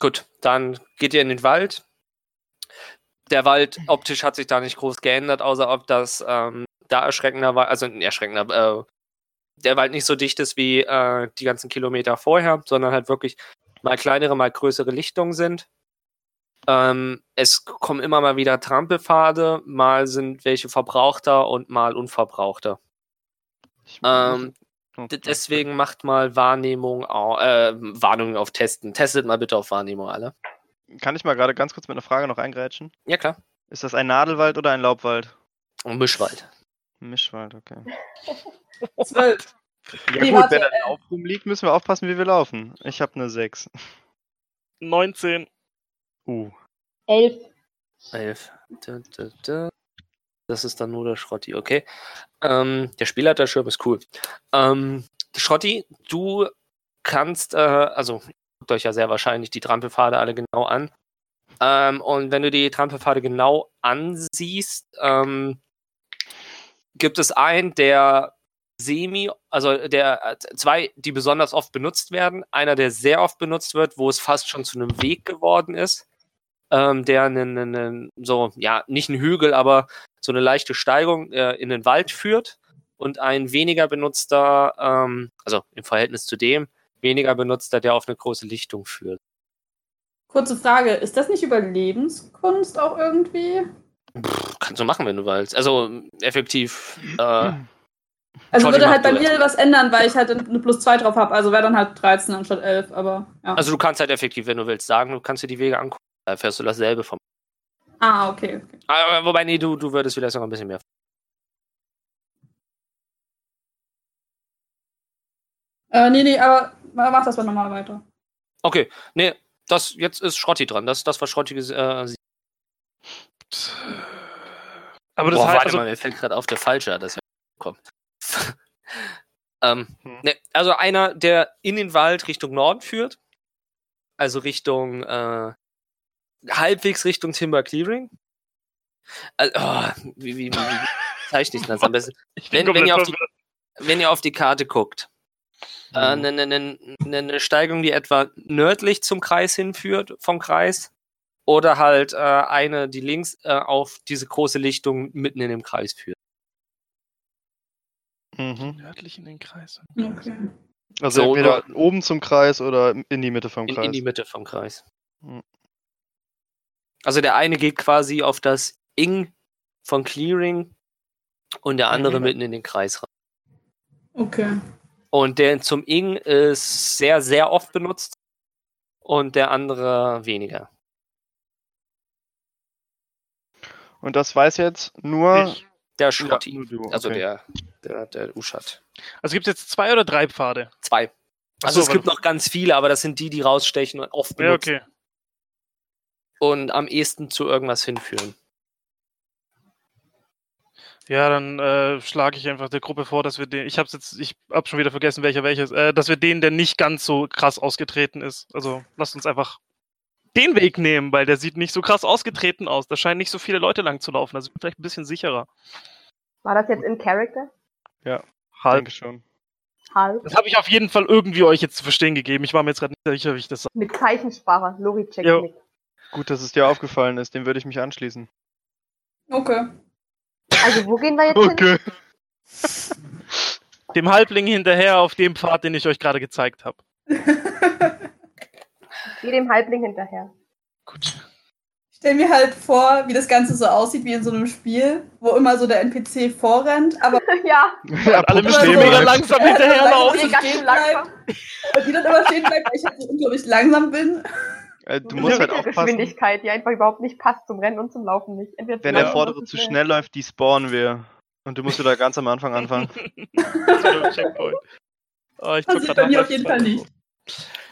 Gut, dann geht ihr in den Wald. Der Wald optisch hat sich da nicht groß geändert, außer ob das ähm, da erschreckender war, also erschreckender, äh, der Wald nicht so dicht ist wie äh, die ganzen Kilometer vorher, sondern halt wirklich mal kleinere, mal größere Lichtungen sind. Ähm, es kommen immer mal wieder Trampelpfade, mal sind welche verbrauchter und mal unverbrauchter. Ich- Ähm, D- Deswegen macht mal Wahrnehmung, au- äh, Warnungen auf Testen. Testet mal bitte auf Wahrnehmung alle. Kann ich mal gerade ganz kurz mit einer Frage noch eingrätschen? Ja, klar. Ist das ein Nadelwald oder ein Laubwald? Und Mischwald. Mischwald, okay. Zwölf. Ja Nee, gut, warte, wenn da Laub rumliegt, müssen wir aufpassen, wie wir laufen. Ich habe eine 6. 19. Uh. Elf. Elf. Dö, dö, dö. Das ist dann nur der Schrotti, okay. Ähm, der Spielleiterschirm ist cool. Ähm, Schrotti, du kannst, äh, also guckt euch ja sehr wahrscheinlich die Trampelpfade alle genau an. Ähm, und wenn du die Trampelpfade genau ansiehst, ähm, gibt es einen, der semi, also der äh, zwei, die besonders oft benutzt werden, einer, der sehr oft benutzt wird, wo es fast schon zu einem Weg geworden ist ähm, der einen, einen, so, ja, nicht einen Hügel, aber so eine leichte Steigung äh, in den Wald führt und ein weniger benutzter, ähm, also im Verhältnis zu dem, weniger benutzter, der auf eine große Lichtung führt. Kurze Frage, ist das nicht Überlebenskunst auch irgendwie? Kannst du machen, wenn du willst. Also ähm, effektiv, äh, Also Schau, die würde macht halt bei du mir was ändern, weil ich halt eine plus 2 drauf habe. Also wäre dann halt 13 anstatt 11, aber ja. also du kannst halt effektiv, wenn du willst, sagen, du kannst dir die Wege angucken, da erfährst du dasselbe vom. ah, okay. okay. Aber, wobei, nee, du, du würdest vielleicht noch ein bisschen mehr. Äh, nee, nee, aber mach das mal nochmal weiter. Okay, nee, das, jetzt ist Schrotti dran. Das, das war Schrotti ges- äh, sieht. Aber das Boah, heißt, warte also, mal, mir fällt gerade auf der Falsche, dass er kommt. ähm, Hm. ne, also einer, der in den Wald Richtung Norden führt, also Richtung äh, halbwegs Richtung Timber Clearing. Also, oh, wie, wie, wie, wie zeichne ich das am besten? ich wenn- bin wenn komplett ihr auf die- verwirrt. Wenn ihr auf die Karte guckt, Mhm. Äh, eine Steigung, die etwa nördlich zum Kreis hinführt, vom Kreis, oder halt äh, eine, die links äh, auf diese große Lichtung mitten in dem Kreis führt. Mhm. Nördlich in den Kreis. Okay. Also So, entweder oben zum Kreis oder in die Mitte vom In, Kreis. in die Mitte vom Kreis. Hm. Also der eine geht quasi auf das Ing von Clearing und der andere Mhm. mitten in den Kreis rein. Okay. Und der zum Ing ist sehr, sehr oft benutzt und der andere weniger. Und das weiß jetzt nur, Ich. Der Ja, Schrotti. nur du. Also okay. der, der, der Uschat. Also gibt es jetzt zwei oder drei Pfade? Zwei. Also Achso, es warte gibt mal. noch ganz viele, aber das sind die, die rausstechen und oft Ja, benutzt okay. und am ehesten zu irgendwas hinführen. Ja, dann äh, schlage ich einfach der Gruppe vor, dass wir den. Ich hab's jetzt, ich hab schon wieder vergessen, welcher welcher ist, äh, dass wir den, der nicht ganz so krass ausgetreten ist. Also lasst uns einfach den Weg nehmen, weil der sieht nicht so krass ausgetreten aus. Da scheinen nicht so viele Leute lang zu laufen. Also vielleicht ein bisschen sicherer. War das jetzt in Character? Denke schon. Halb. Das habe ich auf jeden Fall irgendwie euch jetzt zu verstehen gegeben. Ich war mir jetzt gerade nicht sicher, wie ich das sage. Mit Zeichensprache. Lori checkt Jo. nicht. Gut, dass es dir aufgefallen ist, dem würde ich mich anschließen. Okay. Also wo gehen wir jetzt hin? Okay. Dem Halbling hinterher auf dem Pfad, den ich euch gerade gezeigt habe. Geh dem Halbling hinterher. Gut. Ich stelle mir halt vor, wie das Ganze so aussieht wie in so einem Spiel, wo immer so der NPC vorrennt, aber ja, Ja, Alle Apropos müssen Probleme. immer Schneeball. langsam Auf hinterherlaufen. dem nee, ganz Weg schön langsam. und die dann immer stehen bleibt, weil ich halt so unglaublich langsam bin. Äh, Du musst halt aufpassen, Geschwindigkeit, die einfach überhaupt nicht passt zum Rennen und zum Laufen nicht. Entweder wenn der zu langsam vordere oder zu schnell läuft, die spawnen wir. Und du musst wieder ganz am Anfang anfangen. Checkpoint. Oh, ich Passiert zuck grad bei mir nach, auf jeden das war Fall los.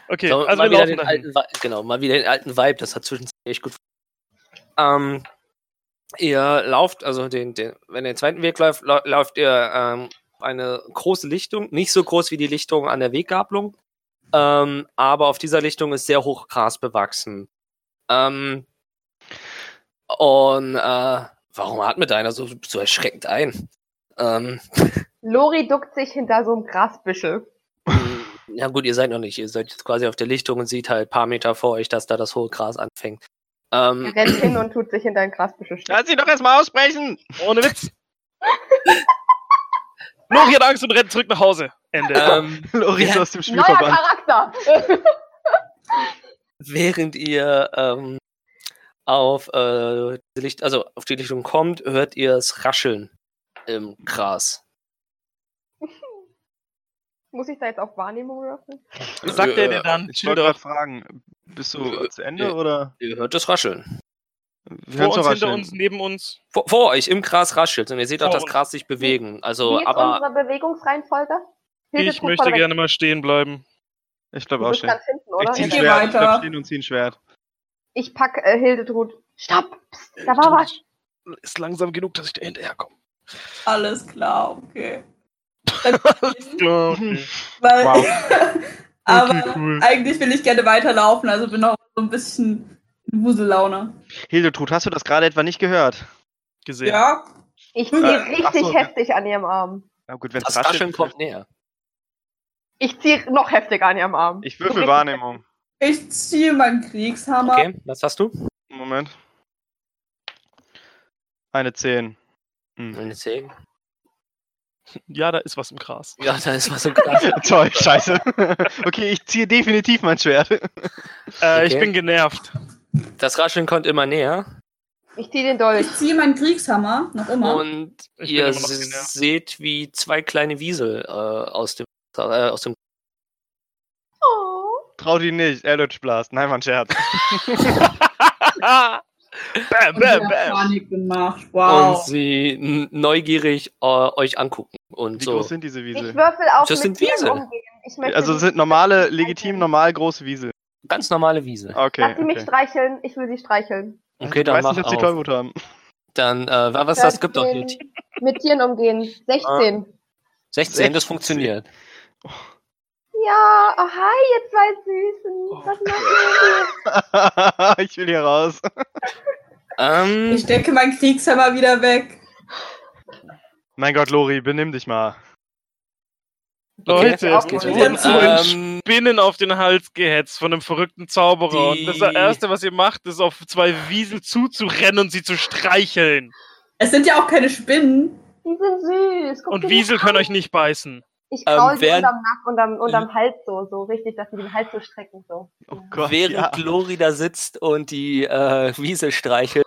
Okay, So, also wir mal wieder laufen den dahin. alten Vi- genau, mal wieder den alten Vibe, das hat zwischenzeitlich echt gut ähm, Ihr lauft, also den, den, wenn ihr den zweiten Weg läuft, lau- lauft ihr ähm, eine große Lichtung, nicht so groß wie die Lichtung an der Weggabelung, ähm, aber auf dieser Lichtung ist sehr hoch Gras bewachsen. Ähm, und äh, warum atmet einer so, so erschreckend ein? Ähm, Lori duckt sich hinter so einem Grasbüschel. Ja Hm, gut, ihr seid noch nicht. Ihr seid jetzt quasi auf der Lichtung und seht halt ein paar Meter vor euch, dass da das hohe Gras anfängt. Ähm, Er rennt hin und tut sich hinter ein Grasbüschel stecken. Lass sie doch erstmal ausbrechen! Ohne Witz. Lori hat Angst und rennt zurück nach Hause. Ende. ähm, Lori ist Ja. aus dem Spiel Neuer verbannt. Charakter! während ihr ähm, auf, äh, die Licht also auf die Lichtung kommt, hört ihr es rascheln im Gras. Muss ich da jetzt auf Wahrnehmung würfeln? Sagt er dir dann, Ich chill wollte doch. gerade fragen, bist du Äh, zu Ende äh, oder? Ihr hört es rascheln. Wir Vor hören's uns, doch hinter rascheln. uns, neben uns. Vor, vor euch im Gras raschelt und ihr seht auch Vor das uns. Gras sich bewegen. Also, Wie ist aber unsere Bewegungsreihenfolge? Hilde Ich tritt möchte vorne weg. gerne mal stehen bleiben. Ich glaube Du auch bist stehen. ganz hinten, Ich oder? zieh ein Ich Hilde? geh Schwert. Ich weiter. bleib stehen und zieh ein Schwert. Ich pack äh, Hildetrud. Stopp! Psst, da war was. Ist langsam genug, dass ich da hinterherkomme. Alles klar, okay. Okay. Weil, aber Okay, cool. eigentlich will ich gerne weiterlaufen, also bin noch so ein bisschen in Wusellaune. Hildetrud, hast du das gerade etwa nicht gehört? Gesehen. Ja. Ich Äh, ziehe ach richtig so, ja. heftig an ihrem Arm. Na gut, wenn's das raschelt- Rascheln kommt näher. Ich ziehe noch heftiger an ihrem Arm. Ich So würfel richtig- Wahrnehmung. Ich ziehe meinen Kriegshammer. Okay, was hast du? Moment. Eine 10. Hm. Eine 10. Ja, da ist was im Gras. Ja, da ist was im Gras. Toll, scheiße. okay, ich ziehe definitiv mein Schwert. Äh, Ich Okay. bin genervt. Das Rascheln kommt immer näher. Ich ziehe den Dolch. Ich ziehe meinen Kriegshammer, noch immer. Und Ich bin ihr immer noch se- genervt. seht, wie zwei kleine Wiesel äh, aus dem äh, aus dem Oh. Trau die nicht, Eldritch Blast. Nein, mein Scherz. bam, Und ich Ah. bam, hab bam. Panik gemacht. Wow. und sie n- neugierig äh, euch angucken und Wie so. groß sind diese Ich Wiesel? würfel auch Das sind mit Tieren Wiesel. umgehen. Ich möchte Also die- es sind normale, legitim normal große Wiesel. Ganz normale Wiesel. Okay. Lass sie mich okay. streicheln. Ich will sie streicheln. Also Okay, ich dann weiß mach nicht, ob sie auf. Tollwut haben. Dann äh, wa- was das gibt doch Sechzehn. nicht. Mit Tieren umgehen. 16. 16, das funktioniert. Ja, oh, hi, ihr zwei Süßen. Was macht ich will hier raus. Ähm, Ich decke meinen Kriegshammer wieder weg. Mein Gott, Lori, benimm dich mal. Leute, Auch wir gut. wurden zu Ähm, den Spinnen auf den Hals gehetzt von einem verrückten Zauberer. Und das Die- Erste, was ihr macht, ist auf zwei Wiesel zuzurennen und sie zu streicheln. Es sind ja auch keine Spinnen. ihr? Die sind süß. Guck Und dir die Wiesel an. können euch nicht beißen. Ich Ähm, kraul sie während- unterm Nack, unterm, unterm Hals so, so richtig, dass sie den Hals so strecken. So. Oh Gott, während ja. Lori da sitzt und die äh, Wiesel streichelt,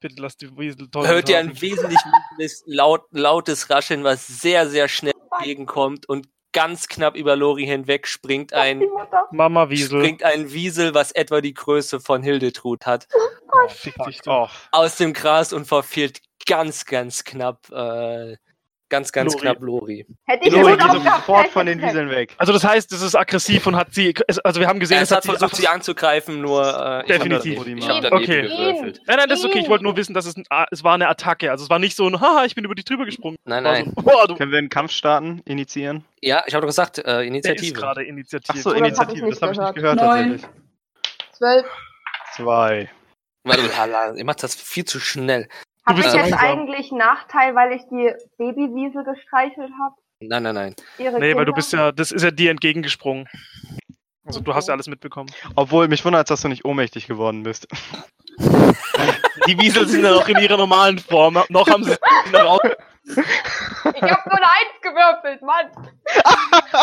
Bitte lasst die Wiesel toll. hört ihr ein wesentlich mieses, laut, lautes Rascheln, was sehr, sehr schnell entgegenkommt und ganz knapp über Lori hinweg springt ein Die Mutter. Mama Wiesel. springt ein Wiesel, was etwa die Größe von Hildetrud hat, Oh, fick dich doch. off. aus dem Gras und verfehlt ganz, ganz knapp, äh, ganz, ganz Lori. knapp Lori. Hätte ich Lori, den Mund geh aufgehabt, sofort hätte von ich den gesagt. Wieseln weg. Also das heißt, es ist aggressiv und hat sie. es- Also wir haben gesehen, Oh. Er es hat hat sie. versucht, sie anzugreifen, nur äh, ich hab Definitiv. daneben- Ich habe Ihn. daneben Okay. gewürfelt. Nein, nein, das ist okay. Ich wollte nur wissen, dass es, ein, ah, es war eine Attacke. Also es war nicht so ein, haha, ich bin über dich drüber gesprungen. Nein, War nein. So, Boah, du, Können wir einen Kampf starten? Initiieren? Ja, ich habe doch gesagt, äh, der ist Initiative. gerade Initiative. Achso, Oder das hab Initiative. ich Das habe ich nicht nicht gehört, Neun. tatsächlich. Zwölf. Zwei. Warte, mal, Hala, ihr macht das viel zu schnell. Habe ich bist jetzt so langsam. eigentlich einen Nachteil, weil ich die Babywiesel gestreichelt habe? Nein, nein, nein. Ihre Nee, weil du Kinder? bist ja, das ist ja dir entgegengesprungen. Also du hast ja alles mitbekommen. Obwohl, mich wundert, dass du nicht ohnmächtig geworden bist. Die Wiesel sind ja noch in ihrer normalen Form. Noch haben sie noch raus. Ich habe nur eine Eins gewürfelt, Mann.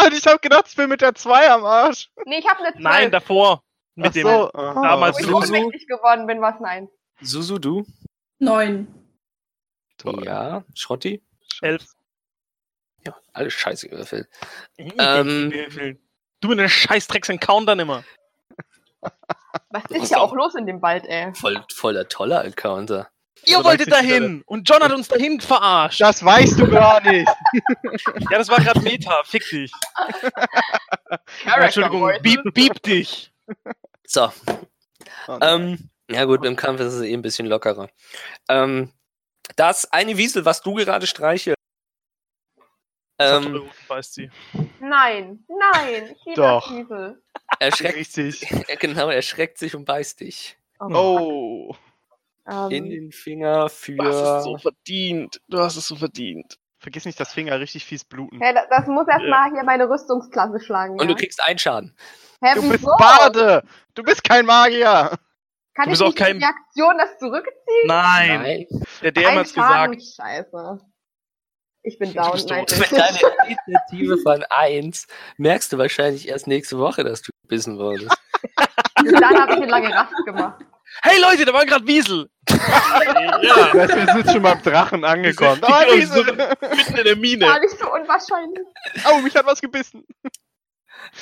Und ich habe gedacht, ich bin mit der 2 am Arsch. Nee, ich habe eine Zwölf. Nein, davor. Mit Ach dem. so. Oh. Wo damals ich Susu. ohnmächtig geworden bin, was nein. Susu, du? Neun. Toll. Ja, Schrotti? Elf. Ja, alles scheiße gewürfelt. Hm, Ähm. Ähm, du mit den Scheißdrecks encountern immer. Was Ist ist ja auch- auch los in dem Wald, ey? Voll, voller toller Encounter. Ihr So wolltet läuft die dahin und John hat uns dahin verarscht. Das weißt du gar nicht. Ja, das war gerade Meta. Fick dich. Ja, Entschuldigung, beep, beep dich. So, Oh, nein. Ähm, ja gut, im Kampf ist es eh ein bisschen lockerer. Ähm, das eine Wiesel, was du gerade streichelst, ähm, Weißt sie. Nein, nein. Ich liebe Doch. das Wiesel. erschreckt, Richtig. genau, erschreckt sich und beißt dich Oh. Ähm, in den Finger für verdient. Du hast es so verdient. Vergiss nicht, dass Finger richtig fies bluten. Hey, das, das muss erstmal hier meine Rüstungsklasse schlagen. Und ja. du kriegst einen Schaden. Hä, Du bist wieso? Bade! Du bist kein Magier! Kann Du bist ich auch nicht kein- in die Aktion das zurückziehen? Nein, der DM Ein hat's gesagt. Scheiße. Ich bin Du down. bist Nein, tot. Mit deiner Initiative von 1 merkst du wahrscheinlich erst nächste Woche, dass du gebissen wurdest. dann habe ich eine lange Rast gemacht. Hey Leute, da waren gerade Wiesel. Ja. Das, wir sind schon beim Drachen angekommen. Die Oh, sind diese, Mitten in der Gar Mine. nicht so unwahrscheinlich. oh, mich hat was gebissen.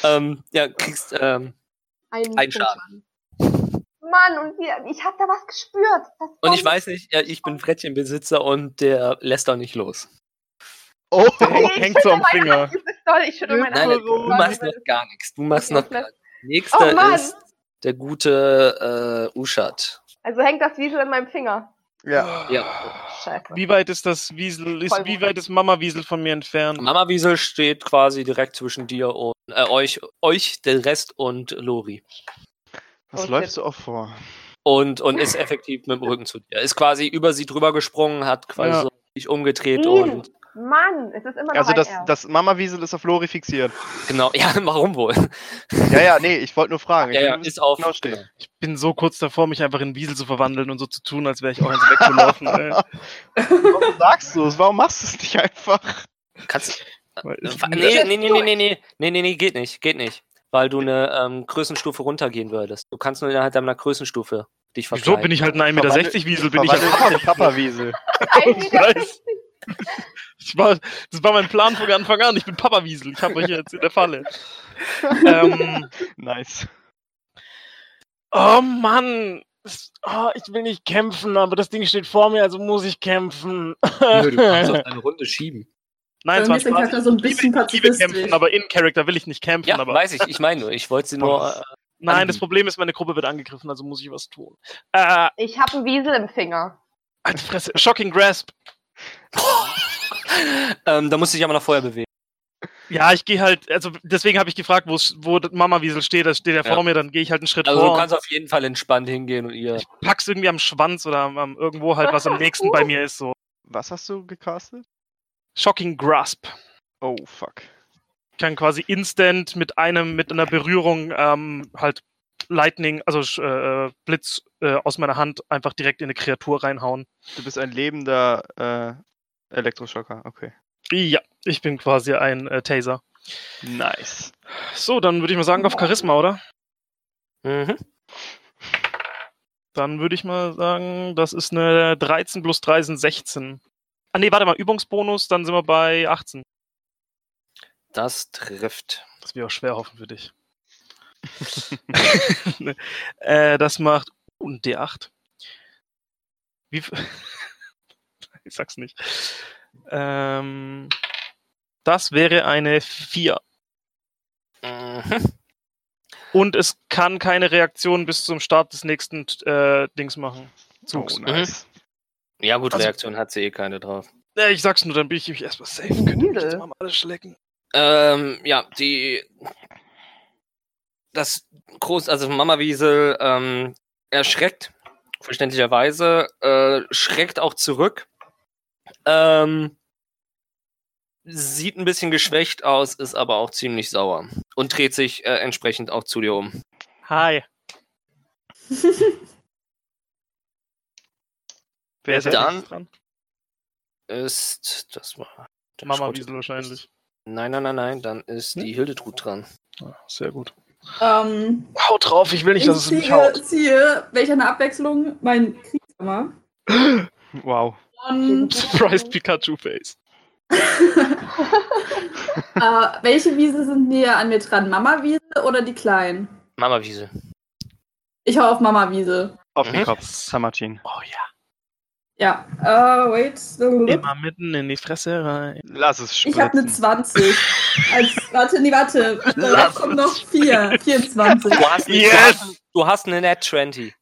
ähm, ja, kriegst, ähm, Ein, Ein Schaden. Mann, und wir, ich habe da was gespürt. Das und ich weiß nicht, ja, ich bin Frettchenbesitzer und der lässt auch nicht los. Oh, Der hängt, hängt so am Finger. Doll, ich schüttel meine Nein, Hand. du machst noch gar nichts. Du machst Okay, noch das gar nichts. Nächster Oh, Mann. ist der gute äh, Uschat. Also hängt das Wiesel in meinem Finger. Ja. Ja. Scheiße. Wie weit ist das Wiesel? Ist, Voll wie gut. weit ist Mama Wiesel von mir entfernt? Mama Wiesel steht quasi direkt zwischen dir und äh, euch, euch, der Rest und Lori. Was Oh, läufst du auch vor? Und, und ist effektiv mit dem Rücken zu dir. Ist quasi über sie drüber gesprungen, hat quasi Ja. so sich umgedreht Wiesel. und Mann, es ist immer noch Also ein das, R. das Mama-Wiesel ist auf Lori fixiert. genau. Ja, warum wohl? Ja, ja, nee, ich wollte nur fragen. Ja, Ich ja, will ist auf. genau stehen. Ich bin so kurz davor, mich einfach in Wiesel zu verwandeln und so zu tun, als wäre ich auch ins Wegzulaufen. ey. Warum sagst du es? Warum machst du es nicht einfach? Kannst, Weil äh, ich- nee, nee, nee, nee, nee, nee, nee, nee, nee, geht nicht, geht nicht. Weil du eine ähm, Größenstufe runtergehen würdest. Du kannst nur innerhalb deiner Größenstufe dich verkleiden. Wieso bin ich halt ein 1,60 Meter Wiesel? Bin ich halt Verwandelt- Papa-Wiesel. Ein Ich Meter weiß. Ich war, das war mein Plan von Anfang an. Ich bin Papa Wiesel. Ich habe euch jetzt in der Falle. ähm, Nice. oh Mann. Das- Oh, ich will nicht kämpfen, aber das Ding steht vor mir, also muss ich kämpfen. Nö, du kannst auf eine Runde schieben. Nein, es Irgendwie war ist der Spaß. Charakter so ein Ich liebe- bisschen ich liebe pazifistisch. kämpfen, aber in Character will ich nicht kämpfen. Ja, aber weiß ich. Ich meine nur, ich wollte sie nur. Äh, nein, das anbieten. Problem ist, meine Gruppe wird angegriffen, also muss ich was tun. Äh, Ich habe einen Wiesel im Finger. alte Fresse. Shocking Grasp. ähm, da musst du dich aber noch vorher bewegen. Ja, ich gehe halt, also deswegen habe ich gefragt, wo's- wo das Mama Wiesel steht. Da steht er Ja. vor mir, dann gehe ich halt einen Schritt Also vor. du und- kannst auf jeden Fall entspannt hingehen und ihr. Ich pack's irgendwie am Schwanz oder am, am irgendwo halt, was am nächsten bei mir ist. So. Was hast du gecastet? Shocking Grasp. Oh, fuck. Ich kann quasi instant mit einem, mit einer Berührung ähm, halt Lightning, also sch- äh, Blitz äh, aus meiner Hand einfach direkt in eine Kreatur reinhauen. Du bist ein lebender äh, Elektroschocker. Okay. Ja, ich bin quasi ein äh, Taser. Nice. So, dann würde ich mal sagen, auf Charisma, oder? Mhm. Dann würde ich mal sagen, das ist eine 13 plus 3 sind 16. Ah nee, warte mal, Übungsbonus, dann sind wir bei 18. Das trifft. Das wäre auch schwer hoffen für dich. äh, das macht und D8. Wie viel- ich sag's nicht. Ähm, das wäre eine 4. Mhm. Und es kann keine Reaktion bis zum Start des nächsten äh, Dings machen. Zugs. Oh, nice. Ja, gut, Also- Reaktion hat sie eh keine drauf. Äh, ich sag's nur, dann bin ich nämlich erstmal safe. Könnt ihr mich Nudel. jetzt mal am Arsch lecken? Ähm, ja, die. Das groß, also Mama Wiesel ähm, erschreckt, verständlicherweise, äh, schreckt auch zurück. Ähm, sieht ein bisschen geschwächt aus, ist aber auch ziemlich sauer und dreht sich äh, entsprechend auch zu dir um. Hi. Wer ist Wer er? dann? jetzt dran? Ist, das war. der Mama Schrott. Wiesel wahrscheinlich. Nein, nein, nein, nein, dann ist Hm? die Hildetrud dran. Ah, sehr gut. Ähm, Haut drauf, ich will nicht, ich dass es mich ziehe, haut. ziehe welch eine Abwechslung, mein Kriegshammer. Wow. Mhm. Und Surprised Pikachu-Face. äh, welche Wiese sind näher an mir dran? Mama Wiese oder die kleinen? Mama Wiesel. Ich hau auf Mama Wiese. Auf den Mhm. Kopf. Samachin. Oh ja. Ja. Äh, wait. Immer mitten in die Fresse rein. Lass es Ich habe eine spritzen. 20. Als, warte, nee, warte. Da Lass kommen es noch 4. 24. Du hast, Yes! du hast, du hast eine Net 20.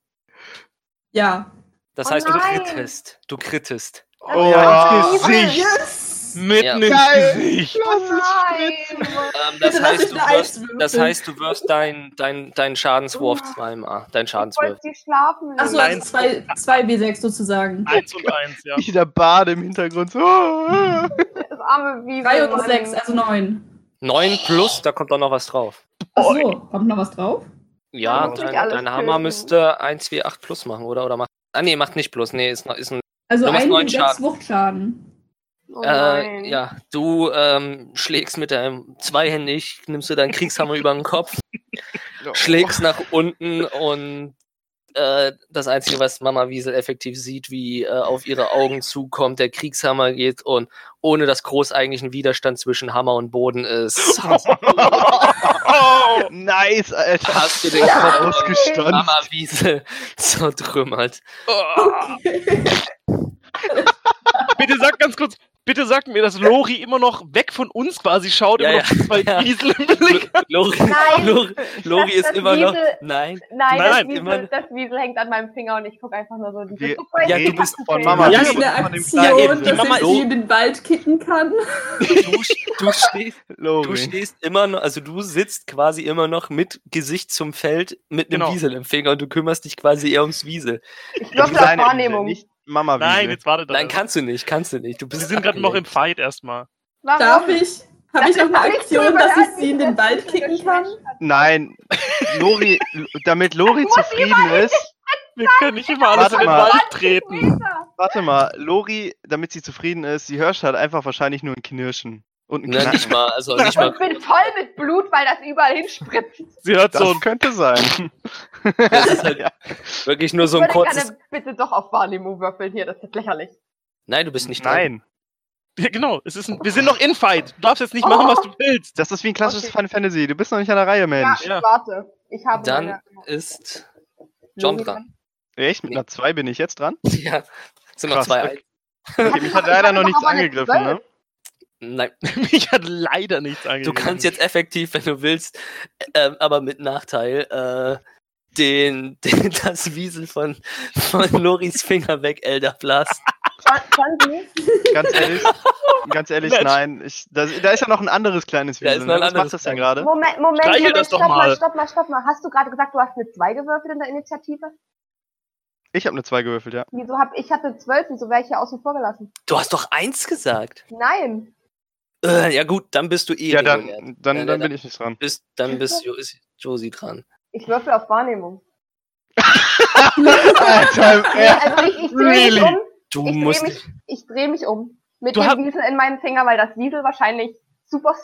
Ja. Das Oh heißt, du nein. krittest. Du krittest. Oh, ja. ins Gesicht. Yes! Mitten Geil. ins Gesicht. Lass Ähm, das, Bitte lass heißt, mich du eine Eins wirst, würfeln. das heißt, du wirfst deinen dein, dein Schadenswurf Oh. zweimal. Dein Ich wollte Schadenswurf. sie schlafen. Achso, lassen. also 2 W6 sozusagen. Eins und eins, ja. Ich der Bade im Hintergrund. So. so arme Wiese. 3 und Mann. 6, also 9. 9 plus, da kommt auch noch was drauf. Oh. Achso, kommt noch was drauf? Ja, muss ich dein, alles dein Hammer töten. müsste 1, 2, 8 plus machen, oder? oder macht, ah, nee, macht nicht plus. Nee, ist, noch- ist ein. Also Du machst 1 neun und 6 Schaden. Wuchtschaden. Oh nein. äh, ja, du ähm, schlägst mit deinem zweihändig, nimmst du deinen Kriegshammer über den Kopf, schlägst nach unten und äh, das Einzige, was Mama Wiesel effektiv sieht, wie äh, auf ihre Augen zukommt, der Kriegshammer geht und ohne dass groß eigentlich ein Widerstand zwischen Hammer und Boden ist, hast, Oh! Nice, Alter. hast du den Kopf von Ausgestanzt. Mama Wiesel halt. zertrümmert. Bitte sag ganz kurz, bitte sag mir, dass Lori immer noch weg von uns quasi schaut, Ja, immer noch zwei ja. Diesel im Blick. Lori, Nein. Lori, Lori Das- ist das immer noch. Wiesel- Nein. Nein, Nein, das, Wiesel, immer- das Wiesel hängt an meinem Finger und ich gucke einfach nur so. Wir- Diese Guck mal, Ja, die du bist Katzen- von Mama Ja, Wiesel eine und von dem Aktion, kleinen Ja, eben, die dass Mama- ich sie in den Wald kitten kann. Du, du stehst. Du Lori. stehst immer noch, also du sitzt quasi immer noch mit Gesicht zum Feld mit einem Genau. Wiesel im Finger und du kümmerst dich quasi eher ums Wiesel. Ich Das glaube, ist das seine Wahrnehmung. Wiesel, nicht Mama Wiesel. Nein, jetzt wartet Nein, kannst du nicht, kannst du nicht. Du bist Wir sind gerade noch im Fight erstmal. Warum? Darf ich? Habe ich noch eine Aktion, dass halt ich sie in den Wald kicken kann? Nein, Lori, damit Lori zufrieden ist, Wir können nicht immer alles Warte in den mal. Wald treten. warte mal, Lori, damit sie zufrieden ist, sie hört halt einfach wahrscheinlich nur ein Knirschen. Und ein Ne, Knacken. nicht mal, also nicht mal. Ich bin voll mit Blut, weil das überall hinspritzt. Sie hört so Das ein könnte sein. Das ist halt wirklich nur so ein Würde kurzes. gerne bitte doch auf Wahrnehmung würfeln hier, das ist lächerlich. Nein, du bist nicht dran. Nein, Ja, genau. Es ist ein, wir sind noch in Fight. Du darfst jetzt nicht machen, was du willst. das ist wie ein klassisches Okay. Final Fantasy. Du bist noch nicht an der Reihe, Ja, Mensch. Ja. warte. Ich habe Dann meine- ist John dran. Echt? Mit einer 2 bin ich jetzt dran? Ja, sind noch Krass. zwei. Ein. Okay, mich hat Ich leider hab noch nichts aber eine angegriffen, ne? Nein, Mich hat leider nichts du angegriffen. kannst jetzt effektiv, wenn du willst, ähm, aber mit Nachteil, äh, den, den, das Wiesel von, von Loris Finger weg, Elder Blast. John- John, du? Ganz ehrlich, ganz ehrlich, Mensch. nein. Ich, da, da ist ja noch ein anderes kleines Da ist Wiesel. noch ne? ein Was anderes macht das denn kleines. gerade? Moment, Moment, Streichel Moment, das doch stopp mal. mal. stopp mal, stopp mal. Hast du gerade gesagt, du hast eine 2 gewürfelt in der Initiative? Ich habe eine 2 gewürfelt, ja. Wieso hab ich hatte 12, wieso wäre ich hier außen vor gelassen? Du hast doch eins gesagt. Nein. Äh, ja gut, dann bist du eh. Ja, weniger. dann, Ja, dann, dann- dann bin ich nicht dran. bist, dann bist jo ist Josie dran. Ich würfel auf Wahrnehmung. Alter, Nee, also ich, ich drehe really? mich um. Du Ich dreh musst. mich- Ich drehe mich um. Mit Du dem hab- Wiesel in meinem Finger, weil das Wiesel wahrscheinlich super,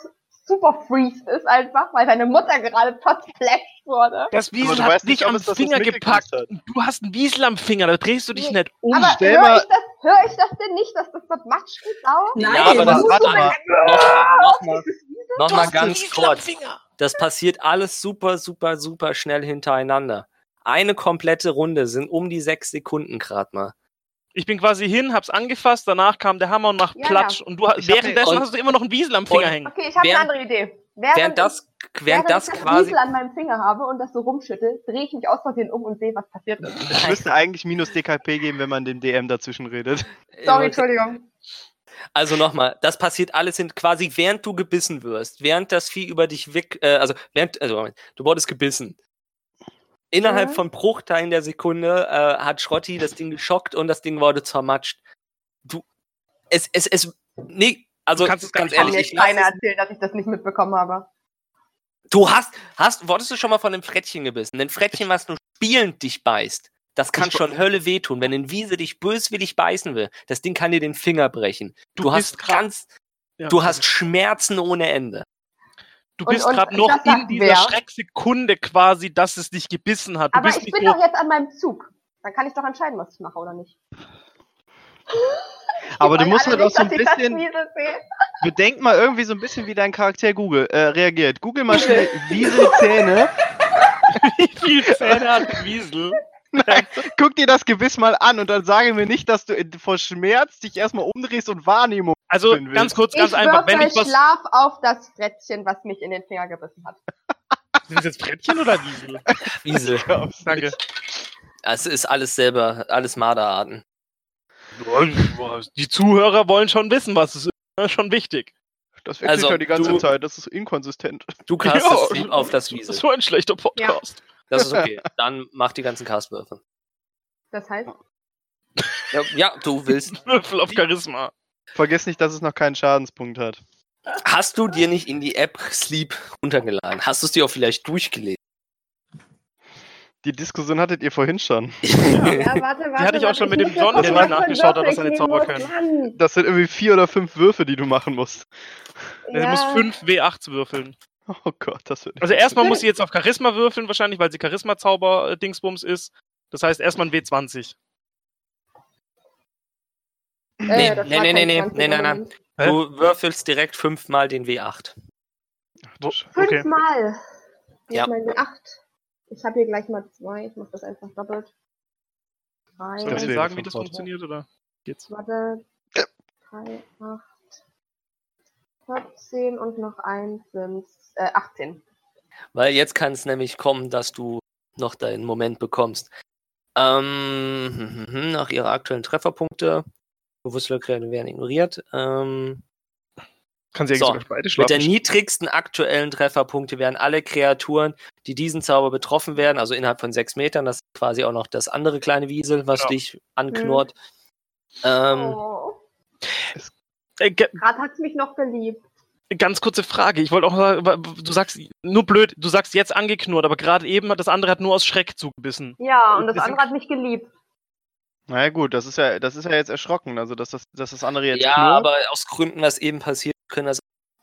super freeze ist einfach, weil seine Mutter gerade verflasht wurde. Das Aber Wiesel du hat weißt dich nicht, ob am es das Finger mitgekriegt gepackt. hat. Du hast einen Wiesel am Finger, da drehst du dich Nee. nicht um. Aber stell höre mal- ich, das, hör ich das denn nicht, dass das dort matschig ist? Au? Nein, Ja, aber das muss warte doch- mal. Noch, noch mal, Dieses Wiesel? noch Du mal hast einen ganz Wiesel am kurz. Finger. Das passiert alles super, super, super schnell hintereinander. Eine komplette Runde sind um die sechs Sekunden gerade mal. Ich bin quasi hin, hab's angefasst, danach kam der Hammer und macht Ja, Platsch. Und du ha- Ich hab den- währenddessen hast du immer noch einen Wiesel am Finger Und- hängen. Okay, ich habe eine Hm, Während- andere Idee. Während das, während das ich das quasi. Wiesel an meinem Finger habe und das so rumschüttel, drehe ich mich aus Versehen um und sehe, was passiert ist. Es müsste eigentlich minus DKP geben, wenn man dem DM dazwischen redet. Äh, Sorry, Entschuldigung. Also nochmal, das passiert alles hin, quasi während du gebissen wirst, während das Vieh über dich weg, äh, also während, also Moment, du wurdest gebissen. Innerhalb Mhm. von Bruchteilen der Sekunde äh, hat Schrotti das Ding geschockt und das Ding wurde zermatscht. Du, es, es, es, nee, also Du kannst es gar ganz nicht Kann ehrlich, mir ich lass keiner es, erzählt, dass ich das nicht mitbekommen habe. du hast, hast, wurdest du schon mal von einem Frettchen gebissen? Ein Frettchen, was nur spielend dich beißt, das kann Ich- schon Hölle wehtun. Wenn ein Wiese dich böswillig beißen will, das Ding kann dir den Finger brechen. Du, hast bist grad- ganz, Ja. du hast Schmerzen ohne Ende. Du Und- bist und gerade das noch sagt in dieser wer? Schrecksekunde quasi, dass es dich gebissen hat. Du Aber bist ich nicht bin so, doch jetzt an meinem Zug. Dann kann ich doch entscheiden, was ich mache oder nicht. Aber du Wollen musst alle halt auch nicht, so ein dass ich das bisschen, Wiesel sehe? bedenk mal irgendwie so ein bisschen, wie dein Charakter Google äh, reagiert. Google mal schnell Wieselzähne. wie viel Zähne hat ein Wiesel. Nein, guck dir das Gebiss mal an und dann sage mir nicht, dass du in- vor Schmerz dich erstmal umdrehst und Wahrnehmung. Also Bin wild. ganz kurz, ganz Ich einfach. Wenn würfel ich was. Schlaf auf das Frettchen, was mich in den Finger gebissen hat. Sind es jetzt Brettchen oder Wiesel? Wiesel. glaubst. Danke. Es ist alles selber, alles Marderarten. Die Zuhörer wollen schon wissen, was es ist. Das ist schon wichtig. Das Also, du- Zeit, das ist inkonsistent. Du castest Ja. lieb auf das Das ist Wiesel. so ein schlechter Podcast. Das ist okay. Dann mach die ganzen Castwürfe. Das heißt, Ja, ja, du willst. Würfel auf Charisma. Vergiss nicht, dass es noch keinen Schadenspunkt hat. Hast du dir nicht in die App Sleep runtergeladen? Hast du es dir auch vielleicht durchgelesen? Die Diskussion hattet ihr vorhin schon. Ja, warte, warte. hatte ich auch warte, schon mit dem muss jetzt John, gucken, der was mir nachgeschaut hat, für was er nicht Würfel zaubern ich nehmen Das sind irgendwie vier oder fünf Würfe, die du machen musst. muss. Mann, Er ja. muss 5 W8 würfeln. Oh Gott, das wird. Also erstmal muss sie jetzt auf Charisma würfeln, wahrscheinlich, weil sie Charisma-Zauber-Dingsbums ist. Das heißt erstmal ein W20. Nee, Äh, das nee, war nee, nee, kein nee, 20, nee, nein, sondern nein. Du würfelst direkt fünfmal den W8. Wo- Okay. Fünfmal. Ja. Ja. Ich meine, acht. Ich habe hier gleich mal zwei. Ich mache das einfach doppelt. Soll Drei. ich Deswegen dir sagen, wie das fünf Euro. funktioniert, oder? Geht's? Warte. Drei, acht. 14 und noch eins sind äh, 18. Weil jetzt kann es nämlich kommen, dass du noch deinen Moment bekommst. Ähm, hm, hm, hm, nach ihrer aktuellen Trefferpunkte. Bewusste Kräfte werden ignoriert. Ähm, Kann sie So, eigentlich sogar beide mit der schlafen? niedrigsten aktuellen Trefferpunkte werden alle Kreaturen, die diesen Zauber betroffen werden, also innerhalb von sechs Metern, das ist quasi auch noch das andere kleine Wiesel, was Ja. dich anknurrt. Ähm, oh. Äh, ge- Gerade hat's mich noch geliebt. Ganz kurze Frage. Ich wollte auch sagen, wa- du sagst nur blöd, du sagst jetzt angeknurrt, aber gerade eben hat das andere hat nur aus Schreck zugebissen. Ja, und das Bisschen- andere hat mich geliebt. Na ja, gut, das ist ja, das ist ja jetzt erschrocken, also dass das, dass das andere jetzt. ja, knurrt. aber aus Gründen, was eben passiert, können das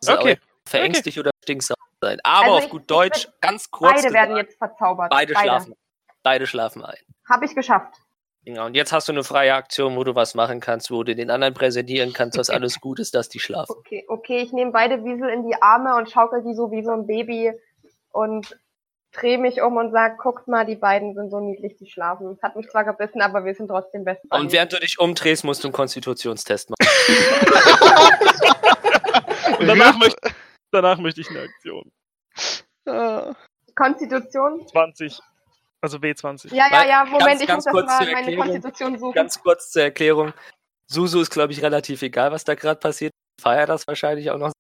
Okay. verängstigt oder stinksauer sein. Aber Also auf ich- gut ich Deutsch, würd- ganz kurz. Beide werden gesagt, jetzt verzaubert. beide, schlafen. Beide schlafen ein. Habe ich geschafft. Genau. Und jetzt hast du eine freie Aktion, wo du was machen kannst, wo du den anderen präsentieren kannst, was alles gut ist, dass die schlafen. Okay, okay, ich nehme beide Wiesel in die Arme und schaukel die so wie so ein Baby und drehe mich um und sage, guckt mal, die beiden sind so niedlich, die schlafen. Es hat mich zwar gebissen, aber wir sind trotzdem best Oh Und während du dich umdrehst, musst du einen Konstitutionstest machen. Und danach, möchte, danach möchte ich eine Aktion. Ah. Konstitution? 20. Also W20. Ja, ja, Weil- ja, Moment, ganz- ich ganz muss kurz das mal zur meine Erklärung. Konstitution Oh. suchen. Ganz kurz zur Erklärung. Susu ist, glaube ich, relativ egal, was da gerade passiert. Ich Feier das wahrscheinlich auch noch.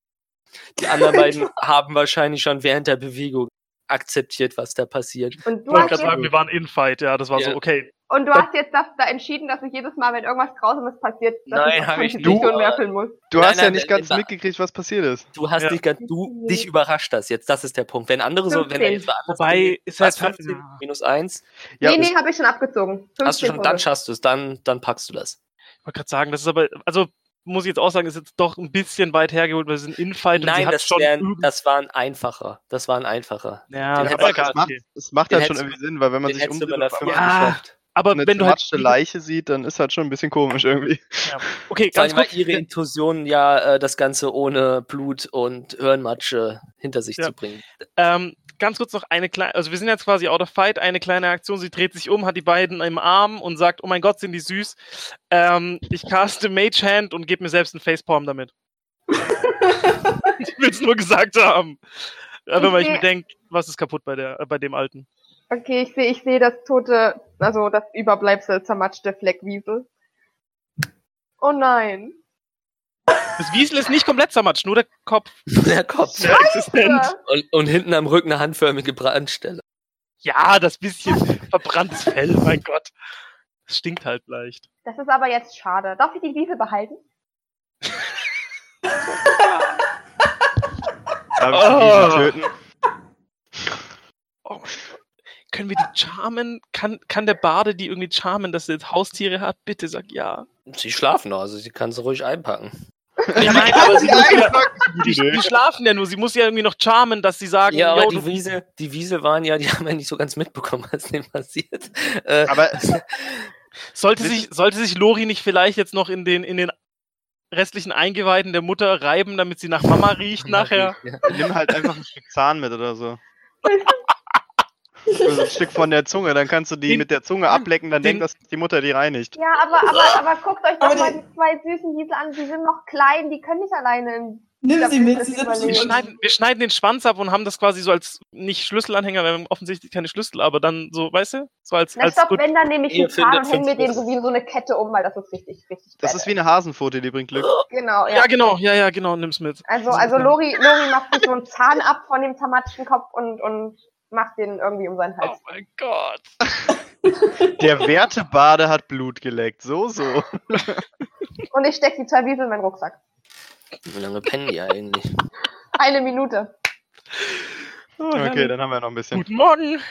Die anderen beiden haben wahrscheinlich schon während der Bewegung akzeptiert, was da passiert. und Ich wollte du, hast gerade jetzt, sagen, wir waren in Fight, ja, das war Ja. so, okay. und du hast jetzt das da entschieden, dass ich jedes Mal, wenn irgendwas Grausames passiert, dass Nein, ich auf hab ich nicht. Konstitution Du- werfeln muss. Du Nein, hast ja nein, nicht nein, ganz nein. mitgekriegt, was passiert ist. Du hast Ja. dich, gar- du, dich überrascht das jetzt. Das ist der Punkt. Wenn andere so, wenn er jetzt war anders gewesen, ist was, 15 minus 1, Ja, nee, es- nee, habe ich schon abgezogen. hast du 15 schon, dann Punkte. schaffst du es, dann, dann packst du das. Ich wollte gerade sagen, das ist aber, also muss ich jetzt auch sagen, ist jetzt doch ein bisschen weit hergeholt, weil wir sind in Fight und sie Nein, hat das, schon. wären, irgend- das war ein einfacher. Das war ein einfacher. ja, den hättest das aber, du- aber egal, es macht, okay. es macht Den halt schon hättest- irgendwie Sinn, weil wenn man Den sich hättest du umdreht bei der und auf 5 einmal Ja. geschafft. aber eine wenn du halt. zermatschte Leiche sieht, dann ist halt schon ein bisschen komisch irgendwie. Okay, Vor ganz allem, weil kurz. ihre Intuition ja äh, das Ganze ohne Blut und Hirnmatsche hinter sich Ja. zu bringen. Ähm, ganz kurz noch eine kleine, also wir sind jetzt quasi out of fight, eine kleine Aktion, sie dreht sich um, hat die beiden im Arm und sagt, oh mein Gott, sind die süß. Ähm, ich caste Mage Hand und gebe mir selbst einen Facepalm damit. ich will es nur gesagt haben. Aber weil ich mir Okay. denke, was ist kaputt bei, der, äh, bei dem Alten? Okay, ich sehe ich seh das tote, also das Überbleibsel zermatschte Fleckwiesel. Oh nein. Das Wiesel ist nicht komplett zermatscht, nur der Kopf Der Kopf. ist existent. Ja. Und, und hinten am Rücken eine handförmige Brandstelle. Ja, das bisschen verbranntes Fell, mein Gott. Es stinkt halt leicht. Das ist aber jetzt schade. Darf ich die Wiesel behalten? Darf ich die Wiesel töten? Oh mein Gott. Können wir die charmen? Kann, kann der Bade die irgendwie charmen, dass sie jetzt Haustiere hat? Bitte sag ja. Sie schlafen noch, also sie kann sie ruhig einpacken. Ja, nein, aber sie muss ja, die, Idee. die schlafen ja nur. Sie muss ja irgendwie noch charmen, dass sie sagen, Ja, aber yo, die du- Wiese, die Wiese waren ja, die haben ja nicht so ganz mitbekommen, was dem passiert. Äh, Aber sollte, sich, sollte sich Lori nicht vielleicht jetzt noch in den, in den restlichen Eingeweiden der Mutter reiben, damit sie nach Mama riecht nachher? Ja. nimm halt einfach ein Stück Zahn mit oder so. Also ein Stück von der Zunge, dann kannst du die Den- mit der Zunge ablecken, dann den- denkt, dass die Mutter die reinigt. Ja, aber, aber, aber guckt euch Aber doch mal die- die zwei süßen Wiesel an. Die sind noch klein, die können nicht alleine. in- Nimm glaub, sie das mit, ist sie sind überlegt. Wir Nee. schneiden, wir schneiden den Schwanz ab und haben das quasi so als nicht Schlüsselanhänger, weil wir haben offensichtlich keine Schlüssel, aber dann so, weißt du, so als, Na als stopp, Good- wenn, dann nehme ich Ihr den findet Zahn und hänge mir fünf den Wiesel. so wie so eine Kette um, weil das ist richtig, richtig Das bad. ist wie eine Hasenpfote, die bringt Glück. Genau, ja. Ja, genau, ja, ja, genau, nimm's mit. Also, also Lori, Lori macht sich so einen Zahn ab von dem zermatschten Kopf und, und macht den irgendwie um seinen Oh Hals. mein Gott. Der Wertebade hat Blut geleckt. So, so. Und ich stecke die zwei Wiesel in meinen Rucksack. Wie lange pennen die eigentlich? Eine Minute. Oh, Okay, dann haben wir noch ein bisschen. Guten Morgen.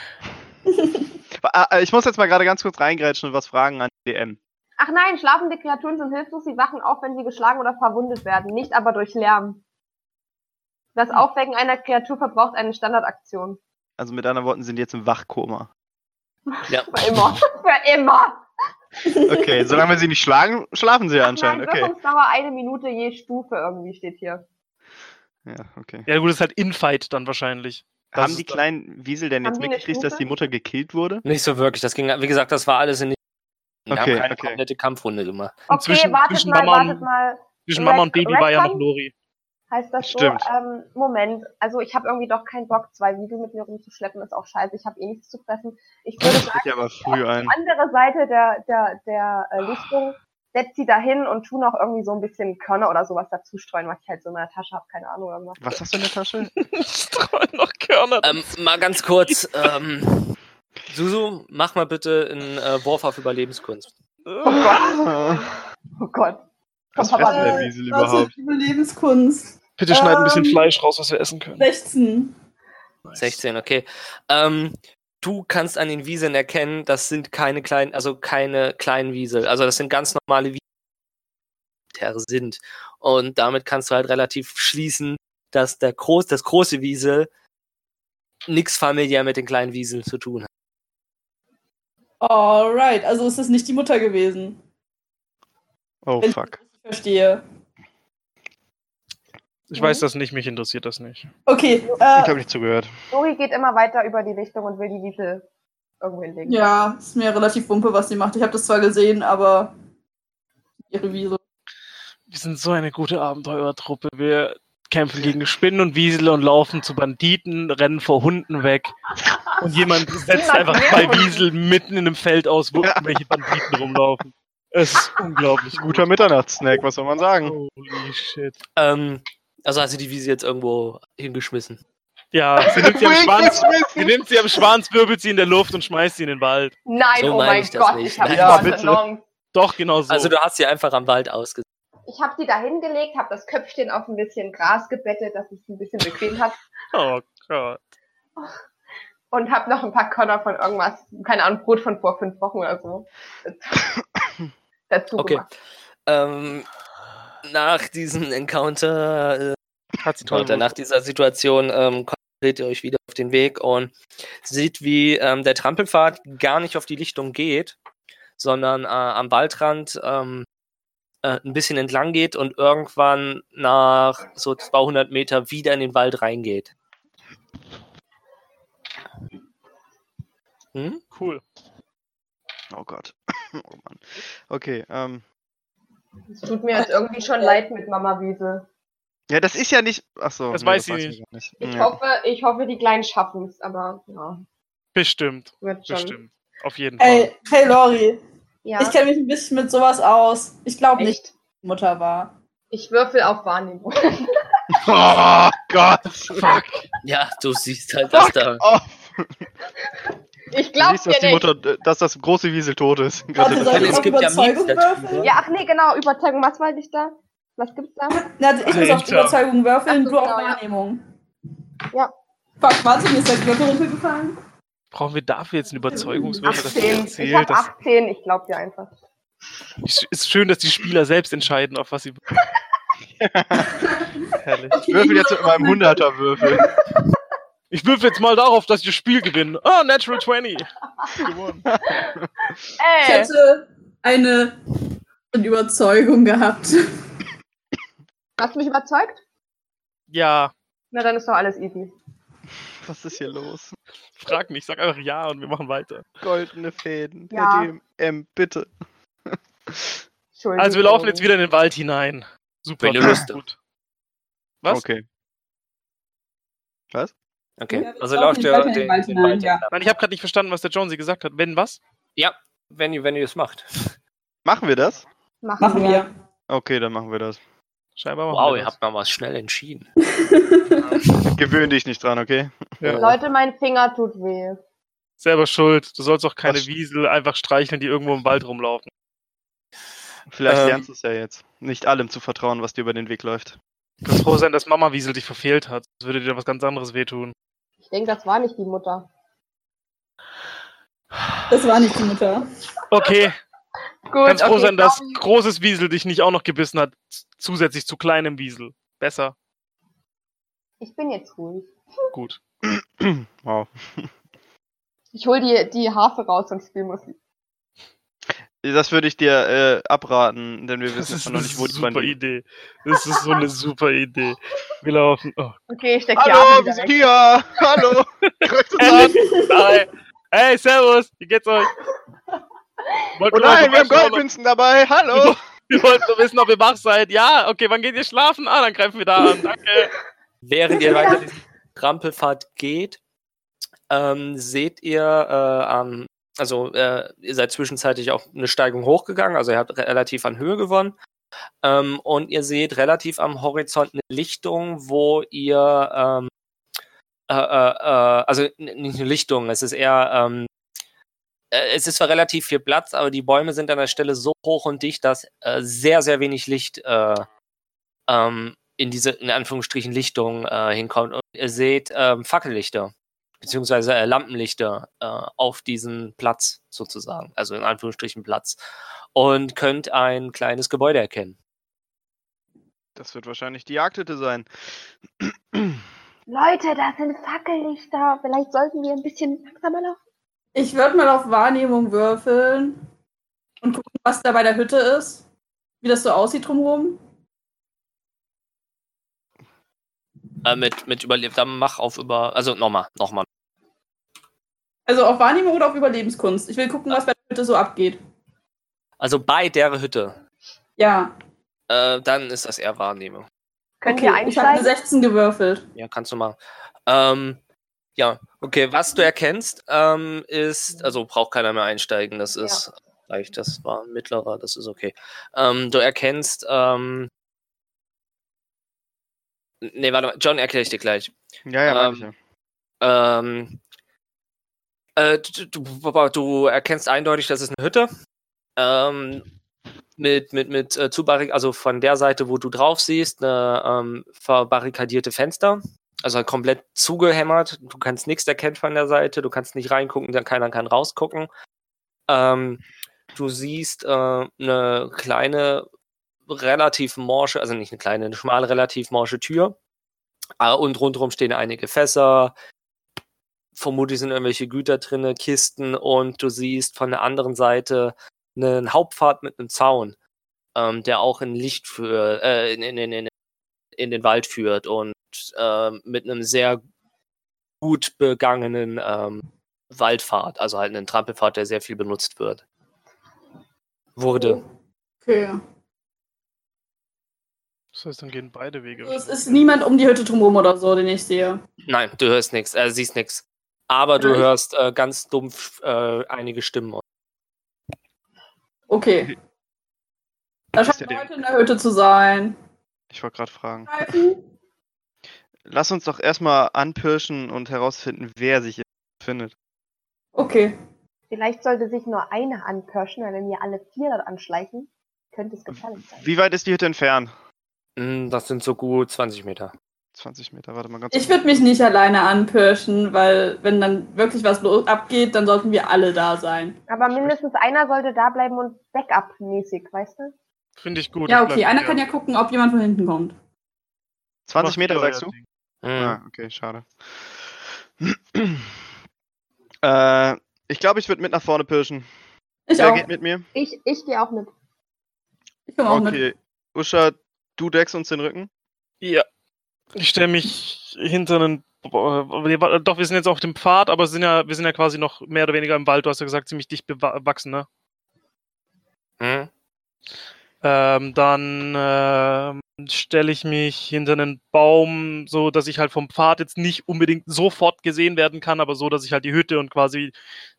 Ah, ah, Ich muss jetzt mal gerade ganz kurz reingrätschen und was fragen an die DM. Ach nein, schlafende Kreaturen sind hilflos, sie wachen auf, wenn sie geschlagen oder verwundet werden, nicht aber durch Lärm. Das Hm. Aufwecken einer Kreatur verbraucht eine Standardaktion. Also mit anderen Worten sind die jetzt im Wachkoma. Ja. Für immer. Für immer. Okay, solange wir sie nicht schlagen, schlafen sie ja anscheinend. Nein, Okay. Wirkungsdauer eine Minute je Stufe irgendwie steht hier. Ja, okay. Ja gut, das ist halt Infight dann wahrscheinlich. Das Haben ist die dann- kleinen Wiesel denn Haben jetzt die eine mitgekriegt, dass Stufe? die Mutter gekillt wurde? Nicht so wirklich. Das ging, wie gesagt, das war alles in. Wir Okay, haben keine okay. komplette Kampfrunde gemacht. Okay, zwischen- wartet zwischen mal, Mama und- wartet mal. Zwischen Mama und Baby war ja noch Lori. Heißt das Stimmt. so? Ähm, Moment, also ich habe irgendwie doch keinen Bock, zwei Wiegel mit mir rumzuschleppen, ist auch scheiße. Ich habe eh nichts zu fressen. Ich würde sagen, Ich aber früh ein. andere Seite der, der, der äh, Lichtung, setzt sie dahin und tu noch irgendwie so ein bisschen Körner oder sowas dazu streuen, was ich halt so in meiner Tasche habe, keine Ahnung. Irgendwas. Was hast du in der Tasche? Streuen noch Körner. Ähm, mal ganz kurz. Ähm, Susu, mach mal bitte einen äh, Wurf auf Überlebenskunst. Oh Gott. Was Komm, Papa. fressen denn Wiesel Also überhaupt? Überlebenskunst. Bitte schneid ein bisschen ähm, Fleisch raus, was wir essen können. 16. 16, okay. Ähm, du kannst an den Wieseln erkennen, das sind keine kleinen, also keine kleinen Wiesel. Also das sind ganz normale Wiesel die Ter sind. Und damit kannst du halt relativ schließen, dass der groß, das große Wiesel nichts familiär mit den kleinen Wieseln zu tun hat. Alright, also ist das nicht die Mutter gewesen. Oh Wenn- fuck. Ich verstehe. Ich weiß das nicht, mich interessiert das nicht. Okay, Ich äh, habe nicht zugehört. Lori geht immer weiter über die Lichtung und will die Wiesel irgendwo hinlegen. ja, ist mir relativ wumpe, was sie macht. Ich habe das zwar gesehen, aber ihre Wiese. Wir sind so eine gute Abenteurertruppe. Wir kämpfen gegen Spinnen und Wiesel und laufen zu Banditen, rennen vor Hunden weg. Und jemand setzt Niemand einfach mehr zwei Hunde. Wiesel mitten in einem Feld aus, wo irgendwelche Banditen rumlaufen. Es ist unglaublich gut. Guter Mitternachtssnack, was soll man sagen? Holy shit. Ähm, also hast du die Wiese jetzt irgendwo hingeschmissen. Ja, sie nimmt sie am Schwanz, sie Schwanz. nimmt sie am Schwanz, wirbelt sie in der Luft und schmeißt sie in den Wald. Nein, So oh meine mein ich das Gott, nicht. ich habe Ja, die bitte. verloren. Doch, genau so. Also du hast sie einfach am Wald ausgesetzt. Ich habe die da hingelegt, habe das Köpfchen auf ein bisschen Gras gebettet, dass es ein bisschen bequem hat oh Gott. und habe noch ein paar Körner von irgendwas, keine Ahnung, Brot von vor fünf Wochen oder so dazu Okay. gemacht. Ähm, nach diesem Encounter, äh, Hat sie Encounter, nach dieser Situation ähm, konzentriert ihr euch wieder auf den Weg und seht, wie ähm, der Trampelpfad gar nicht auf die Lichtung geht, sondern äh, am Waldrand ähm, äh, ein bisschen entlang geht und irgendwann nach so 200 Meter wieder in den Wald reingeht. Hm? Cool. Oh Gott. Oh Mann. Okay, ähm. Es tut mir jetzt irgendwie schon leid mit Mama Wiese. Ja, das ist ja nicht. Achso. Das weiß sie ich gar nicht. Ich Ja. hoffe, ich hoffe, die Kleinen schaffen es, aber ja, Bestimmt. wird schon. Bestimmt. Auf jeden Fall. Hey, hey Lori, Ja, ich kenne mich ein bisschen mit sowas aus. Ich glaube nicht, echt. dass die Mutter war. Ich würfel auf Wahrnehmung. Oh Gott. Fuck. Ja, du siehst halt, dass da. Oh, Ich du glaube siehst, dass die dir nicht. Mutter, dass das große Wiesel tot ist. Warte, soll ich Es auf gibt ja Überzeugung Miets dazu, würfeln? ne? Ja, ach nee, genau, Überzeugung, was wollte ich da? Was gibt's da? Na, also ich muss auf Alter. Überzeugung würfeln, Ach so, du auf genau, ja. Wahrnehmung. Ja. Fuck, warte, mir ist der Glöckchen runtergefallen. Brauchen wir dafür jetzt einen Überzeugungswürfel, dass du 18. Ich erzählt? habe Das 18, ich glaube dir einfach. ist- ist schön, dass die Spieler selbst entscheiden, auf was sie. Herrlich. Ich würfel jetzt mit meinem 100er Würfel. Ich würfe jetzt mal darauf, dass ich das Spiel gewinne. Ah, Natural 20. Gewonnen. Ich Ey, hätte eine Überzeugung gehabt. hast du mich überzeugt? Ja. Na, dann ist doch alles easy. Was ist hier los? Frag nicht, sag einfach ja und wir machen weiter. Goldene Fäden. Ja. Ja. DM, bitte. Entschuldigung. Also wir laufen jetzt wieder in den Wald hinein. Super. Wenn ihr Lust gut. Was? Okay. Okay, Ja, wir also laufen läuft den ihr Wald in den den- den Wald hinein, Wald ja. entlang. Nein, ich habe gerade nicht verstanden, was der Jonesy gesagt hat. Wenn was? Wenn ihr, wenn ihr es macht. Machen wir das? Machen, Machen wir. wir. Okay, dann machen wir das. Scheinbar machen Wow, wir ihr das. habt mal was schnell entschieden. Gewöhn dich nicht dran, okay? Ja. Leute, mein Finger tut weh. Selber schuld. Du sollst auch keine Was? Wiesel einfach streicheln, die irgendwo im Wald rumlaufen. Vielleicht Ähm. lernst du es ja jetzt. Nicht allem zu vertrauen, was dir über den Weg läuft. Du kannst froh sein, dass Mama Wiesel dich verfehlt hat. Das würde dir was ganz anderes wehtun. Ich denke, das war nicht die Mutter. Das war nicht die Mutter. Okay, Gut, kannst froh okay, sein, dass sorry. großes Wiesel dich nicht auch noch gebissen hat. z- Zusätzlich zu kleinem Wiesel. Besser. Ich bin jetzt ruhig. Gut. wow. Ich hol die, die Harfe raus und spiele Musik. Das würde ich dir äh, abraten, denn wir Das wissen ist jetzt eine noch nicht, wo die super Banditen. Idee. Das ist so eine super Idee. Wir laufen. Oh Okay, ich stecke die Harfe Hallo, Oh, wir sind wieder weg. hier! Hallo! Grüßt uns an! Endlich! Hi! Hey, servus! Wie geht's euch? Wollt Oh nur mal nein, wir haben vorbeischauen, ob- Goldmünzen dabei! Hallo! Wir wollten nur wissen, ob ihr wach seid. Ja, okay, wann geht ihr schlafen? Ah, dann greifen wir da an. Danke. Während ihr weiter diese Trampelfahrt geht, ähm, seht ihr, äh, am- also äh, ihr seid zwischenzeitlich auch eine Steigung hochgegangen, also ihr habt re- relativ an Höhe gewonnen. Ähm, und ihr seht relativ am Horizont eine Lichtung, wo ihr, ähm, äh, äh, äh, also n- nicht eine Lichtung, es ist eher, ähm, äh, es ist zwar relativ viel Platz, aber die Bäume sind an der Stelle so hoch und dicht, dass äh, sehr, sehr wenig Licht äh, ähm, in diese, in Anführungsstrichen, Lichtung äh, hinkommt. Und ihr seht ähm, Fackellichter, beziehungsweise äh, Lampenlichter äh, auf diesen Platz sozusagen, also in Anführungsstrichen Platz. Und könnt ein kleines Gebäude erkennen. Das wird wahrscheinlich die Jagdhütte sein. Leute, da sind Fackellichter. Vielleicht sollten wir ein bisschen langsamer laufen. Ich würde mal auf Wahrnehmung würfeln und gucken, was da bei der Hütte ist. Wie das so aussieht drumherum. Äh, mit, mit überlebt, dann mach auf über, also nochmal, nochmal. Also auf Wahrnehmung oder auf Überlebenskunst. Ich will gucken, was bei der Hütte so abgeht. Also bei der Hütte, Ja. äh, dann ist das eher Wahrnehmung. Könnt okay. ihr Ich habe eine einsteigen? 16 gewürfelt. Ja, kannst du machen. Ähm, ja, okay, was du erkennst, ähm, ist, also braucht keiner mehr einsteigen, das ist reicht, das war ein mittlerer, das ist okay. Ähm, du erkennst, ähm, nee, warte mal, John erkläre ich dir gleich. Ja, ja, Ähm, manche. Ähm, äh, du, du, du- du erkennst eindeutig, das ist eine Hütte. Ähm, mit mit, mit äh, zubarrik- also von der Seite, wo du drauf siehst, eine ähm, verbarrikadierte Fenster. Also komplett zugehämmert. Du kannst nichts erkennen von der Seite. Du kannst nicht reingucken, dann keiner kann rausgucken. Ähm, du siehst äh, eine kleine, relativ morsche, also nicht eine kleine, eine schmale, relativ morsche Tür. Äh, und rundherum stehen einige Fässer, vermutlich sind irgendwelche Güter drinne, Kisten und du siehst von der anderen Seite einen Hauptpfad mit einem Zaun, ähm, der auch in Licht für äh, in, in, in, in, in den Wald führt und ähm, mit einem sehr gut begangenen ähm, Waldpfad, also halt einen Trampelpfad, der sehr viel benutzt wird. Wurde. Okay. Das heißt, dann gehen beide Wege. Also es ist niemand um die Hütte drumherum oder so, den ich sehe. Nein, du hörst nichts, äh, siehst nichts. Aber du Nein. hörst äh, ganz dumpf äh, einige Stimmen. Okay. Da Das ist scheint ja der- Leute in der Hütte zu sein. Ich wollte gerade fragen. Greifen. Lass uns doch erstmal anpirschen und herausfinden, wer sich findet. Okay. Vielleicht sollte sich nur einer anpirschen, weil wenn wir alle vier dort anschleichen, könnte es gefährlich sein. Wie weit ist die Hütte entfernt? Mm, Das sind so gut 20 Meter. 20 Meter, warte mal ganz Ich würde mich nicht alleine anpirschen, weil wenn dann wirklich was lo- abgeht, dann sollten wir alle da sein. Aber mindestens einer sollte da bleiben und Backup-mäßig, weißt du? Finde ich gut. ja, ich bleib okay. Einer hier. kann ja gucken, ob jemand von hinten kommt. 20 Macht Meter, ihr sagst euer du? Ding. Mm. Ah, okay, schade. äh, ich glaube, ich würde mit nach vorne pirschen. Ich wer auch. geht mit mir? Ich, ich gehe auch mit. Ich komme auch mit. Okay. Usha, du deckst uns den Rücken. Ja. Ich stelle mich hinter einen. Boah, nee, wa- Doch, wir sind jetzt auf dem Pfad, aber sind ja, wir sind ja quasi noch mehr oder weniger im Wald. Du hast ja gesagt, ziemlich dicht bewachsen, ne? Hm? Ähm, dann ähm, stelle ich mich hinter einen Baum, so dass ich halt vom Pfad jetzt nicht unbedingt sofort gesehen werden kann, aber so, dass ich halt die Hütte und quasi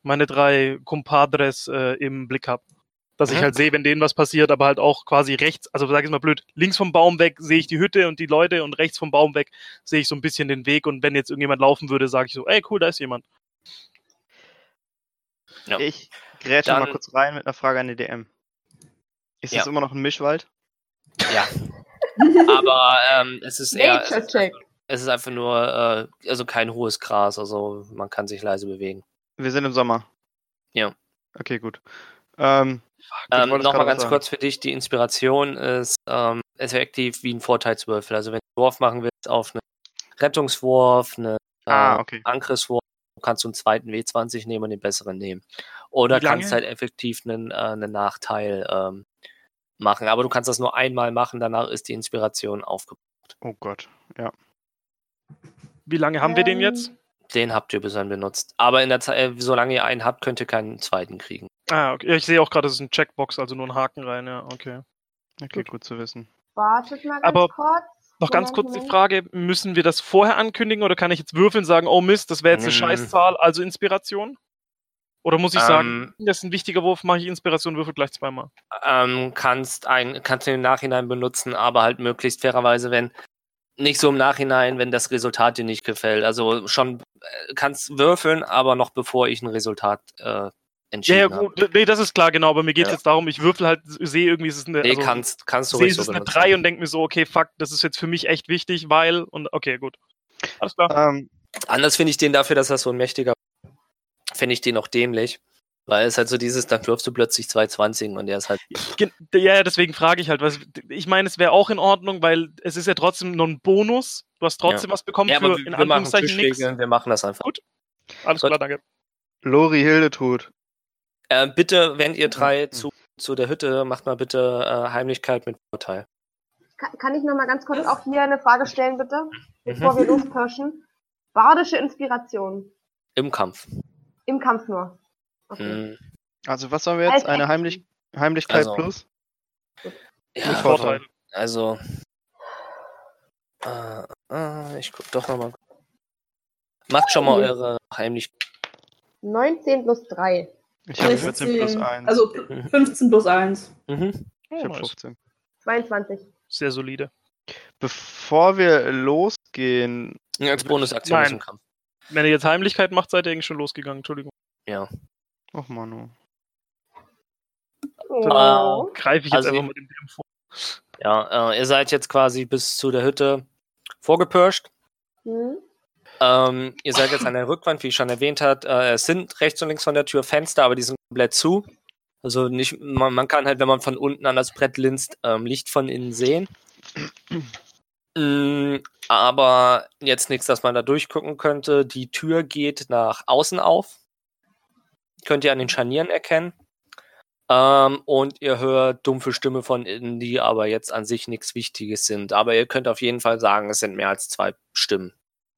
meine drei Compadres äh, im Blick habe. Dass ich Mhm. halt sehe, wenn denen was passiert, aber halt auch quasi rechts, also sag ich mal blöd, links vom Baum weg sehe ich die Hütte und die Leute und rechts vom Baum weg sehe ich so ein bisschen den Weg und wenn jetzt irgendjemand laufen würde, sage ich so, ey cool, da ist jemand. Ja. Ich grätsche Dann- mal kurz rein mit einer Frage an die DM. Ist Ja. das immer noch ein Mischwald? Ja. Aber ähm, es ist eher. Nature Check. Es ist einfach nur, äh, also kein hohes Gras, also man kann sich leise bewegen. Wir sind im Sommer. Ja. Okay, gut. Ähm, Ich Ähm, wollte es Nochmal gerade ganz sagen. kurz für dich, die Inspiration ist, ähm, es ist aktiv wie ein Vorteilswürfel. Also wenn du einen Wurf machen willst auf einen Rettungswurf, einen äh, ah, okay. Angriffswurf, kannst du einen zweiten W20 nehmen und den besseren nehmen. Oder Wie lange? kannst halt effektiv einen, äh, einen Nachteil ähm, machen. Aber du kannst das nur einmal machen, danach ist die Inspiration aufgebaut. Oh Gott. Wie lange haben wir den Ähm, jetzt? Den habt ihr bisher benutzt. Aber in der Zeit, äh, solange ihr einen habt, könnt ihr keinen zweiten kriegen. Ah, okay. Ja, Ich sehe auch gerade, es ist ein Checkbox, also nur ein Haken rein, ja, okay. Okay, gut zu wissen. Wartet mal ganz Aber kurz. Noch ganz Moment, kurz die Moment. Frage, müssen wir das vorher ankündigen oder kann ich jetzt würfeln und sagen, oh Mist, das wäre jetzt eine Mm. Scheißzahl, also Inspiration? Oder muss ich sagen, Ähm, das ist ein wichtiger Wurf, mache ich Inspiration, würfel gleich zweimal. ähm, kannst ein, kannst du im Nachhinein benutzen, aber halt möglichst fairerweise, wenn nicht so im Nachhinein, wenn das Resultat dir nicht gefällt. Also schon äh, kannst würfeln, aber noch bevor ich ein Resultat äh, Ja, entschieden ja, habe. gut. Nee, das ist klar, genau, aber mir geht es Ja. jetzt darum, ich würfel halt, sehe irgendwie, es ist eine, Nee, also, kannst, kannst du sehe, ruhig es so ist eine benutzen. 3 und denke mir so, okay, fuck, das ist jetzt für mich echt wichtig, weil, und okay, gut. Alles klar. Ähm, Anders finde ich den dafür, dass das so ein mächtiger finde ich den auch dämlich. Weil es halt so dieses, dann wirfst du plötzlich zwei Zwanzigen und der ist halt. Gen- Ja, ja, deswegen frage ich halt, was, ich meine, es wäre auch in Ordnung, weil es ist ja trotzdem nur ein Bonus. Du hast trotzdem was bekommen Ja, für wir, in wir machen Anführungszeichen nichts. Tischregeln, wir machen das einfach. Gut. Alles klar, danke. Lori Hildetrud. Äh, bitte, wenn ihr drei Mhm. zu, zu der Hütte, macht mal bitte äh, Heimlichkeit mit Vorteil. Kann, kann ich noch mal ganz Was? kurz auch hier eine Frage stellen, bitte? Bevor Mhm. wir lospirschen. Bardische Inspiration. Im Kampf. Im Kampf nur. Okay. Mhm. Also, was sollen wir jetzt? Als Eine Action. Heimlich Heimlichkeit Also, plus? Ja, Mit Vorteil. also. Äh, äh, ich guck doch nochmal. Macht schon mal eure heimlich. Mhm. 19 plus 3. Ich habe 14 plus 1. Also 15 plus 1. Mhm. ich Oh, habe nice. 15. 22. Sehr solide. Bevor wir losgehen, Als Bonusaktion Nein. ist im Kampf. Wenn ihr jetzt Heimlichkeit macht, seid ihr eigentlich schon losgegangen. Entschuldigung. Och Manu. Oh. Greife ich jetzt Also einfach ich- mit dem Ding vor. Ja, äh, ihr seid jetzt quasi bis zu der Hütte vorgepirscht. Hm? Ähm, ihr seid jetzt an der Rückwand, wie ich schon erwähnt hat. Äh, es sind rechts und links von der Tür Fenster, aber die sind komplett zu. Also nicht, man, man kann halt, wenn man von unten an das Brett linst, ähm, Licht von innen sehen. Mm, aber jetzt nichts, dass man da durchgucken könnte. Die Tür geht nach außen auf. Könnt ihr an den Scharnieren erkennen. Ähm, und ihr hört dumpfe Stimme von innen, die aber jetzt an sich nichts Wichtiges sind. Aber ihr könnt auf jeden Fall sagen, es sind mehr als zwei Stimmen.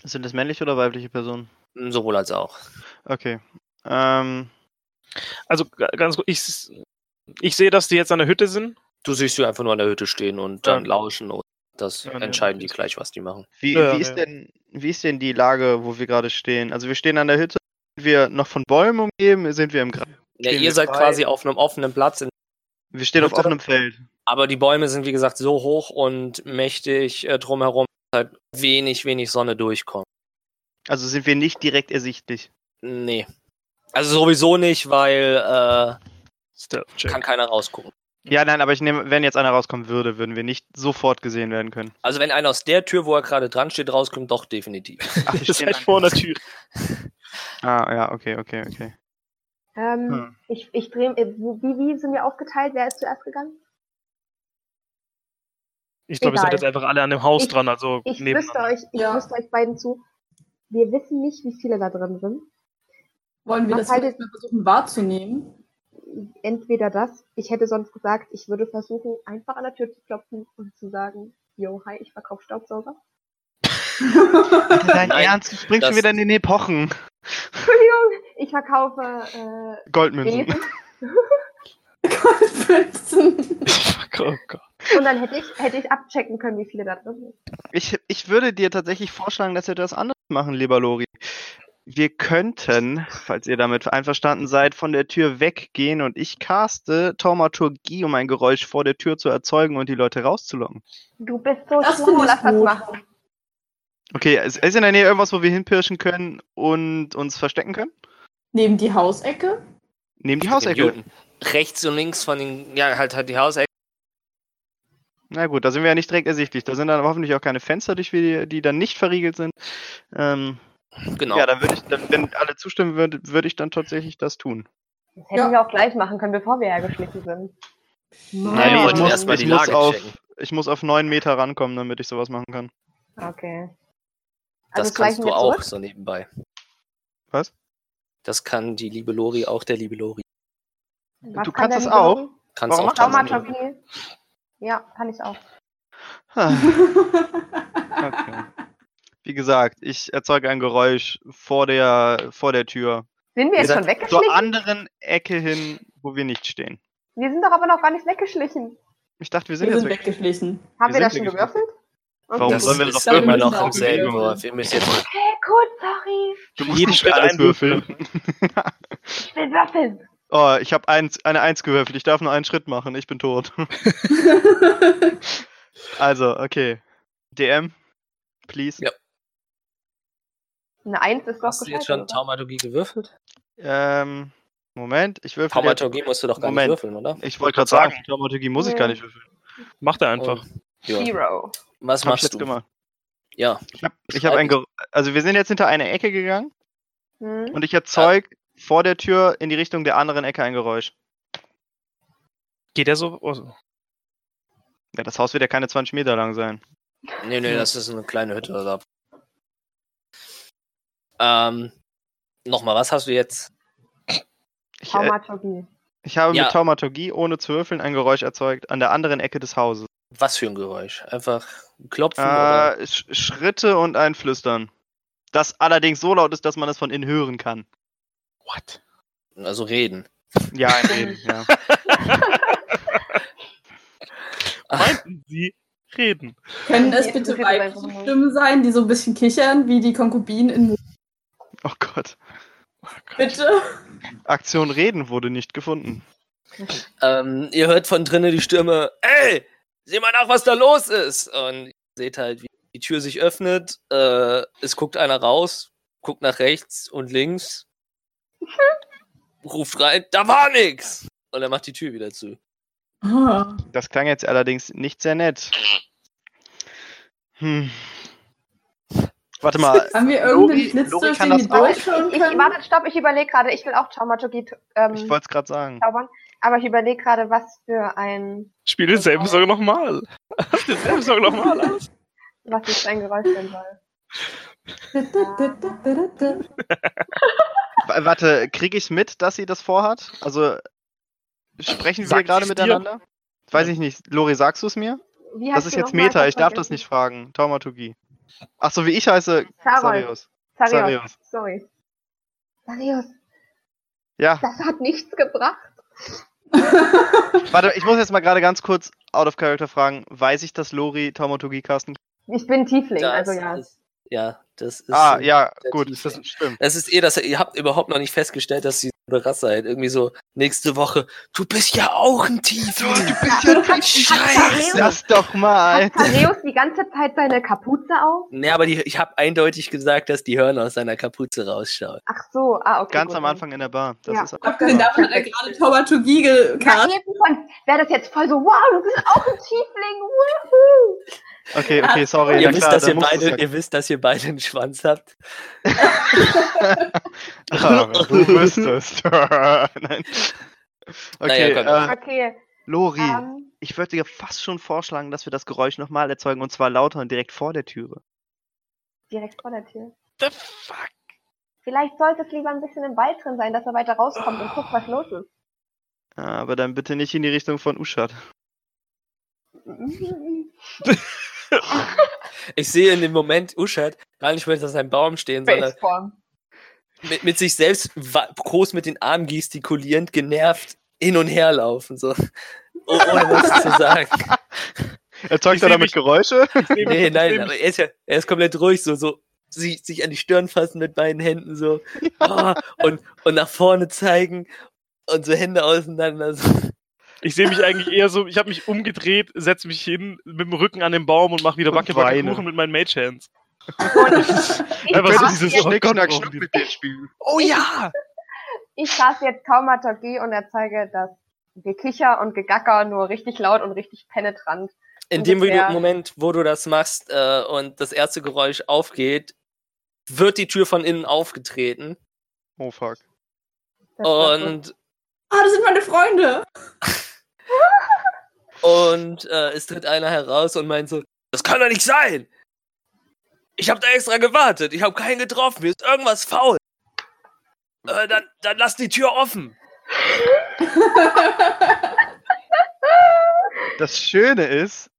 Sind das männliche oder weibliche Personen? Mm, Sowohl als auch. Okay. Ähm, Also g- ganz gut, ich, s- ich sehe, dass die jetzt an der Hütte sind. Du siehst sie einfach nur an der Hütte stehen und dann Ja. lauschen und das Ja, nee, entscheiden die okay. gleich, was die machen. wie, Ja, wie, ist ja. denn, wie ist denn die Lage, wo wir gerade stehen? Also, wir stehen an der Hütte. Sind wir noch von Bäumen umgeben? Sind wir im Gra Ja, Stehen ihr wir seid frei? quasi auf einem offenen Platz, in, Wir stehen auf Hütte? offenem Feld. aber die Bäume sind wie gesagt so hoch und mächtig äh, drumherum, dass halt wenig, wenig Sonne durchkommt. Also sind wir nicht direkt ersichtlich. Nee. Also sowieso nicht, weil Stealth äh, kann Check. keiner rausgucken. Ja, nein, aber ich nehme, wenn jetzt einer rauskommen würde, würden wir nicht sofort gesehen werden können. Also wenn einer aus der Tür, wo er gerade dran steht, rauskommt, doch definitiv. Ach, wir stehen Ihr seid an- vor der Tür. Ah, ja, okay, okay, okay. Ähm, Hm. Ich, ich drehe. äh, wo- Wie, wie sind wir aufgeteilt? Wer ist zuerst gegangen? Ich glaube, ihr Egal. seid jetzt einfach alle an dem Haus Ich- dran, also Ich flüstere nebeneinander. euch, ich Ja. flüstere euch beiden zu. Wir wissen nicht, wie viele da drin sind. Wollen wir Was das haltet- jetzt mal versuchen wahrzunehmen? Entweder das, ich hätte sonst gesagt, ich würde versuchen, einfach an der Tür zu klopfen und zu sagen, yo, hi, ich verkaufe Staubsauger. Dein Nein, Ernst, du springst schon das- wieder in den Epochen. Entschuldigung, ich verkaufe äh, Goldmünzen. Besen. Goldmünzen. Oh Gott. Und dann hätte ich, hätte ich abchecken können, wie viele da drin sind. Ich, ich würde dir tatsächlich vorschlagen, dass wir das anders machen, lieber Lori. Wir könnten, falls ihr damit einverstanden seid, von der Tür weggehen und ich caste Taumaturgie, um ein Geräusch vor der Tür zu erzeugen und die Leute rauszulocken. Du bist so Das schlau, finde ich lass das gut. machen. Okay, es ist in der Nähe irgendwas, wo wir hinpirschen können und uns verstecken können? Neben die Hausecke. Neben die Hausecke. Newton. Rechts und links von den, ja, halt halt die Hausecke Na gut, da sind wir ja nicht direkt ersichtlich. Da sind dann hoffentlich auch keine Fenster, durch die, die dann nicht verriegelt sind. Ähm, Genau. Ja, dann würde ich, dann, wenn alle zustimmen würden, würde ich dann tatsächlich das tun. Das hätten Ja. wir auch gleich machen können, bevor wir hergeschlichen sind. Nein, wir ich wollten muss- erstmal die ich muss Lage auf, checken. Ich muss auf neun Meter rankommen, damit ich sowas machen kann. Das Okay. Also kannst schleichen du wir auch zurück? so nebenbei. Was? Das kann die liebe Lori auch, der liebe Lori. Was Du kann kannst der das liebe auch? Lori? Kannst Warum auch macht er Tansania. Traumatrophie. Ja, kann ich auch. Ha, Okay. Wie gesagt, ich erzeuge ein Geräusch vor der, vor der Tür. Sind wir jetzt Ihr schon Zur weggeschlichen? anderen Ecke hin, wo wir nicht stehen. Wir sind doch aber noch gar nicht weggeschlichen. Ich dachte, wir sind Wir jetzt sind weg. weggeschlichen. Haben Wir wir, sind das schon weggeschlichen. gewürfelt? Okay. Warum Das sollen wir das genau ist auf immer jeden noch Fall im selben machen? Wurf. Ihr müsst jetzt Okay, gut, sorry. Du Jeden nicht Schritt alles einen Ich will würfeln. Oh, ich habe eins, eine Eins gewürfelt. Ich darf nur einen Schritt machen. Ich bin tot. Also, okay. DM, please. Ja. Eine Eins ist doch Hast du jetzt gescheit. schon oder? Taumaturgie gewürfelt? Ähm, Moment, ich würfel. jetzt- Taumaturgie musst du doch gar Moment. nicht würfeln, oder? Ich wollte gerade sagen, Dramaturgie muss ich gar nicht würfeln. Macht er einfach. Oh. Ja. Zero. Was Hab ich machst jetzt du? gemacht. Ja, Ich habe ich hab ein Ger Also wir sind jetzt hinter eine Ecke gegangen Hm? und ich erzeug vor der Tür in die Richtung der anderen Ecke ein Geräusch. Geht er so? Oh, Ja, das Haus wird ja keine 20 Meter lang sein. nee, nee, das ist eine kleine Hütte da. Ähm, nochmal, was hast du jetzt? Ich, äh, Taumaturgie. ich habe Ja. mit Taumaturgie ohne zu würfeln ein Geräusch erzeugt an der anderen Ecke des Hauses. Was für ein Geräusch? Einfach klopfen Hm, oder? Äh, Sch Schritte und ein Flüstern. Das allerdings so laut ist, dass man es von innen hören kann. what? Also reden. Ja, ein Reden, ja. Meinten Sie reden? Können es bitte weibliche Stimmen sein, die so ein bisschen kichern, wie die Konkubinen in Musik? Oh Gott. Bitte? Aktion Reden wurde nicht gefunden. Ähm, ihr hört von drinnen die Stimme, ey, sieh mal nach, was da los ist. Und ihr seht halt, wie die Tür sich öffnet. Äh, es guckt einer raus, guckt nach rechts und links, ruft rein, da war nix. Und er macht die Tür wieder zu. Ah. Das klang jetzt allerdings nicht sehr nett. Hm. Warte mal. Haben wir Lori- irgendeinen Schlitz, Lori durch kann den die das auch. durchschauen Ich, ich, können? warte, stopp, ich überlege gerade. Ich will auch Taumaturgie t- Ich ähm, wollte es gerade sagen. zaubern. Aber ich überlege gerade, was für ein, Spiel denselben Song nochmal. denselben Song nochmal aus. was das für ein Geräusch sein soll. W- Warte, kriege ich mit, dass sie das vorhat? Also sprechen Sagt wir gerade sie's dir? miteinander? Weiß ich nicht. Lori, sagst du es mir? Wie Das heißt ist die jetzt nochmal? Meta, hab ich darf das vergessen. nicht fragen. Taumaturgie. Ach so, wie ich heiße, Sarol. Sarius. Sarius. Sarius. Sorry. Sarius, Ja, das hat nichts gebracht. warte, ich muss jetzt mal gerade ganz kurz out of character fragen. Weiß ich, dass Lori Taumaturgie casten kann? Ich bin Tiefling, Das also ja. Ist, ja, das ist. Ah, ja, gut, tief. das stimmt. Es ist eh, dass ihr habt überhaupt noch nicht festgestellt, dass sie eine Rasse seid. Irgendwie so nächste Woche. Du bist ja auch ein Tiefling. Sarius- Scheiße. Lass doch mal. Hat Tadeus die ganze Zeit seine Kapuze auf? Nee, aber die, ich habe eindeutig gesagt, dass die Hörner aus seiner Kapuze rausschauen. Ach so, ah, okay. Ganz gut, am dann. Anfang in der Bar. Das Ja. ist Abgesehen davon hat er gerade Taumaturgie Ja, gekartet. irgendwann wäre das jetzt voll so, wow, du bist auch ein Tiefling, wuhu! Okay, okay, sorry. Ihr na wisst, klar, dass dann ihr, muss das beide, ja- ihr wisst, dass ihr beide einen Schwanz habt. Ah, wenn du wüsstest. Nein. Okay, Naja, äh, Okay, Lori, ähm, ich würde dir fast schon vorschlagen, dass wir das Geräusch nochmal erzeugen und zwar lauter und direkt vor der Türe. direkt vor der Tür. The fuck? Vielleicht sollte es lieber ein bisschen im Wald drin sein, dass er weiter rauskommt und guckt, was los ist. Ah, Aber dann bitte nicht in die Richtung von Uschat. Ich sehe in dem Moment Uschat gar nicht mehr dass einem Baum stehen, sondern Faceform. mit, mit sich selbst wa- groß mit den Armen gestikulierend, genervt hin und her laufen. So. Oh, ohne was zu sagen. Erzeugt Ich er seh damit mich- Geräusche? Nee, nein, nehm aber er ist ja, er ist komplett ruhig, so, so sich, sich an die Stirn fassen mit beiden Händen so ah, und, und nach vorne zeigen und so Hände auseinander. So. Ich sehe mich eigentlich eher so, ich habe mich umgedreht, setze mich hin mit dem Rücken an den Baum und mache wieder Und wacke wacke weine. Kuchen mit meinen Mage Hands. Ich, Einfach so cast dieses jetzt, Schnick, Schnack, Schnuck mit dem Spiel. Oh ja! ich cast jetzt Taumaturgie und erzeuge das Gekicher und Gegacker nur richtig laut und richtig penetrant. in dem Ungefähr. Video- Moment, wo du das machst äh, und das erste Geräusch aufgeht, wird die Tür von innen aufgetreten Oh fuck. Das war's. und, Ah, das sind meine Freunde. und äh, es tritt einer heraus und meint so, das kann doch nicht sein! Ich habe da extra gewartet, ich habe keinen getroffen, mir ist irgendwas faul. Äh, dann, dann lass die Tür offen. Das Schöne ist,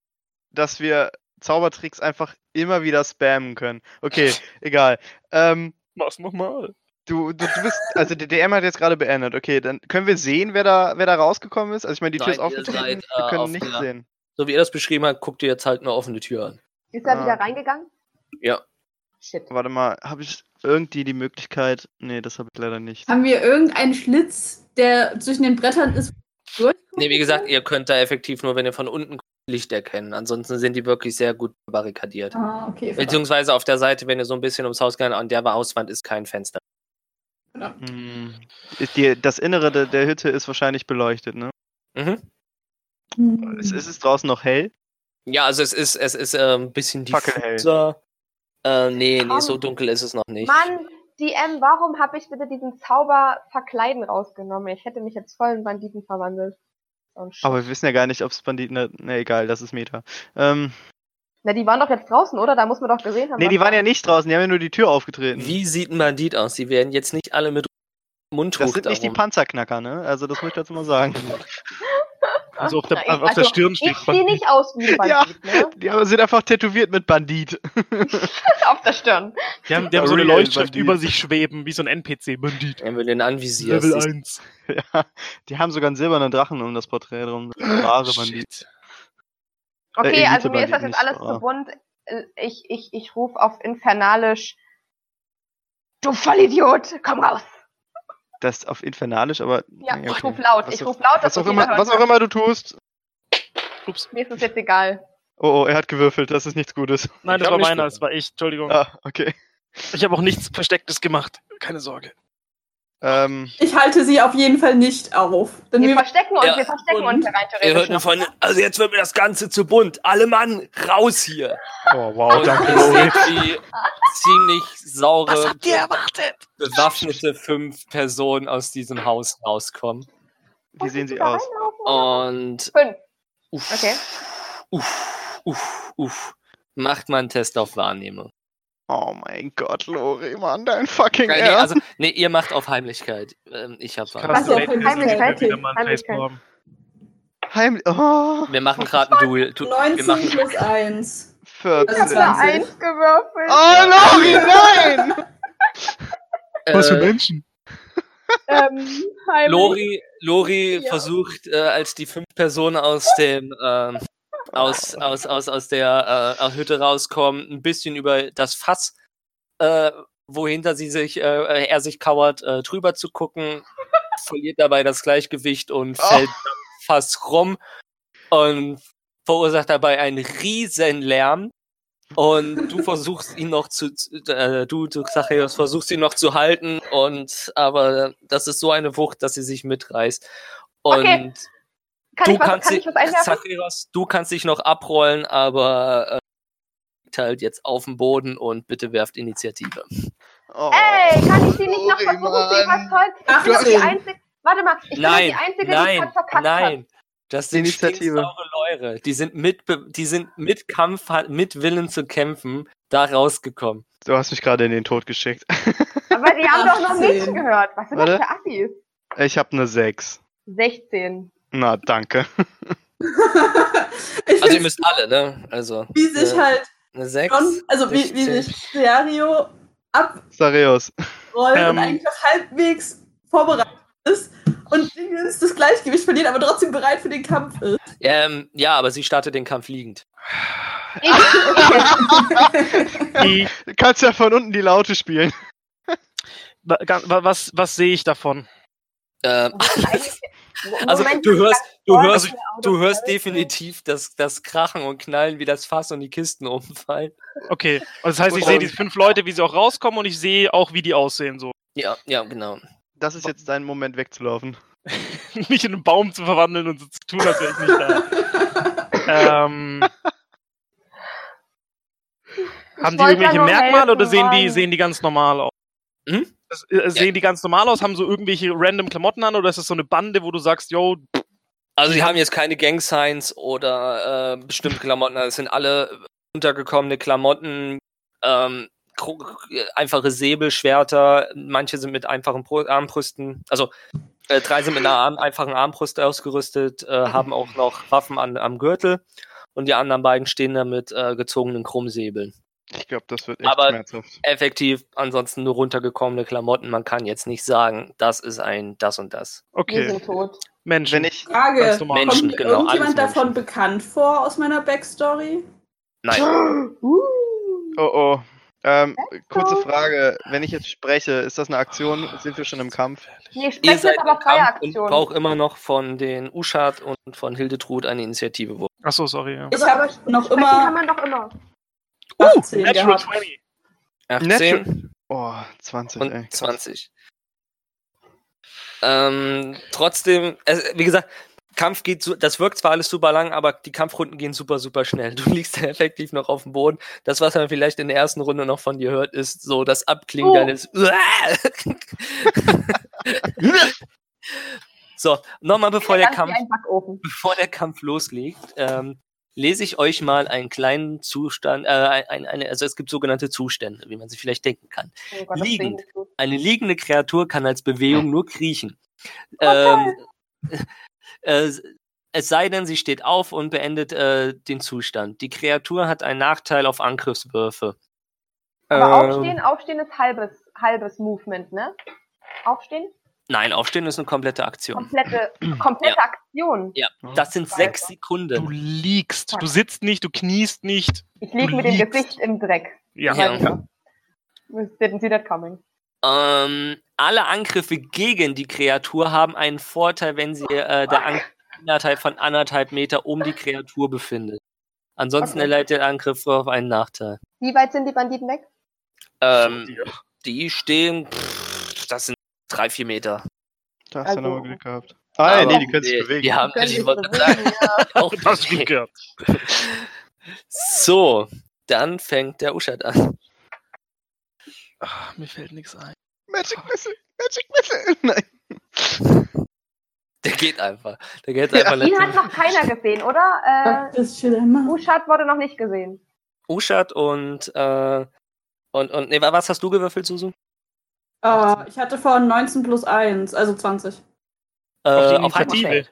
dass wir Zaubertricks einfach immer wieder spammen können. Okay, egal. Ähm, Mach's nochmal. du, du, du bist, also der DM hat jetzt gerade beendet. Okay, dann können wir sehen, wer da, wer da rausgekommen ist. Also ich meine, die Tür Nein, ist ihr aufgetreten. seid, äh, wir auf können nicht der- sehen. So wie er das beschrieben hat, guckt ihr jetzt halt eine offene Tür an. Ist er Ah. wieder reingegangen? Ja. Shit. Warte mal, habe ich irgendwie die Möglichkeit? Nee, das habe ich leider nicht. Haben wir irgendeinen Schlitz, der zwischen den Brettern ist? Durch? Nee, wie gesagt, Mhm. ihr könnt da effektiv nur, wenn ihr von unten guckt, Licht erkennen. Ansonsten sind die wirklich sehr gut barrikadiert. Ah, okay. verdammt. Beziehungsweise auf der Seite, wenn ihr so ein bisschen ums Haus geht, an der Hauswand ist kein Fenster. Hm. Ist die, das Innere der, der Hütte ist wahrscheinlich beleuchtet, ne? Mhm. Hm. Ist, ist es draußen noch hell? Ja, also es ist, es ist äh, ein bisschen Fackelhell. diffuser. Äh, nee, nee, Komm. so dunkel ist es noch nicht. Mann, DM, warum habe ich bitte diesen Zauber verkleiden rausgenommen? Ich hätte mich jetzt voll in Banditen verwandelt. So ein Shit. Aber wir wissen ja gar nicht, ob es Banditen. Ne, ne, egal, das ist Meta. Ähm, Na, die waren doch jetzt draußen, oder? Da muss man doch gesehen haben. ne, die was- waren ja nicht draußen, die haben ja nur die Tür aufgetreten. Wie sieht ein Bandit aus? Sie werden jetzt nicht alle mit Mundtuch Das sind nicht die darum. Panzerknacker, ne? Also das muss ich jetzt mal sagen. Also auf Na, der, ich- auf der also, Stirn Ich steht sehe nicht aus wie ein Bandit, ne? Die haben- sind einfach tätowiert mit Bandit. Auf der Stirn. Äh, Die haben, die haben so eine Real Leuchtschrift Bandit. über sich schweben, wie so ein NPC-Bandit. Wenn wir den anvisieren. Level siehst du- 1. ja, die haben sogar einen silbernen Drachen um das Porträt drum. Wahre Also Bandit. Okay, Elite also mir ist das Banditen jetzt alles nicht, Oh. aber- zu bunt. Äh, Ich, ich, ich rufe auf Infernalisch. Du Vollidiot, komm raus! Das ist auf Infernalisch, aber. Ja, nee, ich okay. ruf laut, Was ich auch- ruf laut, dass Was auch, das jeder immer, hört. was auch immer du tust. Ups. Mir ist es jetzt egal. Oh, oh, er hat gewürfelt, das ist nichts Gutes. Nein, Ich das hab war nicht meiner, gehört. das war ich. Entschuldigung. Ah, okay. Ich habe auch nichts Verstecktes gemacht. Keine Sorge. Ähm, Ich halte sie auf jeden Fall nicht auf. Denn Wir wir verstecken uns, Ja, wir verstecken und uns hier rein Ihr hört theoretisch. nur noch. von, also jetzt wird mir das Ganze zu bunt. Alle Mann, raus hier. Oh, wow, Und ihr seht die ziemlich saure. erwartet? bewaffnete fünf Personen aus diesem Haus rauskommen. wie sehen sie Da aus? reinlaufen? Und Fünf. uff, Okay. uff, uff, uff, macht mal einen Test auf Wahrnehmung. Oh mein Gott, Lori, Mann, dein fucking Äh, nee, also, Ernst. nee, ihr macht auf Heimlichkeit. Ähm, ich hab Ach Wahrnehmung. so, Heimlichkeit. Heimlichkeit. Heim oh, Wir machen gerade ein Duel. Du, wir 19 machen, plus 1. 14. Also Ich habe 20. eins gewürfelt. Oh, Lori, nein! äh, Menschen? Ähm, heimlich. Lori, Lori Ja. versucht, äh, als die fünf Personen aus dem ähm, aus, aus, aus, aus der äh, Hütte rauskommen, ein bisschen über das Fass, äh, wohinter sie sich, äh, er sich kauert, äh, drüber zu gucken, verliert dabei das Gleichgewicht und Oh. fällt am Fass rum und verursacht dabei einen riesen Lärm. Und du versuchst ihn noch zu, zu- äh, du, du Zachäus, versuchst ihn noch zu halten und, aber das ist so eine Wucht, dass sie sich mitreißt. Und Okay. Kann du ich was, kannst kann dich, ich was einwerfen? Zacharias, du kannst dich noch abrollen, aber äh, liegt halt jetzt auf dem Boden und bitte werft Initiative. Oh, Ey, kann ich die nicht noch Lori, versuchen zu Mann. überzeugen? Ich bin doch die 18. einzige. Warte mal, ich bin nein, doch die einzige, die nein, gerade verkackt hat. nein. Das sind Initiative. saure Leure. Die sind mit, be- die sind mit Kampf, mit Willen zu kämpfen, da rausgekommen. Du hast mich gerade in den Tod geschickt. Aber die haben doch noch 18. nicht gehört. Was sind das Warte. für Assis? Ich habe eine 6. 16. Na, danke. ich Also ihr also, müsst alle, ne? Also wie sich äh, halt eine 6. John, also wie, wie 16. sich Stereo abrollt Sareus. Ähm. und eigentlich noch halbwegs vorbereitet ist und Dingens das Gleichgewicht verliert, aber trotzdem bereit für den Kampf ist. Ähm, ja, aber sie startet den Kampf liegend. Die, Du kannst ja von unten die Laute spielen. wa- ga- wa- was, was sehe ich davon? Ähm, Oh, also also, du hörst, du hörst Du Auto- hörst definitiv das, das Krachen und Knallen, wie das Fass und die Kisten umfallen. Okay, also das heißt, ich sehe die fünf Leute, wie sie auch rauskommen und ich sehe auch, wie die aussehen. So. Ja, ja, genau. Das ist jetzt dein Moment wegzulaufen. Mich in einen Baum zu verwandeln und so zu tun, als wäre ich nicht da. ähm, haben die wollte irgendwelche nur Merkmale helfen oder sehen die, wollen. sehen die ganz normal aus? Hm? Das- äh, Sehen die ganz normal aus? Haben so irgendwelche random Klamotten an oder ist das so eine Bande, wo du sagst, yo, Also die haben jetzt keine Gang-Signs oder äh, bestimmte Klamotten. Das sind alle untergekommene Klamotten, ähm, kru- einfache Säbelschwerter. Manche sind mit einfachen Pro Armbrüsten, also äh, drei sind mit einer Arm einfachen Armbrust ausgerüstet, äh, haben auch noch Waffen an, am Gürtel. Und die anderen beiden stehen da mit äh, gezogenen Krummsäbeln. Ich glaube, das wird echt Aber- schmerzhaft. Effektiv, ansonsten nur runtergekommene Klamotten. Man kann jetzt nicht sagen, das ist ein das und das. Wir okay, sind tot. Menschen. Wenn ich, Frage. Ganz normal. Menschen, Kommt genau, alles irgendjemand davon Menschen. bekannt vor aus meiner Backstory? Nein, Uh. oh oh. Ähm, kurze so. Frage, wenn ich jetzt spreche, ist das eine Aktion? Sind wir schon im Kampf? Nee, sprechen ihr seid ist aber im freie Kampf und Aktion. braucht immer noch von den Uschat und von Hildetrud eine Initiative. Achso, sorry. Ja. Ich habe noch Sprechen kann immer man doch immer. Uh, 18 Natural gehabt. 20. 18 Oh, 20, ey. und 20. Ähm, trotzdem, also, wie gesagt, Kampf geht, so, das wirkt zwar alles super lang, aber die Kampfrunden gehen super, super schnell. Du liegst da effektiv noch auf dem Boden. Das, was man vielleicht in der ersten Runde noch von dir hört, ist so das Abklingen Oh. deines. so, nochmal bevor der Ganz wie Kampf ein Backofen. bevor der Kampf losgeht, ähm, lese ich euch mal einen kleinen Zustand, äh, ein, eine, also es gibt sogenannte Zustände, wie man sich vielleicht denken kann. Oh Gott, das klingt Liegend. nicht gut. Eine liegende Kreatur kann als Bewegung nur kriechen. Oh, Ähm, äh, es sei denn, sie steht auf und beendet äh, den Zustand. Die Kreatur hat einen Nachteil auf Angriffswürfe. Aber Ähm, aufstehen, aufstehen ist halbes, halbes Movement, ne? Aufstehen? Nein, aufstehen ist eine komplette Aktion. Komplette, komplette Aktion. Ja, ne? das sind sechs Sekunden. Du liegst. Du sitzt nicht, du kniest nicht. Ich liege Du mit dem liegst. Gesicht im Dreck. Ja. Ja. Didn't see that coming. Ähm, alle Angriffe gegen die Kreatur haben einen Vorteil, wenn sie äh, der Angriff innerhalb von anderthalb Meter um die Kreatur befindet. Ansonsten Okay. erleidet der Angriff auf einen Nachteil. Wie weit sind die Banditen weg? Ähm, die stehen, pff, das sind drei, vier Meter. Da hast du Also- nochmal Glück gehabt. Ah, ja, Aber nee, die können sich nee, bewegen. Die haben, Können also ich sich wollte bewegen, sagen, auch Das ist gut bewegen. gehört. So, dann fängt der Uschat an. Ach, mir fällt nichts ein. Magic Missile, Magic Missile. Nein. Der geht einfach. Der geht Ja. einfach. Ihn letzte- hat noch keiner gesehen, oder? Äh, Das steht immer. Uschat wurde noch nicht gesehen. Uschat und, äh, und, und, nee, wa- was hast du gewürfelt, Susu? Äh, ich hatte vorhin 19 plus 1, also 20. Äh, Auf die Hand- Initiative.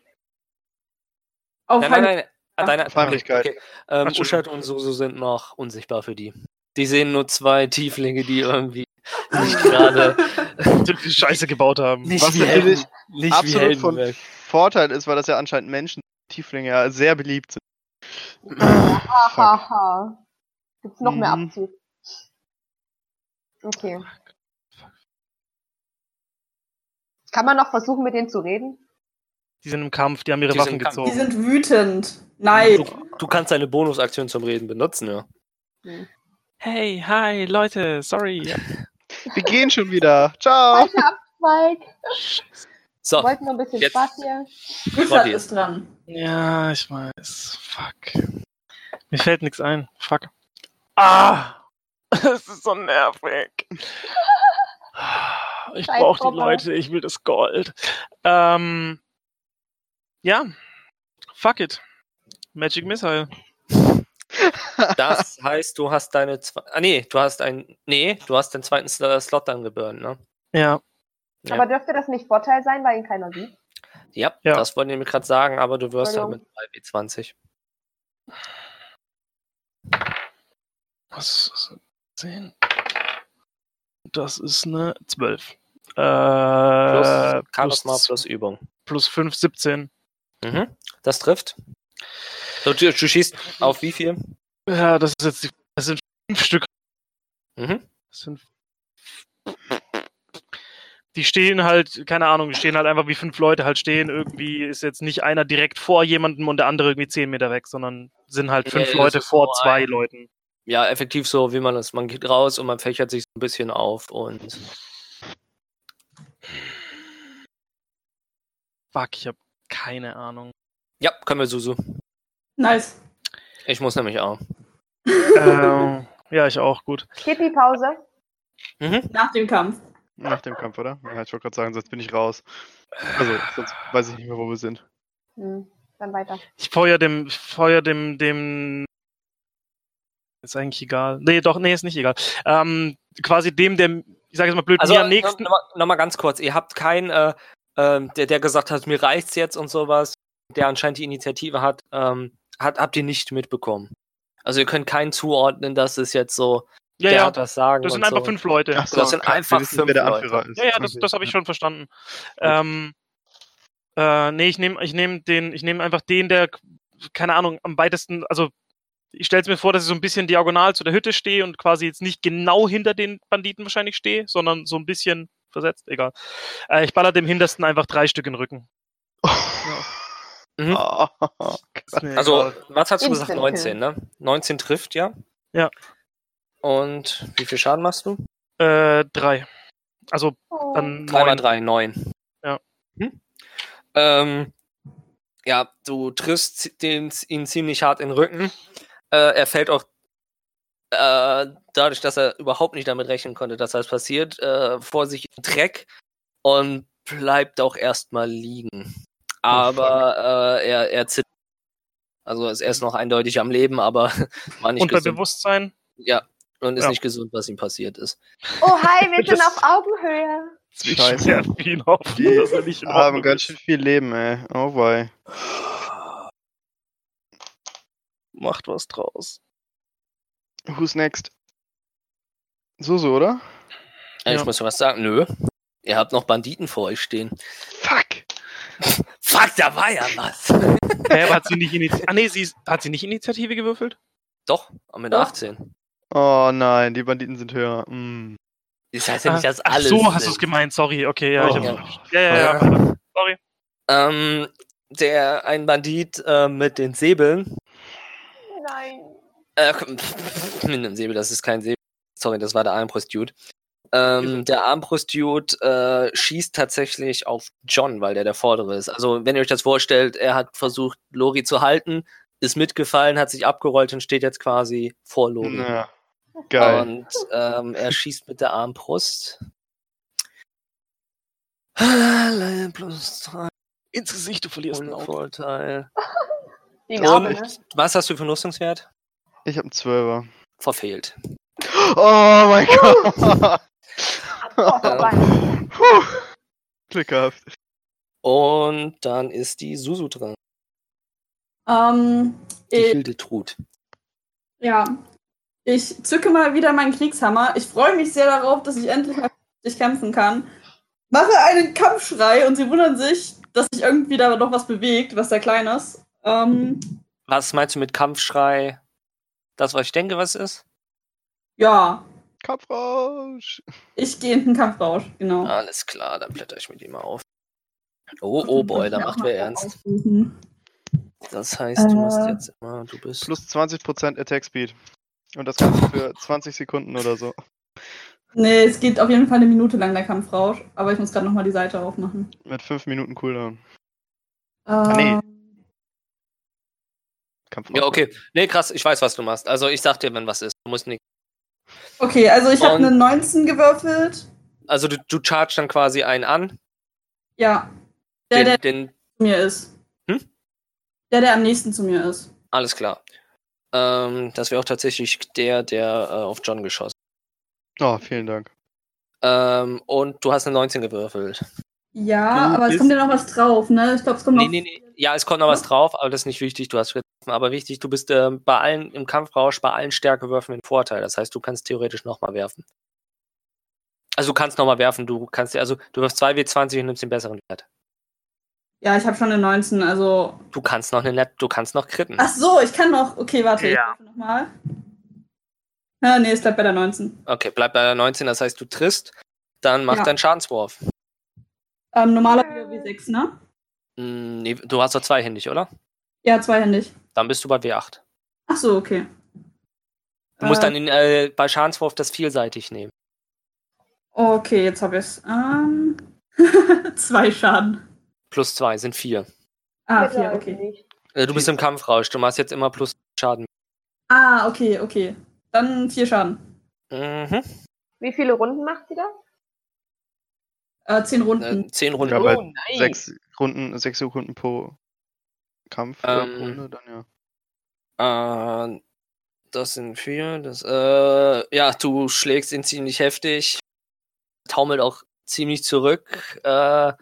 Auf Nein, nein, Hand- nein. Ah, deine Auf Heimlichkeit. Okay. Ähm, Entschuldigung. Uschat und Susu sind noch unsichtbar für die. Die sehen nur zwei Tieflinge, die irgendwie nicht gerade Die die Scheiße gebaut haben. nicht Was wie natürlich Helden, nicht wie Absolut Helden von wirken. Vorteil ist, weil das ja anscheinend Menschen, Tieflinge, ja sehr beliebt sind. Fuck. Hahaha. Gibt's noch mehr Mhm. Abzug? Okay. Kann man noch versuchen, mit denen zu reden? Die sind im Kampf, die haben ihre Die sind Waffen im Kampf. Die gezogen. sind wütend. Nein. Du kannst deine Bonusaktion zum Reden benutzen, ja. Hey, hi, Leute, sorry. Wir gehen schon wieder. Ciao. Falscher Abzweig. So, Wollten wir ein bisschen jetzt- Spaß hier? Richard Rotti. ist dran. Ja, ich weiß. Fuck. Mir fällt nichts ein. Fuck. Ah! Es ist so nervig. Ah, Ich Scheiß brauche die Robber. Leute, ich will das Gold. Ähm, ja. Fuck it. Magic Missile. das heißt, du hast deine zwei. Ah, nee, du hast einen. Nee, du hast den zweiten Sl- äh, Slot dann geburnt, ne? Ja. Ja. Aber dürfte das nicht Vorteil sein, weil ihn keiner sieht? Ja, Ja. das wollte ich mir gerade sagen, aber du wirst halt Hallo. mit 2W20. Was ist das? 10? Das ist eine 12. Äh, Plus Charisma plus, plus Übung. plus 5, 17. Mhm. Das trifft. So, du, du schießt auf wie viel? Ja, das ist jetzt die. Das sind 5 Stück. Mhm. Das sind. Die stehen halt, keine Ahnung, die stehen halt einfach wie fünf Leute halt stehen. Irgendwie ist jetzt nicht einer direkt vor jemandem und der andere irgendwie zehn Meter weg, sondern sind halt fünf Nee, das Leute ist vor nur zwei ein- Leuten. ja, effektiv so, wie man das. Man geht raus und man fächert sich so ein bisschen auf und Fuck, ich habe keine Ahnung. ja, können wir Susu. Nice. Ich muss nämlich auch. Ähm, ja, ich auch, gut. Pipi-Pause. Mhm. Nach dem Kampf. Nach dem Kampf, oder? Ja, ich wollte gerade sagen, sonst bin ich raus. Also, sonst weiß ich nicht mehr, wo wir sind. Hm, dann weiter. Ich feuer dem, ich feuer dem, dem. Ist eigentlich egal. Nee, doch, nee, ist nicht egal. Ähm, quasi dem, der, ich sage jetzt mal blöd, Also mir am äh, nächsten. noch, noch mal ganz kurz, ihr habt keinen, äh, ähm, der, der gesagt hat, mir reicht's jetzt und sowas, der anscheinend die Initiative hat, ähm, hat habt ihr nicht mitbekommen. Also ihr könnt keinen zuordnen, das ist jetzt so, ja, der ja, hat das Sagen. das sind und einfach so. fünf Leute. so, das sind krass, einfach wir wissen, wer der fünf Anführer ist. Ja, ja, das, das habe ich schon verstanden. Ähm, äh, nee, ich nehme ich nehm den, ich nehme einfach den, der, keine Ahnung, am weitesten, also ich stelle es mir vor, dass ich so ein bisschen diagonal zu der Hütte stehe und quasi jetzt nicht genau hinter den Banditen wahrscheinlich stehe, sondern so ein bisschen versetzt, egal. Äh, ich baller dem hintersten einfach drei Stück in den Rücken. Mhm. Oh, Also, was hast du gesagt? Instant 19, ne? 19 trifft, ja? Ja. Und wie viel Schaden machst du? Äh, drei. Also Oh. dann 3 mal neun. 3, 9. Ja. Mhm. Ähm, ja, du triffst zi- den, ihn ziemlich hart in den Rücken. Äh, er fällt auch äh, dadurch, dass er überhaupt nicht damit rechnen konnte, dass das passiert, äh, vor sich im Dreck und bleibt auch erstmal liegen. Oh, Aber äh, er, er zittert. Also ist erst noch eindeutig am Leben, aber war nicht Und bei gesund. Bewusstsein. Ja, und ist Ja. nicht gesund, was ihm passiert ist. oh, hi, wir sind Das- auf Augenhöhe. Ich Scheiße. werf ihn auf, dass er nicht in Wir haben Ordnung ganz ist. schön viel Leben, ey. Oh wei. Macht was draus. Who's next? Susu, oder? Ja. Ich Ja. muss was sagen. Nö. Ihr habt noch Banditen vor euch stehen. Fuck! Fuck, da war ja was. Hä, aber hat sie nicht Initiative? Ah, nee, sie ist, hat sie nicht Initiative gewürfelt? Doch, mit Doch. 18. Oh nein, die Banditen sind höher. Mm. Das heißt ja nicht, Ah, dass alles. Ach so, hast du sind. es gemeint, sorry. Okay, ja, ich Oh. hab's. Ja, ja, ja. Ähm, der, ein Bandit äh, mit den Säbeln. Nein. Äh, mit einem Säbel, das ist kein Säbel. Sorry, das war der Armbrust-Dude. Ähm, der Armbrust-Dude äh, schießt tatsächlich auf John, weil der der Vordere ist. Also, wenn ihr euch das vorstellt, er hat versucht, Lori zu halten, ist mitgefallen, hat sich abgerollt und steht jetzt quasi vor Lori. Ja. Geil. Und ähm, er schießt mit der Armbrust. Leider Plus drei Ins Gesicht, du verlierst ohne Vorteil. Die Narbe, ne? Und was hast du für einen Rüstungswert? Ich hab einen Zwölfer. Verfehlt. Oh mein Gott! Oh, vorbei. Puh. Glück gehabt. Und dann ist die Susu dran. Ähm, Die ich, Hildetrud. ja. Ich zücke mal wieder meinen Kriegshammer. Ich freue mich sehr darauf, dass ich endlich mal richtig kämpfen kann. Mache einen Kampfschrei und sie wundern sich, dass sich irgendwie da noch was bewegt, was da klein ist. Ähm, Was meinst du mit Kampfschrei? Das, was ich denke, was ist? ja, Kampfrausch! ich gehe in den Kampfrausch, genau. Alles klar, dann blätter ich mit ihm auf. Ah, Oh, oh boy, da macht wer ernst. Aussuchen. Das heißt, du musst Äh. jetzt immer, du bist. Plus 20% Attack Speed. Und das Ganze für 20 Sekunden oder so. Nee, es geht auf jeden Fall eine Minute lang der Kampfrausch, aber ich muss gerade nochmal die Seite aufmachen. Mit 5 Minuten Cooldown. Ah, Ähm, Kampfrausch. Ja, okay. Nee, krass, ich weiß, was du machst. Also ich sag dir, wenn was ist. Du musst nicht. Okay, also ich habe Und- eine 19 gewürfelt. Also du, du chargst dann quasi einen an, Ja. Der, den, der den zu mir ist. Hm? Der, der am nächsten zu mir ist. alles klar. Ähm, das wäre auch tatsächlich der, der äh, auf John geschossen. Oh, vielen Dank. Ähm, und du hast eine 19 gewürfelt. Ja, Du aber es bist- kommt ja noch was drauf, ne? Ich glaube, es kommt Nee, noch. nee, nee. Ja, es kommt noch was drauf, aber das ist nicht wichtig. Du hast getroffen. Aber wichtig, du bist ähm, bei allen im Kampfrausch, bei allen Stärkewürfen im Vorteil. Das heißt, du kannst theoretisch nochmal werfen. Also du kannst nochmal werfen, du kannst also du wirfst 2W20 und nimmst den besseren Wert. Ja, ich habe schon eine 19, also. Du kannst noch eine Net, du kannst noch kritten. Ach so, ich kann noch. Okay, warte, Ja. ich nochmal. Ja, nee, es bleibt bei der 19. Okay, bleib bei der 19, das heißt, du triffst, dann mach Ja. deinen Schadenswurf. Ähm, normaler W6, ne? Hm, nee, du hast doch zweihändig, oder? Ja, zweihändig. Dann bist du bei W8. Ach so, okay. Du musst Äh, dann in, äh, bei Schadenswurf das vielseitig nehmen. Okay, jetzt habe ich's. Ähm, zwei Schaden. Plus zwei sind vier. Ah, Bitte, vier, also okay. nicht. Äh, du bist im Kampfrausch, du machst jetzt immer plus Schaden. Ah, okay, okay. Dann vier Schaden. Mhm. Wie viele Runden macht sie da? Äh, zehn Runden. Äh, zehn Runden. Ja, aber oh nein. Sechs Runden, sechs Sekunden pro Kampf oder pro Ähm. Runde, dann ja. Äh, das sind vier. Das, äh, ja, du schlägst ihn ziemlich heftig. Taumelt auch ziemlich zurück. Äh,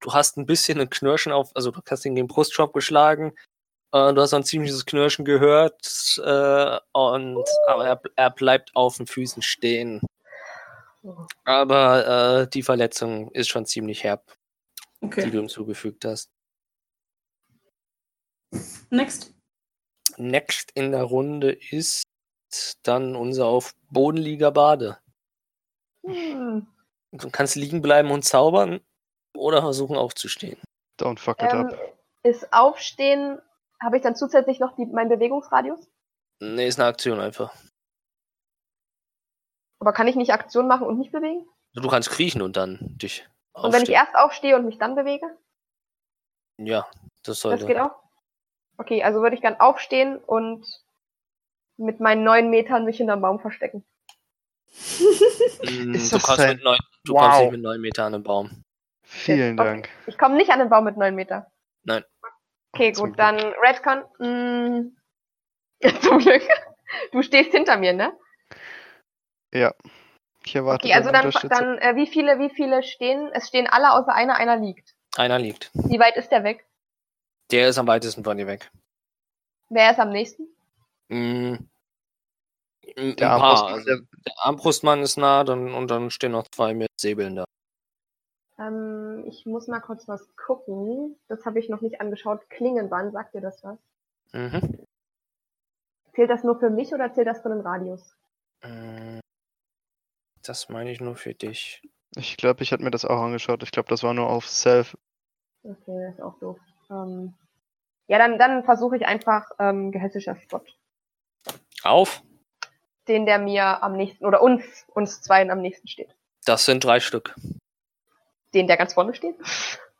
du hast ein bisschen ein Knirschen auf, also du hast ihn gegen den Brustschopf geschlagen. Äh, du hast auch ein ziemliches Knirschen gehört. Äh, und, aber er, er bleibt auf den Füßen stehen. Aber äh, die Verletzung ist schon ziemlich herb, die Okay. du ihm zugefügt hast. Next. Next in der Runde ist dann unser auf Boden lieger Bade. Hm. Du kannst liegen bleiben und zaubern oder versuchen aufzustehen. Don't fuck it Ähm, up. ist Aufstehen, habe ich dann zusätzlich noch die, meinen Bewegungsradius? Nee, ist eine Aktion einfach. Aber kann ich nicht Aktion machen und mich bewegen? Du kannst kriechen und dann dich Und wenn ich aufstehen. erst aufstehe und mich dann bewege? Ja, das Das geht sollte. auch? Okay, also würde ich gern aufstehen und mit meinen neun Metern mich hinterm Baum verstecken. Mm, Ist du das kannst, ein- mit neun, du Wow. kannst nicht mit 9 Metern an den Baum. Vielen okay. Dank. Ich komme nicht an den Baum mit neun Meter. Nein. Okay, Zum gut, dann Redcon. Mm, zum Glück. Du stehst hinter mir, ne? Ich erwarte Okay, also deine dann, Unterstützung. dann äh, wie viele, wie viele stehen? Es stehen alle außer einer, einer liegt. Einer liegt. Wie weit ist der weg? Der ist am weitesten von dir weg. Wer ist am nächsten? Mm, ein der paar. Armbrust, Also der, der Armbrustmann ist nah dann, und dann stehen noch zwei mit Säbeln da. Ähm, ich muss mal kurz was gucken. Das habe ich noch nicht angeschaut. Klingenbahn, sagt dir das was? Mhm. Zählt das nur für mich oder zählt das für den Radius? Mm, Das meine ich nur für dich. ich glaube, ich hatte mir das auch angeschaut. Ich glaube, das war nur auf Self. Okay, das ist auch doof. Ähm, ja, dann, dann versuche ich einfach ähm, gehässischer Spott. Auf. Den, der mir am nächsten, oder uns, uns zweien am nächsten steht. Das sind drei Stück. Den, der ganz vorne steht.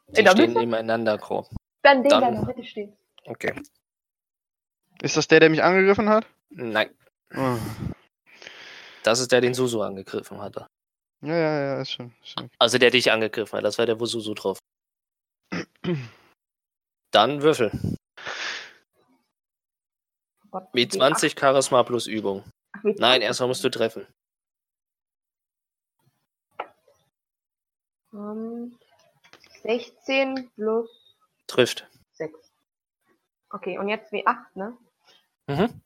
Die In der stehen Mitte? nebeneinander grob. Dann den, der Dann- in der Mitte steht. Okay. Ist das der, der mich angegriffen hat? Nein, Oh. das ist der, den Susu angegriffen hatte. Ja, ja, ja, ist schon. Ist schon. Also der dich angegriffen hat. Das war der, wo Susu drauf. Dann Würfel. Oh Gott, Mit die 20 Charisma plus Übung. Ach, mit Nein, 20. erstmal musst du treffen. Ähm, 16 plus Trifft. 6. Okay, und jetzt W8, ne? Mhm.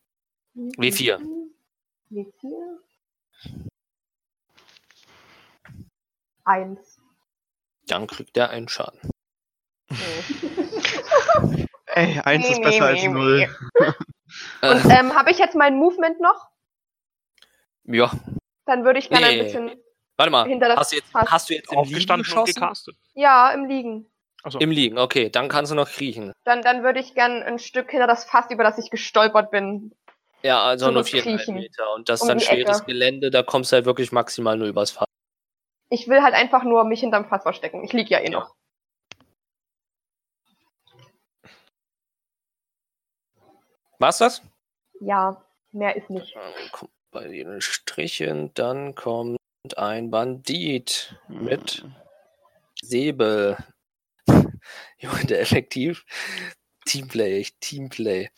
W4. W4. 1. Dann kriegt er einen Schaden. Ey, eins ist besser als null. Äh, Und ähm, habe ich jetzt mein Movement noch? ja, Dann würde ich gerne Nee. ein bisschen warte mal. hinter das Hast du jetzt, Fass- hast du jetzt im Liegen Aufgestanden und geschossen? gecastet. Ja, im Liegen. Achso. Im Liegen, okay. Dann kannst du noch kriechen. Dann, dann würde ich gern ein Stück hinter das Fass, über das ich gestolpert bin. Ja, also nur Zurückkriechen. 4,5 Meter. Und das ist Um dann die schweres Ecke. Gelände. Da kommst du halt wirklich maximal nur übers Fass. Ich will halt einfach nur mich hinterm Fass verstecken. Ich lieg ja eh noch. War's das? Ja, mehr ist nicht. Dann kommt bei den Strichen, dann kommt ein Bandit mit Säbel. Junge, der effektiv. Teamplay, echt Teamplay.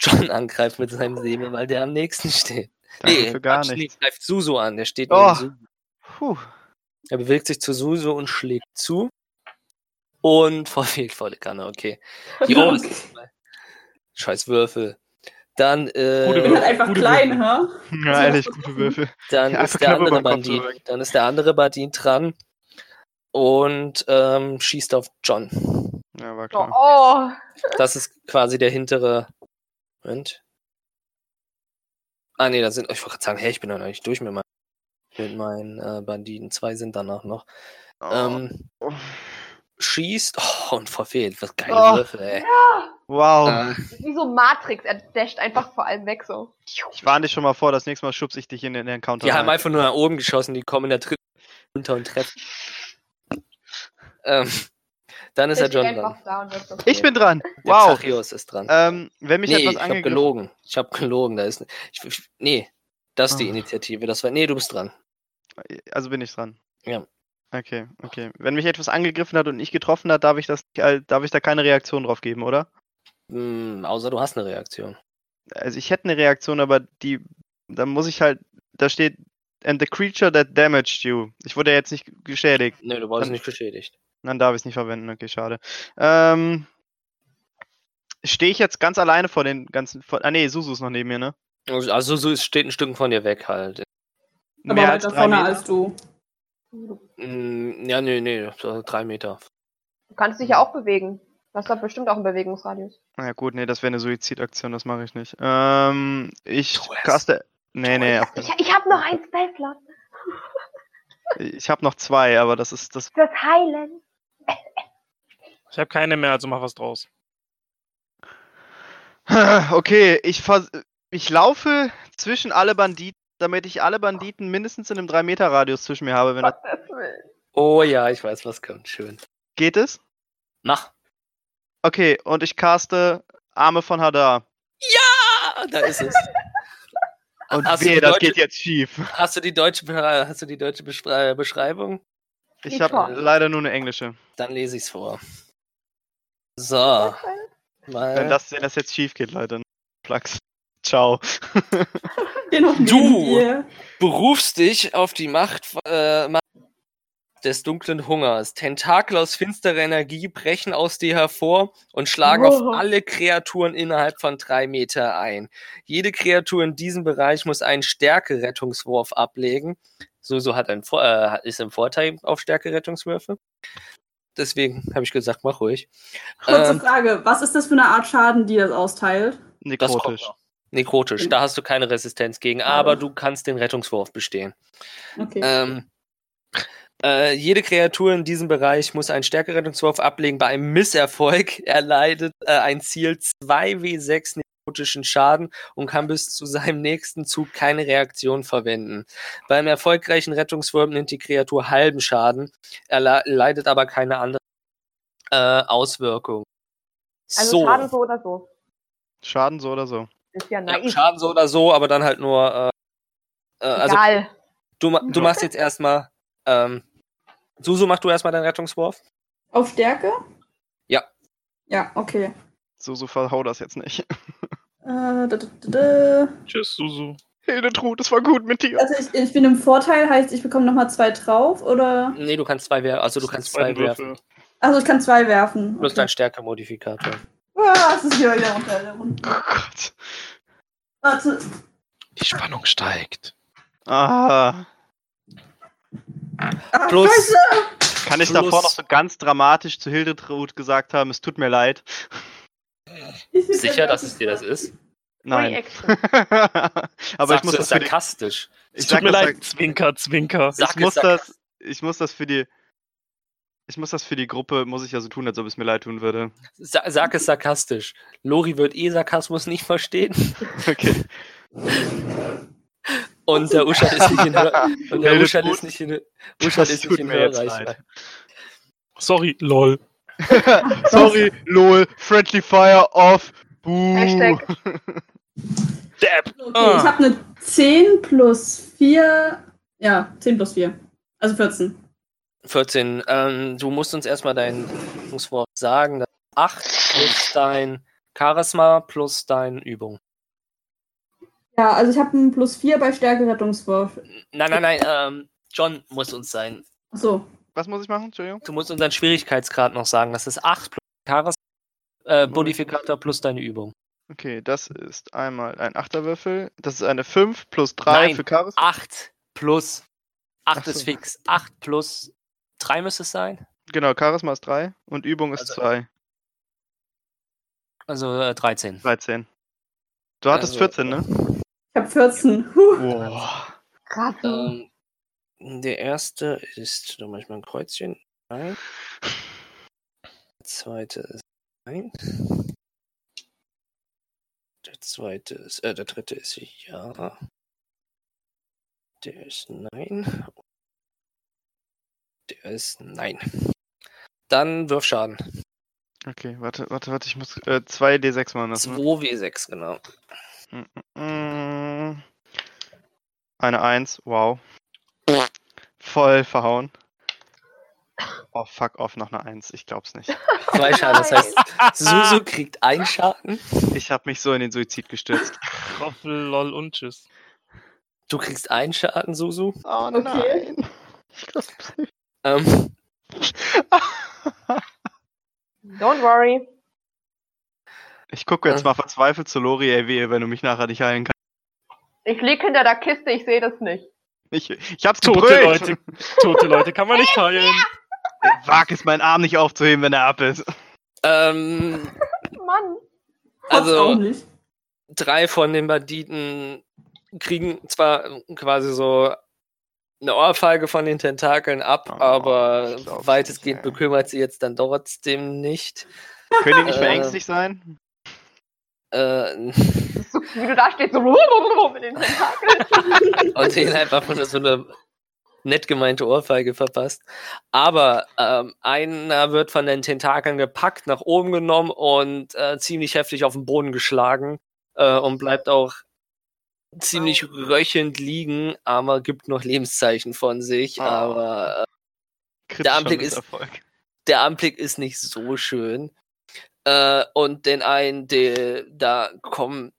John angreift mit seinem Säbel, weil der am nächsten steht. Danke für gar Quatsch, nee, nichts. greift Susu an, der steht Oh. neben Susu. Puh. Er bewegt sich zu Susu und schlägt zu. Und verfehlt volle Kanne, okay. Jo, das ist mal- Scheiß Würfel. Dann, Gute Ich bin äh, Würfel. halt einfach Gute klein, hä? Ja, ehrlich, gute Würfel. dann Ja, einfach ist der knapp über andere den Kopf Bandit, drüber. dann ist der andere Bandit dran und ähm, schießt auf John. Ja, war Oh, klar. oh. Das ist quasi der hintere. Moment. Ah nee, da sind. Ich wollte gerade sagen, hey, ich bin doch noch nicht durch mit meinen, mit meinen äh, Banditen. Zwei sind danach noch. Ähm, Oh. schießt oh, und verfehlt. Was geile Oh. Würfel, ey. Wow. Äh, oh, Wie so Matrix. Er dasht einfach vor allem weg so. Ich warne dich schon mal vor, das nächste Mal schubse ich dich in den Encounter. die haben rein. einfach nur nach oben geschossen, die kommen in der dritten runter und treffen. Ähm, Dann ist der Ich John renn dran. einfach da und wirf das Ich Ding. bin dran. Der Wow. Zachios ist dran. Ähm, wenn mich nee, etwas ich habe angegriffen gelogen. Ich habe gelogen. Da ist, ich, ich, nee, das ist die Ah. Initiative. Das war, nee, du bist dran. Also bin ich dran. Ja. Okay, okay. Wenn mich etwas angegriffen hat und nicht getroffen hat, darf ich das nicht als- darf ich da keine Reaktion drauf geben, oder? Hm, außer du hast eine Reaktion. Also ich hätte eine Reaktion, aber die dann muss ich halt da steht and the creature that damaged you. Ich wurde ja jetzt nicht geschädigt. Nee, du wurdest Dann- nicht beschädigt. Dann darf ich es nicht verwenden. Okay, schade. Ähm stehe ich jetzt ganz alleine vor den ganzen vor, Ah nee, Susu ist noch neben mir, ne? Also, so ist- steht ein Stück von dir weg halt. Aber Mehr als weiter drei vorne Meter? als du. Hm, ja, nee, nee, so drei Meter. Du kannst dich ja auch bewegen. Du hast doch bestimmt auch einen Bewegungsradius. Na gut, nee, das wäre eine Suizidaktion, das mache ich nicht. Ähm, ich Tu es. caste. Nee, nee, auf- Ich, ich habe noch einen Spellslot. ich habe noch zwei, aber das ist das. Fürs Heilen. Ich habe keine mehr, also mach was draus. Okay, ich vers ich laufe zwischen alle Banditen, damit ich alle Banditen mindestens in einem 3 Meter Radius zwischen mir habe. Wenn das Gottes Willen. Oh ja, ich weiß, was kommt. Schön. geht es? Mach. Okay, und ich caste Arme von Hadar. Ah, da ist es. Und Hast du wehe, die das deutsche- geht jetzt schief. Hast du die deutsche, Be- hast du die deutsche Beschrei- Beschreibung? Ich Geht habe schon. leider nur eine englische. Dann lese ich es vor. Ah, So. Wenn Mal. das, wenn das jetzt schief geht, Leute, Plax. Ciao. Den hoch Du! neben dir. Berufst dich auf die Macht, äh, Macht des dunklen Hungers. Tentakel aus finsterer Energie brechen aus dir hervor und schlagen Wow. auf alle Kreaturen innerhalb von drei Meter ein. Jede Kreatur in diesem Bereich muss einen Stärkerettungswurf ablegen. Suso hat ein, Vor- äh, ist im Vorteil auf Stärkerettungswürfe. Deswegen habe ich gesagt, mach ruhig. Kurze Ähm, Frage, was ist das für eine Art Schaden, die das austeilt? Das kommt Nekrotisch. noch. Nekrotisch, da hast du keine Resistenz gegen, aber du kannst den Rettungswurf bestehen. Okay. Ähm, äh, jede Kreatur in diesem Bereich muss einen Stärkerettungswurf ablegen. Bei einem Misserfolg erleidet äh, ein Ziel 2W6 nekrotischen Schaden und kann bis zu seinem nächsten Zug keine Reaktion verwenden. Beim erfolgreichen Rettungswurf nimmt die Kreatur halben Schaden, erleidet aber keine andere äh, Auswirkung. Also so. Schaden so oder so. Schaden so oder so. Ist ja Ja, naiv. Schaden so oder so, aber dann halt nur. Äh, äh, also, Egal. du, ma- du machst jetzt erstmal. Ähm, Susu, mach du erstmal deinen Rettungswurf. Auf Stärke? Ja. Ja, okay. So, so verhau das jetzt nicht. Äh, da, da, da, da. Tschüss, Susu. Hildetrud, das war gut mit dir. Also ich, ich bin im Vorteil, heißt ich bekomme nochmal zwei drauf oder? Nee, du kannst zwei werfen. Also, du kannst zwei werfen. Also ich kann zwei werfen. Plus dein Stärkemodifikator. Ah, es ist hier wieder runter. wieder runter. Oh Gott. Warte. Die Spannung steigt. Ah, Ah, Plus- Scheiße. kann ich Plus- davor noch so ganz dramatisch zu Hildetrud gesagt haben, es tut mir leid? Ich bin Sicher, dass es dir das ist? Nein. Reaction. Aber ich Sagst muss du es das für die, sarkastisch. ich Tut sag mir das- leid, Zwinker, Zwinker. Sag ich muss es das ich muss das für die ich muss das für die Gruppe muss ich ja so tun, als ob es mir leid tun würde. Sa sag es sarkastisch. Lori wird eh Sarkasmus nicht verstehen. Okay. Und der Uschal ist nicht in, Hör und der Uschal ist nicht in, Uschal Das ist tut nicht in mir jetzt Hörreichweite. Sorry, lol. Sorry, lol, friendly fire off. Buh. Hashtag. Dab. Okay, Ah. ich habe eine 10 plus 4. Ja, 10 plus 4. Also 14. 14. Ähm, du musst uns erstmal dein Rettungswurf sagen. Das ist 8 plus dein Charisma plus dein Übung. Ja, also ich habe einen plus 4 bei Stärke-Rettungswurf. Nein, nein, nein. Ähm, John muss uns sein. Achso. Was muss ich machen? Entschuldigung. Du musst unseren Schwierigkeitsgrad noch sagen. Das ist 8 plus Charisma, äh, Bonifikator plus deine Übung. Okay, das ist einmal ein Achterwürfel. Das ist eine 5 plus 3 Nein. für Karis. 8 plus. 8 Ach ist so. fix. 8 plus 3 müsste es sein. Genau, Charisma ist 3 und Übung ist Also- 2. Also äh, 13. 13. Du hattest Also- 14, ne? Ich habe 14. Huh. Boah. Ratten. Ähm, der erste ist, da mache ich mal ein Kreuzchen. Nein. Der zweite ist nein. Der zweite ist, äh, der dritte ist ja. Der ist nein. Der ist nein. Dann wirf Schaden. Okay, warte, warte, warte, ich muss äh, 2d6 machen lassen. ne? 2W6, genau. Mm, Eine 1, wow. Voll verhauen. Oh, fuck off, noch eine 1, ich glaub's nicht. Zwei Schaden, das heißt, Susu kriegt einen Schaden, Ich hab mich so in den Suizid gestürzt. Troffel, lol und tschüss. du kriegst einen Schaden, Susu. Oh Okay. nein. Ich glaub's nicht. Ähm, Don't worry. Ich gucke Äh. jetzt mal verzweifelt zu Lori, ey, wehe, wenn du mich nachher nicht heilen kannst. Ich lieg hinter der Kiste, ich sehe das nicht. Ich, ich hab's Tote gebrüllt. Leute, tote Leute kann man nicht heilen. Wag es, meinen Arm nicht aufzuheben, wenn er ab ist. ähm, Mann. Passt Also- auch nicht. drei von den Banditen kriegen zwar quasi so eine Ohrfeige von den Tentakeln ab, Oh, aber ich glaub's weitestgehend nicht, ey. bekümmert sie jetzt dann trotzdem nicht. Können die nicht Äh. verängstigt sein? Äh, Wie du da stehst, so mit den Tentakeln. und denen einfach von so eine nett gemeinte Ohrfeige verpasst. Aber ähm, einer wird von den Tentakeln gepackt, nach oben genommen und äh, ziemlich heftig auf den Boden geschlagen äh, und bleibt auch ziemlich röchelnd liegen, aber gibt noch Lebenszeichen von sich. Oh. Aber Kritischer Anblick ist- Misserfolg. der Anblick ist nicht so schön. Äh, und den einen, der da kommen,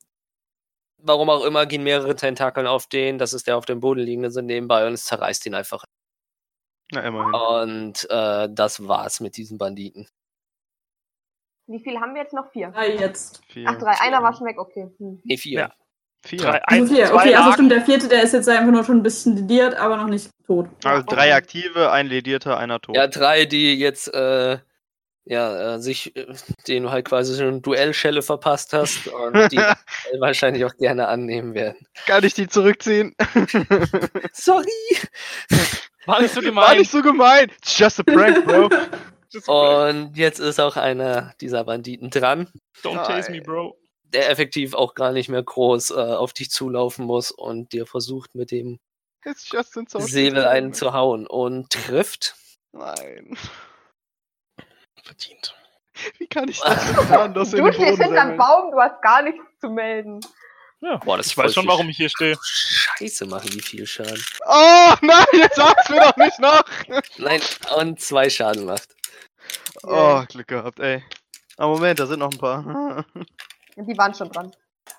warum auch immer, gehen mehrere Tentakeln auf den. Das ist der auf dem Boden liegende so nebenbei und es zerreißt ihn einfach. Na, immerhin. Oh. Und äh, das war's mit diesen Banditen. Wie viel haben wir jetzt noch? Vier. Ah, jetzt. Vier. Ach, drei. Einer war schon weg, okay. Hm. Nee, vier. Ja. Vier. Drei, Also ein, vier. zwei Okay, also Lagen. stimmt, der vierte, der ist jetzt einfach nur schon ein bisschen lediert, aber noch nicht tot. Also drei aktive, ein ledierter, einer tot. Ja, drei, die jetzt äh, ja, äh, sich, äh, den du halt quasi so eine Duellschelle verpasst hast und die wahrscheinlich auch gerne annehmen werden. Kann ich die zurückziehen? Sorry! War nicht War so gemein. nicht so gemein. It's just a prank, bro. Und jetzt ist auch einer dieser Banditen dran. Don't chase me, bro. der effektiv auch gar nicht mehr groß äh, auf dich zulaufen muss und dir versucht, mit dem It's just in social Säbel einen experiment. zu hauen und trifft. Nein. Verdient. Wie kann ich das denn fahren, dass in Du den Boden stehst hinterm sammeln? Baum, du hast gar nichts zu melden. Ja. Boah, das ich ist weiß voll schon, viel warum ich hier stehe. Scheiße, machen die viel Schaden. Oh, nein, jetzt sag's mir doch nicht noch. Nein, und zwei Schaden macht. Oh, Glück gehabt, ey. Ah, Moment, da sind noch ein paar. Die waren schon dran.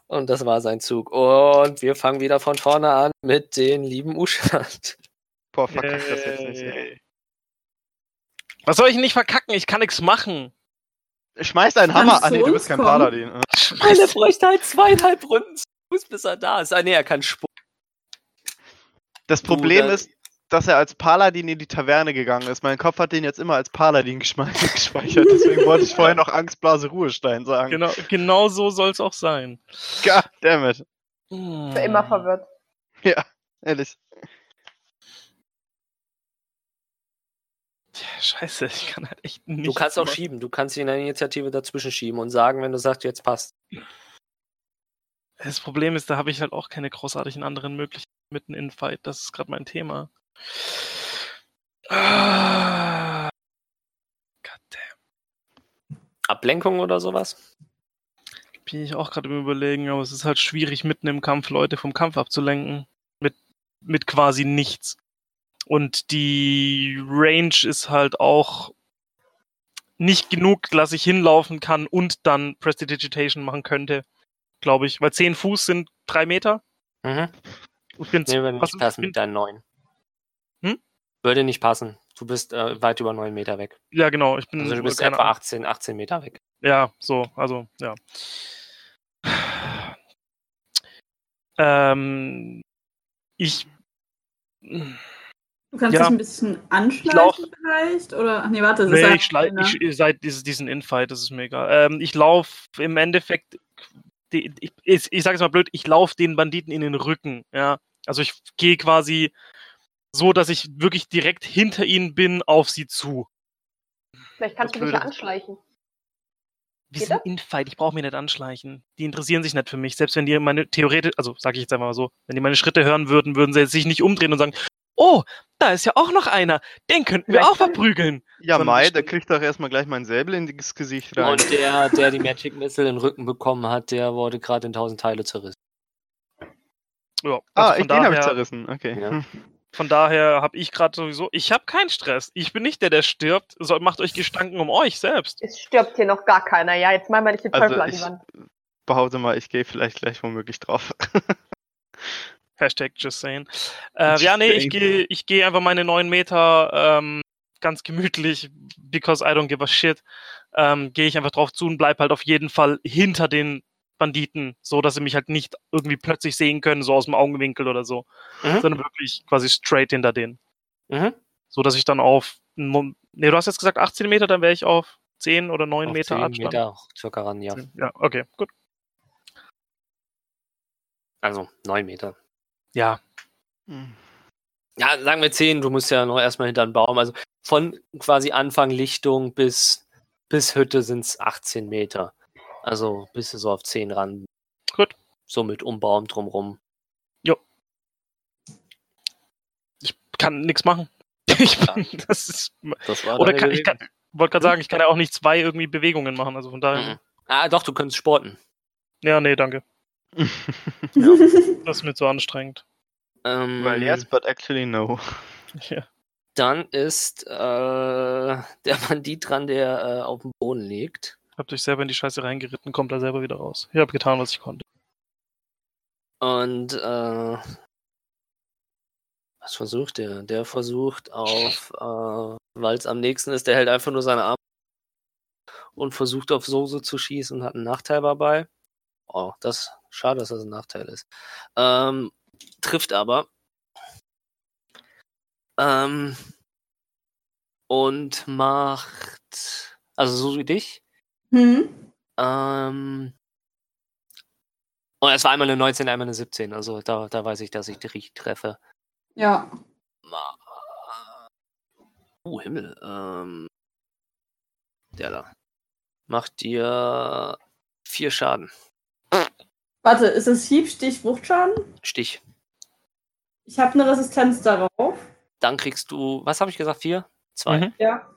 Und das war sein Zug. Und wir fangen wieder von vorne an mit den lieben Uschat. Boah, verkack das jetzt nicht. Ey. Yay. Was soll ich denn nicht verkacken? Ich kann nichts machen. Schmeiß deinen Kannst Hammer. du Ah, nee, zu du uns bist kein kommen? Paladin. Äh, Er bräuchte halt zweieinhalb Runden zu Fuß, bis er da ist. Ah, nee, er kann spucken. Das Problem dann- ist, dass er als Paladin in die Taverne gegangen ist. Mein Kopf hat den jetzt immer als Paladin geschme- gespeichert. Deswegen wollte ich vorher noch Angstblase Ruhestein sagen. Genau, genau so soll es auch sein. God damn it. Hm. Ich Hm. bin immer verwirrt. verwirrt. Ehrlich. Scheiße, ich kann halt echt nicht. Du kannst auch machen. schieben. Du kannst ihn in der Initiative dazwischen schieben und sagen, wenn du sagst, jetzt passt. Das Problem ist, da habe ich halt auch keine großartigen anderen Möglichkeiten mitten in Fight. Das ist gerade mein Thema. Ah. Goddamn. Ablenkung oder sowas? Bin ich auch gerade im Überlegen, aber es ist halt schwierig, mitten im Kampf Leute vom Kampf abzulenken. Mit, mit quasi nichts. Und die Range ist halt auch nicht genug, dass ich hinlaufen kann und dann Prestidigitation machen könnte. Glaube ich. Weil 10 Fuß sind 3 Meter. Mhm. Ich bin würde was- nicht passen bin- mit deinen neun. Hm? Würde nicht passen. Du bist äh, weit über neun Meter weg. Ja, genau. Ich bin Also du bist keine etwa Ahnung. 18, 18 Meter weg. Ja, so, also, ja. Ähm, ich. Du kannst Ja. dich ein bisschen lauf- anschleichen vielleicht? Oder, ach nee, warte, das Nee, ja- ich schlei ne? ich, ich- seit dieses, diesen Infight, das ist mir egal. Ähm, ich laufe im Endeffekt. die- Ich, ich, ich sage es mal blöd, ich laufe den Banditen in den Rücken, ja. Also ich gehe quasi so, dass ich wirklich direkt hinter ihnen bin, auf sie zu. Vielleicht kannst Das du dich ja Blöde. anschleichen. Wir Geht sind Infight, ich brauche mich nicht anschleichen. Die interessieren sich nicht für mich. Selbst wenn die meine theoretisch, also sage ich jetzt einfach mal so, wenn die meine Schritte hören würden, würden sie jetzt sich nicht umdrehen und sagen, oh, da ist ja auch noch einer. Den könnten wir Vielleicht auch verprügeln. Ja, Sondern Mai, bestimmt- der kriegt doch erstmal gleich mein Säbel ins Gesicht rein. Und der, der die Magic Missile in den Rücken bekommen hat, der wurde gerade in tausend Teile zerrissen. Ja, also ah, von, ich, den habe ich daher, zerrissen. Okay. Ja. Hm. von daher habe ich gerade sowieso, ich habe keinen Stress. Ich bin nicht der, der stirbt. So, macht euch Gedanken um euch selbst. Es stirbt hier noch gar keiner. Ja, jetzt mal mal nicht den Also Teufel an die ich- Wand. Behaupte mal, ich gehe vielleicht gleich womöglich drauf. Hashtag just saying. Äh, Just ja, nee, ich saying. gehe ich geh einfach meine neun Meter ähm, ganz gemütlich, because I don't give a shit. Ähm, gehe ich einfach drauf zu und bleib halt auf jeden Fall hinter den Banditen, so dass sie mich halt nicht irgendwie plötzlich sehen können, so aus dem Augenwinkel oder so, Mhm. sondern wirklich quasi straight hinter denen. Mhm. so dass ich dann auf ne, du hast jetzt gesagt 18 Meter, dann wäre ich auf 10 oder 9 Auf Meter zehn Abstand. Meter circa ran, ja. Ja, okay, gut. Also neun Meter. Ja, Hm. Ja, sagen wir zehn, du musst ja noch erstmal hinter den Baum. Also von quasi Anfang Lichtung bis, bis Hütte sind es 18 Meter. Also bist du so auf 10 ran. Gut. So mit um Baum drumrum. ich kann nichts machen. Ich bin, das ist, Das war oder deine kann, ich Bewegung. kann, wollte gerade sagen, ich kann ja auch nicht zwei irgendwie Bewegungen machen, also von daher. Mhm. Ah, doch, du könntest sporten. Ja, nee, danke. Ja. Das ist mir zu anstrengend. Ähm, Well, yes, but actually no. Ja. Dann ist äh, der Bandit dran, der äh, auf dem Boden liegt. Habt euch selber in die Scheiße reingeritten, kommt da selber wieder raus. Ich habe getan, was ich konnte. Und äh, was versucht der? Der versucht auf, äh, weil es am nächsten ist, der hält einfach nur seine Arme und versucht auf Soße zu schießen und hat einen Nachteil dabei. Oh, das schade, dass das ein Nachteil ist. Ähm, trifft aber. Ähm, und macht, also so wie dich, Hm? ähm. Oh, es war einmal eine 19, einmal eine 17. Also da, da weiß ich, dass ich die richtig treffe. Ja. Oh, Himmel. Ähm. Der da. Macht dir vier Schaden. Warte, ist das Hiebstich Wuchtschaden? Stich. Ich habe eine Resistenz darauf. Dann kriegst du. Was habe ich gesagt? Vier? Zwei. Mhm. Ja.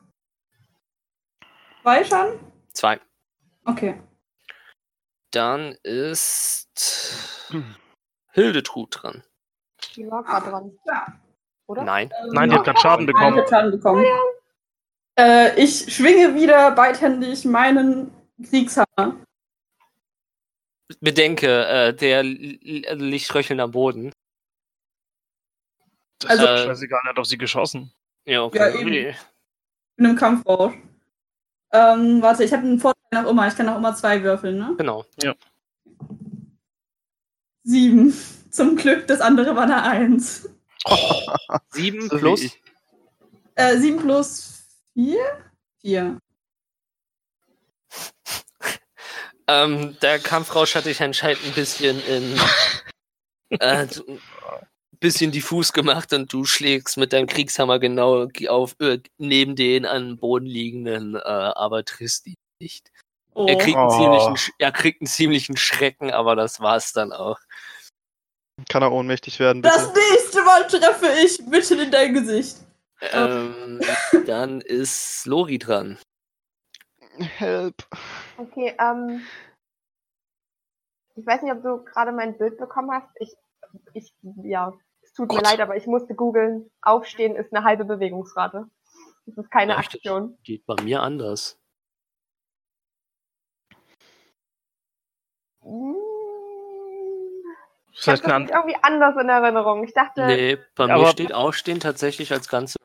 Zwei Schaden? Zwei. Okay. Dann ist. Hildetrud dran. Die war Ah. gerade dran, Ja. oder? Nein. Nein, ihr habt keinen Schaden Nein, bekommen. ich hab Schaden bekommen. Äh, ich schwinge wieder beidhändig meinen Kriegshammer. Bedenke, äh, der li- li- liegt röchelnd am Boden. Das also, ist Also- doch scheißegal, er hat auf sie geschossen. Ja, Ja, okay. eben. Ich bin im Kampfrausch. Ähm, warte, ich habe einen Vorteil nach immer. Ich kann nach immer zwei würfeln, ne? Genau. Sieben. Zum Glück, das andere war eine Eins. Oh. Sieben So wie plus. ich. Äh, sieben plus vier? Vier. Ähm, der Kampfrausch hatte ich anscheinend ein bisschen in. äh, so ein bisschen diffus gemacht und du schlägst mit deinem Kriegshammer genau auf äh, neben den am Boden liegenden, äh, aber triffst ihn nicht. Oh. Er, kriegt einen Oh. ziemlichen, Sch- er kriegt einen ziemlichen Schrecken, aber das war's dann auch. Kann er ohnmächtig werden, das bitte? nächste Mal treffe ich mitten in dein Gesicht. Ähm, dann ist Lori dran. Help. Okay, ähm. Ich weiß nicht, ob du gerade mein Bild bekommen hast. Ich, ich, ja, es tut mir Gott. leid, aber ich musste googeln. Aufstehen ist eine halbe Bewegungsrate. Das ist keine Ja, stimmt. Aktion. Geht bei mir anders. Hm, Ich hab Vielleicht das eine nicht andere. irgendwie anders in Erinnerung. Ich dachte, Nee, bei mir Aber- steht Aufstehen tatsächlich als ganze.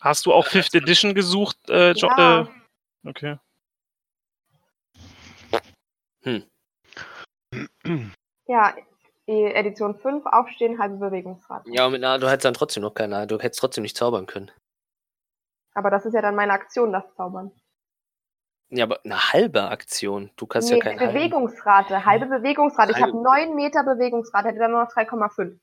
Hast du auch Fifth Edition gesucht, äh, jo Ja. äh, Okay. ja, eh, Edition 5, Aufstehen, halbe Bewegungsrate. Ja, mit einer, du hättest dann trotzdem noch keine, du hättest trotzdem nicht zaubern können. Aber das ist ja dann meine Aktion, das Zaubern. Ja, aber eine halbe Aktion. Du kannst ja keine halbe. Bewegungsrate, halbe Bewegungsrate. Ich Halbe- habe 9 Meter Bewegungsrate, hätte dann nur noch 3,5.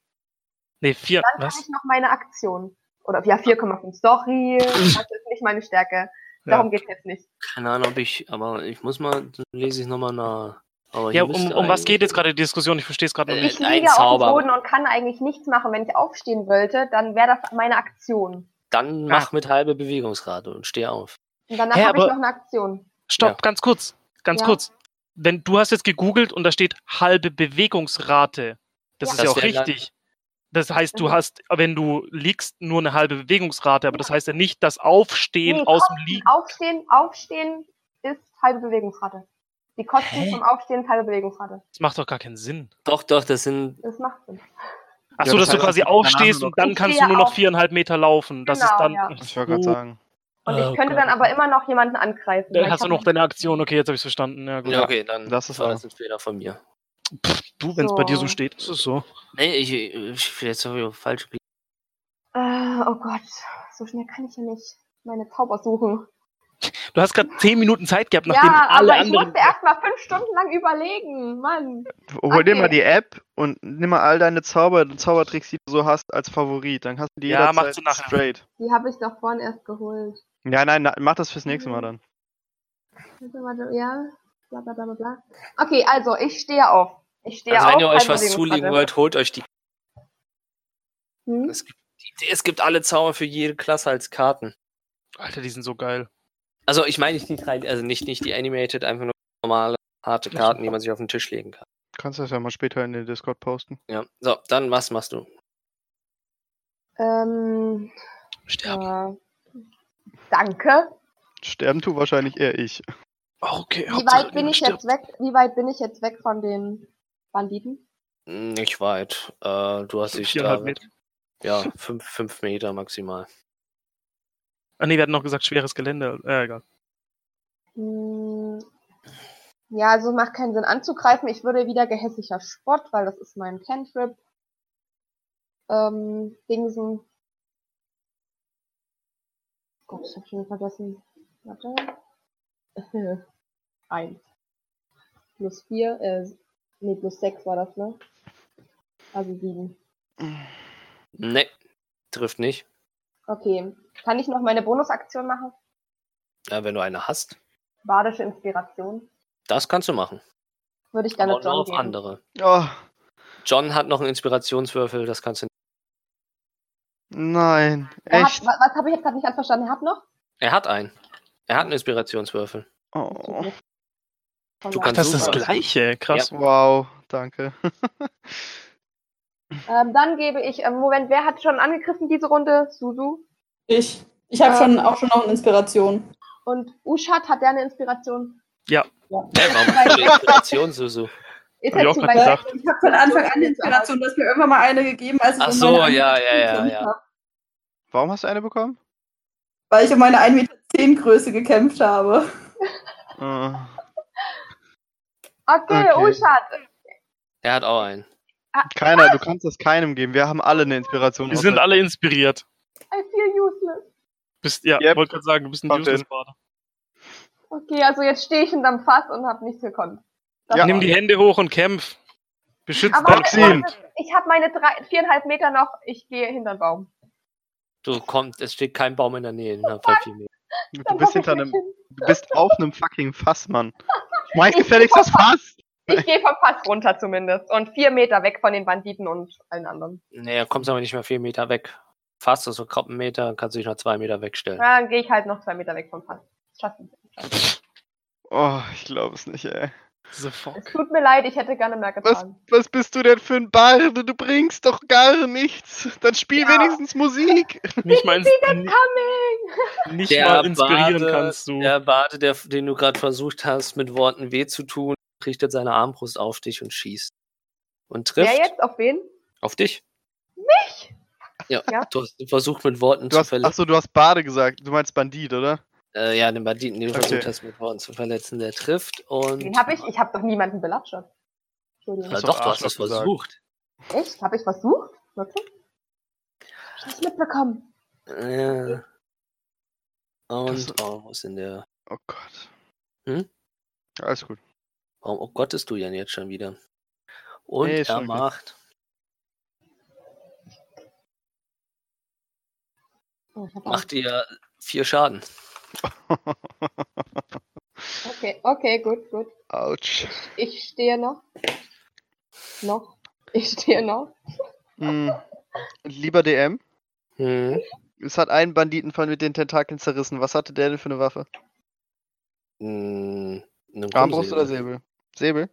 Nee, vier. Dann habe was? ich noch meine Aktion. Oder ja, 4,5. Sorry, das ist nicht meine Stärke. Darum geht's jetzt nicht. Keine Ahnung, ob ich, aber ich muss mal, dann lese ich nochmal nach. Aber hier Ja, um, müsste um was eigentlich- geht jetzt gerade die Diskussion? Ich verstehe es gerade Äh, nicht. Ich ein liege auf dem Zauber. Boden und kann eigentlich nichts machen. Wenn ich aufstehen wollte, dann wäre das meine Aktion. Dann mach mit halbe Bewegungsrate und steh auf. Und danach Hä, habe ich aber- noch eine Aktion. Stopp, Ja. ganz kurz, ganz Ja. kurz. Wenn du hast jetzt gegoogelt und da steht halbe Bewegungsrate, das Ja. ist ja Das auch wäre dann- richtig. Das heißt, du Mhm. hast, wenn du liegst, nur eine halbe Bewegungsrate, aber das heißt ja nicht, dass Aufstehen Nee, aus dem Liegen. Aufstehen, aufstehen ist halbe Bewegungsrate. Die Kosten Hä? vom Aufstehen ist halbe Bewegungsrate. Das macht doch gar keinen Sinn. Doch, doch, das sind. Das macht Sinn. Ach Ja, so, das dass du heißt, quasi es gibt keine aufstehst andere und dann Ich kannst du stehe nur noch auf. viereinhalb Meter laufen. Das ist Genau, dann. ja. Ah, Ich wollte gerade Oh, sagen. Und ich Oh könnte Gott. dann aber immer noch jemanden angreifen. Dann weil Äh, hast ich du noch hab- deine Aktion. Okay, jetzt habe ich verstanden. Ja, gut. Ja, okay, dann Das ist war wahr. das ein Fehler von mir. Du, wenn es bei dir So. so steht, ist es so. Nee, ich, ich jetzt habe ich falsch gelesen. Äh, oh Gott, so schnell kann ich ja nicht meine Zauber suchen. Du hast gerade zehn Minuten Zeit gehabt, nachdem ja, alle aber ich anderen. musste erstmal fünf Stunden lang überlegen. Mann. Hol dir Okay. mal die App und nimm mal all deine Zauber, Zaubertricks, die du so hast, als Favorit. Dann hast du die Ja, jederzeit machst du nachher. straight. Die habe ich doch vorhin erst geholt. Ja, nein, na, mach das fürs nächste Mhm. Mal dann. Warte, warte, ja. Bla, bla, bla, bla, bla. Okay, also ich stehe auf. Ich stehe Also auf. wenn ihr euch halbe was zulegen Bewegungsrate. wollt, holt euch die. Hm? Es gibt, es gibt alle Zauber für jede Klasse als Karten. Alter, die sind so geil. Also ich meine nicht die drei, also nicht, nicht die Animated, einfach nur normale, harte Karten, die man sich auf den Tisch legen kann. Kannst das ja mal später in den Discord posten. Ja. So, dann was machst du? Ähm, Sterben. ja. Danke. Sterben tu wahrscheinlich eher ich. Ah, Okay, Wie Hauptsache weit bin niemand ich stirbt. jetzt weg? Wie weit bin ich jetzt weg von den Banditen? Nicht weit. Äh, du hast dich da. Viereinhalb Meter. Ja, fünf, fünf Meter maximal. Ah nee, wir hatten noch gesagt, schweres Gelände. Äh, egal. Hm. Ja, also macht keinen Sinn anzugreifen. Ich würde wieder gehässiger Spott, weil das ist mein Cantrip. Ähm, Dingsen. Gott, ich hab schon vergessen. Warte. Eins. Plus vier, äh, nee, plus sechs war das, ne? Also sieben. Nee, trifft nicht. Okay. Kann ich noch meine Bonusaktion machen? Ja, Äh, wenn du eine hast, Badische Inspiration. das kannst du machen. Würde ich gerne Aber mit nur John auf geben. andere. Oh, John hat noch einen Inspirationswürfel, das kannst du nicht. nein. Er Echt? Hat, wa- was habe ich jetzt gerade nicht ganz verstanden? Er hat noch? Er hat einen. Er hat einen Inspirationswürfel. Oh. Du Ach, kannst Das ist das super. Gleiche. Krass. Wow, danke. Ähm, dann gebe ich, ähm, Moment, wer hat schon angegriffen diese Runde? Susu. Ich. Ich habe Ähm. schon auch schon noch eine Inspiration. Und Ushat hat der eine Inspiration. Der war voll Inspiration, Susu. Ist Hab ich auch zu grad weit gedacht. weg. Ich habe von Anfang an eine Inspiration, dass mir irgendwann mal eine gegeben als Ach um so, meine ja, 1,10 ja, ja, Größe ja. hab, Warum hast du eine bekommen? Weil ich um meine 1,10 Meter Größe gekämpft habe. Äh, Okay, Okay. Ushat. Er hat auch einen. Keiner, du kannst das keinem geben. Wir haben alle eine Inspiration. Wir sind alle inspiriert. I feel useless. Bist, ja, Yep. wollte gerade sagen, du bist ein Macht Sinn. useless Bader. Okay, also jetzt stehe ich hinterm Fass und habe nichts gekonnt. Das Ja. war's. Nimm die Hände hoch und kämpf. Beschützt Aber deinen ich Vaccine. habe ich hab meine drei, viereinhalb Meter noch. Ich gehe hinter den Baum. Du kommst, es steht kein Baum in der Nähe. innerhalb von vier Metern. du Dann bist hock ich hinter mich einem, hin. du bist auf einem fucking Fass, Mann. Schmeiß Ich- gefälligst das Fass. Ich gehe vom Fass runter zumindest. Und vier Meter weg von den Banditen und allen anderen. Nee, du kommst aber nicht mehr vier Meter weg. Fast so knapp einen Meter, kannst du dich noch zwei Meter wegstellen. Ja, dann gehe ich halt noch zwei Meter weg vom Fass. Schaffen. Oh, ich glaube es nicht, ey. Diese Es Fuck. tut mir leid, ich hätte gerne mehr getan. Was bist du denn für ein Barde? Du bringst doch gar nichts. Dann spiel Ja. wenigstens Musik. Nicht mal, ins, Coming! nicht mal inspirieren kannst du. der Bade, der, den du gerade versucht hast, mit Worten weh zu tun, richtet seine Armbrust auf dich und schießt. Und trifft Wer jetzt? Auf wen? auf dich. Mich? Ja, Ja. du hast versucht mit Worten Du zu hast, verletzen. achso, du hast Bade gesagt. Du meinst Bandit, oder? Äh, ja, den Banditen, den du Okay. versucht hast, mit Worten zu verletzen, der trifft. Und Den habe ich. Ich habe doch niemanden belatscht. Entschuldigung. Na Hast du doch, auch du hast es Arschloch gesagt. versucht. Echt? Habe ich versucht? Wirklich? Hab ich nicht mitbekommen. Äh, und Das- oh, was in der. Oh Gott. Hm? Alles gut. Warum oh Gott ist du denn jetzt schon wieder? Und Nee, ist er schon okay. macht. Oh, ich hab Oh, Macht dir vier Schaden. Angst. Okay, okay, gut, gut. Autsch. Ich stehe noch. Noch. Ich stehe noch. Hm. Lieber DM, Mhm. Hm. es hat einen Banditen von mit den Tentakeln zerrissen. Was hatte der denn für eine Waffe? Hm. Eine Armbrust oder Säbel. Säbel? Säbel?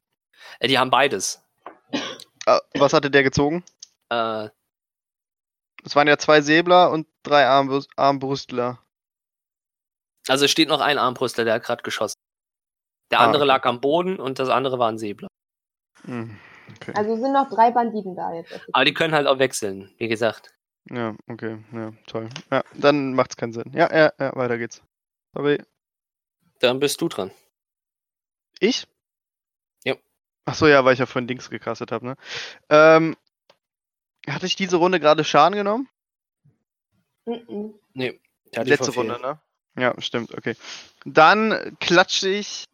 Äh, die haben beides. Ah, was hatte der gezogen? Äh, Es waren ja zwei Säbler und drei Armbrust Armbrustler. also es steht noch ein Armbrustler, der hat gerade geschossen. Der Ah, andere okay. lag am Boden und das andere war ein Säbler. Hm. Okay. Also sind noch drei Banditen da jetzt. Aber die können halt auch wechseln, wie gesagt. Ja, okay. Ja, toll. Ja, dann macht's keinen Sinn. Ja, ja, ja, weiter geht's. Sorry. Dann bist du dran. Ich? Ja. Achso, ja, weil ich ja von Dings gecastet habe, ne? Ähm, hatte ich diese Runde gerade Schaden genommen? Mhm. Der hat die Letzte verfehlt. Runde, ne? Ja, stimmt, okay. Dann klatsche ich.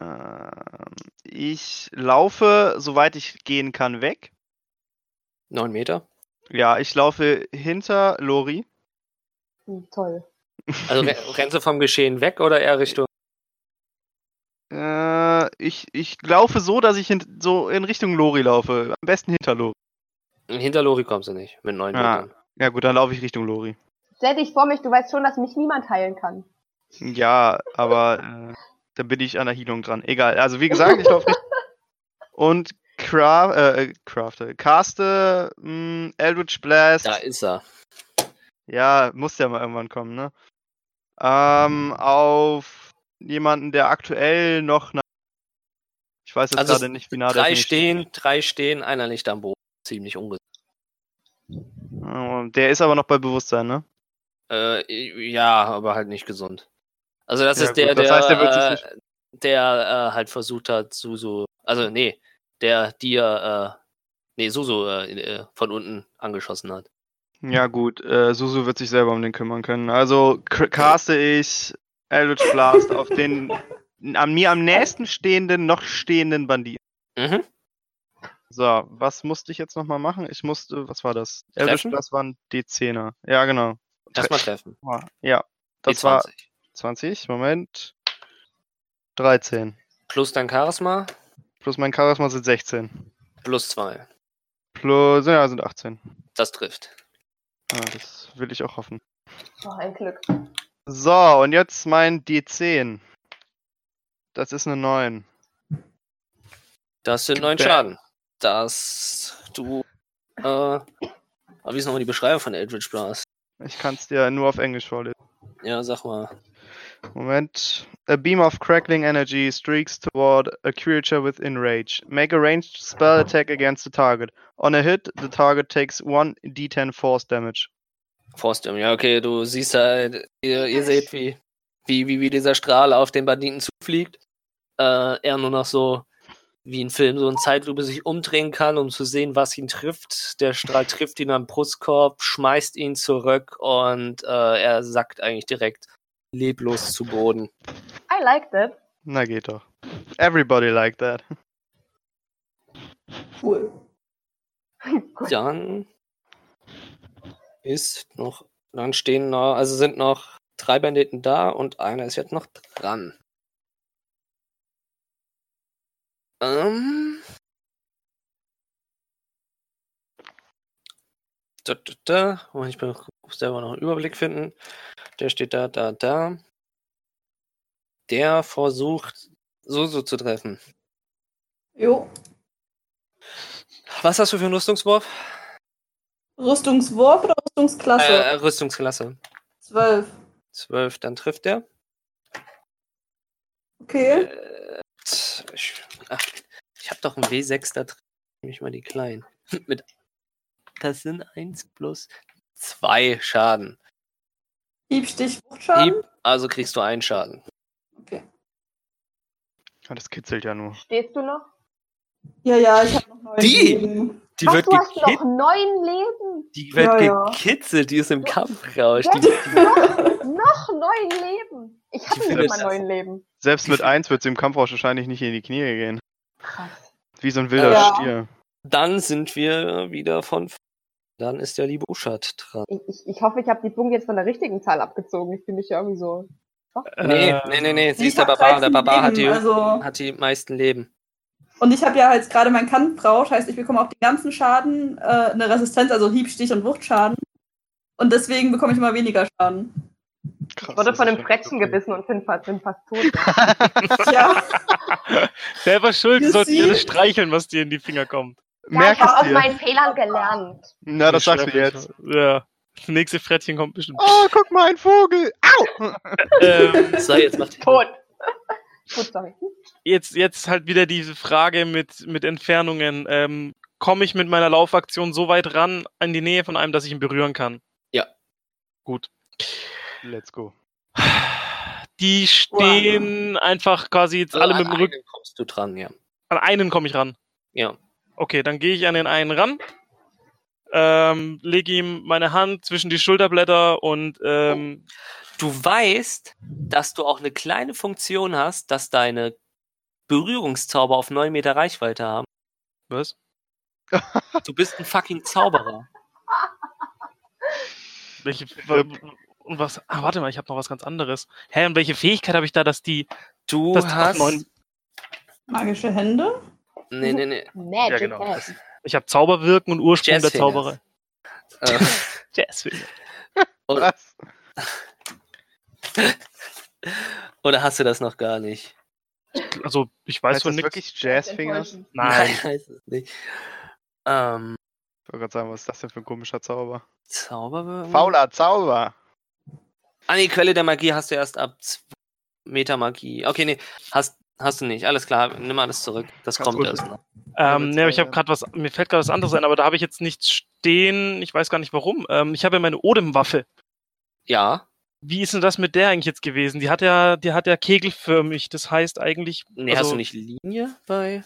Ähm, ich laufe, soweit ich gehen kann, weg. Neun Meter. Ja, ich laufe hinter Lori. Mhm, Toll. Also re rennst du vom Geschehen weg oder eher Richtung. Äh, ich, ich laufe so, dass ich hin, so in Richtung Lori laufe. Am besten hinter Lori. Hinter Lori kommst du nicht mit neun Ah. Metern. Ja, gut, dann laufe ich Richtung Lori. Stell dich vor mich, du weißt schon, dass mich niemand heilen kann. Ja, aber äh, dann bin ich an der Heilung dran. Egal. Also wie gesagt, ich laufe richtig. Und craft, äh, crafte, caste, mh, Eldritch Blast. Da ist er. Ja, muss ja mal irgendwann kommen, ne? Mhm. Ähm, auf jemanden, der aktuell noch. Na ich weiß jetzt Also gerade nicht, wie nah der drei ist. stehen, drei stehen, einer liegt am Boden. Ziemlich ungesund. Ähm, Der ist aber noch bei Bewusstsein, ne? Äh, ja, aber halt nicht gesund. Also das Ja, ist gut, der, das der, heißt, er wird sich äh, der äh, halt versucht hat, Susu, also nee, der dir, äh, nee, Susu äh, äh, von unten angeschossen hat. Ja, gut. Äh, Susu wird sich selber um den kümmern können. Also k- caste ich Eldritch Blast auf den an mir am nächsten stehenden, noch stehenden Banditen. Mhm. So, was musste ich jetzt nochmal machen? Ich musste, was war das? Eldritch Treffen? Blast waren D10er. Ja, genau. Erstmal treffen. Ja, das Die war 20. 20, Moment. 13. Plus dein Charisma, Plus mein Charisma sind 16. plus zwei. Plus, ja, sind 18. Das trifft. Ah, das will ich auch hoffen. Oh, ein Glück. So, und jetzt mein D10. Das ist eine 9. Das sind neun Bam. Schaden. Das du. Äh, aber wie ist nochmal die Beschreibung von Eldritch Blast? Ich kann es dir nur auf Englisch vorlesen. Ja, sag mal. Moment. A beam of crackling energy streaks toward a creature within range. Make a ranged spell attack against the target. On a hit, the target takes 1 D10 force damage. Forstium. Ja, okay, du siehst halt, ihr, ihr seht, wie, wie, wie, wie dieser Strahl auf den Banditen zufliegt. Äh, er nur noch so wie ein Film, so in Zeitlupe sich umdrehen kann, um zu sehen, was ihn trifft. Der Strahl trifft ihn am Brustkorb, schmeißt ihn zurück und äh, er sackt eigentlich direkt leblos zu Boden. I like that. Na, geht doch. Everybody like that. Cool. Dann ist noch, dann stehen noch, also sind noch drei Banditen da und einer ist jetzt noch dran. Ähm. Da, da, da. Und ich muss selber noch einen Überblick finden. Der steht da, da, da. Der versucht, Susu zu treffen. Jo. Was hast du für einen Rüstungswurf? Rüstungswurf oder Rüstungsklasse? Äh, Rüstungsklasse. 12. 12, dann trifft er. Okay. Tz, Ich, ach, ich habe doch einen W6 da drin. Nämlich mal die kleinen. Mit, das sind 1 plus 2 Schaden. Hiebstich, Wuchtschaden. Hieb, also kriegst du einen Schaden. Ja, das kitzelt ja nur. Stehst du noch? Ja, ja, ich habe noch neun Die? Leben. Die Was, du hast noch neun Leben? die wird Ja, ja. gekitzelt, die ist im Kampf raus. Jetzt noch, noch neun Leben. Ich Ich hatte finde nicht mal das- neun Leben. Selbst mit 1 wird sie im Kampfrausch wahrscheinlich nicht in die Knie gehen. Krass. Wie so ein wilder Ja. Stier. Dann sind wir wieder von. Dann ist der liebe Uschat dran. Ich, ich, ich hoffe, ich habe die Punkte jetzt von der richtigen Zahl abgezogen. Ich fühle mich ja irgendwie so Nee, Äh, nee, nee, nee. Sie Ich ist der hab Barbar. Der 13 Barbar hat die, Leben, also, hat die meisten Leben. Und ich habe ja jetzt gerade meinen Kantenbrausch, heißt, ich bekomme auf den ganzen Schaden äh, eine Resistenz, also Hiebstich und Wuchtschaden. Und deswegen bekomme ich immer weniger Schaden. Krass, Wurde das von ist einem schon Frettchen okay. gebissen und sind fast, sind fast tot. Tja, Selber schuld, You sollten see? ihr das streicheln, was dir in die Finger kommt. Ja, ich Merk habe es aus dir. meinen Fehlern gelernt. Na, das Nicht sagst du schlecht. jetzt. Ja. Das nächste Frettchen kommt bestimmt. Oh, guck mal, ein Vogel. Au! Ähm, So, jetzt macht Tot. Gut, sorry. jetzt, jetzt halt wieder diese Frage mit, mit Entfernungen. Ähm, Komme ich mit meiner Laufaktion so weit ran in die Nähe von einem, dass ich ihn berühren kann? Ja. Gut. Let's go. Die stehen einfach quasi jetzt alle mit dem Rücken. Rücken kommst du dran, ja. An einen komme ich ran. Also Ja. Okay, dann gehe ich an den einen ran. Ähm, lege ihm meine Hand zwischen die Schulterblätter und ähm, Du weißt, dass du auch eine kleine Funktion hast, dass deine Berührungszauber auf 9 Meter Reichweite haben. was? Du bist ein fucking Zauberer. Welche Ja. und was? Ah, warte mal, ich habe noch was ganz anderes. Hä, und welche Fähigkeit habe ich da, dass die Du Das- hast. neun- magische Hände. Nee, nee, nee. Magic Ja, genau. Ass. Ich habe Zauberwirken und Ursprung der Jazzfingers. Zauberer. Äh, Jazzfinger. Was? oder hast du das noch gar nicht? Also, ich Heißt weiß das von nichts. wirklich Jazzfingers? Ich Enttäuschend. Nein. heißt es nicht. Ähm, wollte gerade sagen, was ist das denn für ein komischer Zauber? Zauberwürfel? Fauler Zauber. Ah, nee, Quelle der Magie hast du erst ab 2 Meter Magie. Okay, nee, hast, hast du nicht. Alles klar, nimm alles zurück. Das Kannst kommt gut. erst noch. Ähm, Mit nee, aber ich habe Zauber. gerade was, mir fällt gerade was anderes ein, aber da habe ich jetzt nichts stehen. Ich weiß gar nicht warum. Ähm, ich habe ja meine Odem-Waffe. Ja, Wie ist denn das mit der eigentlich jetzt gewesen? Die hat ja, die hat ja kegelförmig. Das heißt eigentlich. also nee, hast du nicht Linie bei?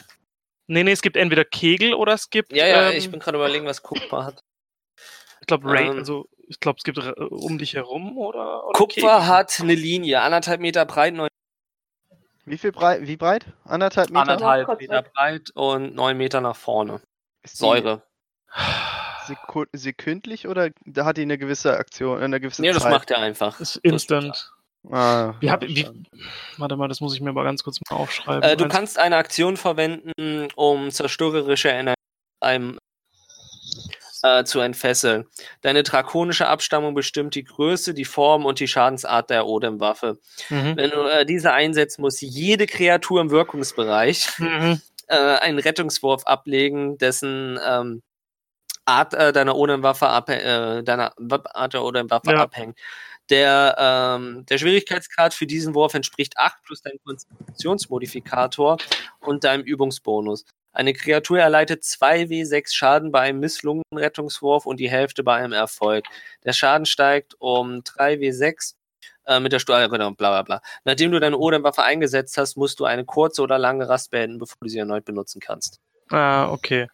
Nee, nee, es gibt entweder Kegel oder es gibt. Ja, ja, ähm, ich bin gerade überlegen, was Kupfer hat. Ich glaube, Raid, ähm, also ich glaube, es gibt äh, um dich herum oder. oder Kupfer hat eine Linie, anderthalb Meter breit, neun Wie viel breit? Wie breit? Anderthalb Meter? anderthalb kurz Meter weg. breit und neun Meter nach vorne. Ist die Säure. Seku- sekündlich oder da hat die eine gewisse Aktion, äh, eine gewisse Nee, Zeit? das macht er einfach. Ist instant. Ah, Wie hab, wie, verstanden. warte mal, das muss ich mir aber ganz kurz mal aufschreiben. Äh, du Eins- kannst eine Aktion verwenden, um zerstörerische Energie einem, äh, zu entfesseln. Deine drakonische Abstammung bestimmt die Größe, die Form und die Schadensart der Odem-Waffe. Mhm. Wenn du äh, diese einsetzt, muss jede Kreatur im Wirkungsbereich Mhm. äh, einen Rettungswurf ablegen, dessen ähm, Art äh, deiner Odem-Waffe abhä- äh, deiner Wap- Art der Odem-Waffe Ja. abhängt. Der, ähm, der Schwierigkeitsgrad für diesen Wurf entspricht 8 plus deinem Konstitutionsmodifikator und deinem Übungsbonus. Eine Kreatur erleidet 2W6 Schaden bei einem misslungenen Rettungswurf und die Hälfte bei einem Erfolg. Der Schaden steigt um 3W6 äh, mit der Steuer, genau, bla bla bla. Nachdem du deine Odem-Waffe eingesetzt hast, musst du eine kurze oder lange Rast beenden, bevor du sie erneut benutzen kannst. Ah, okay.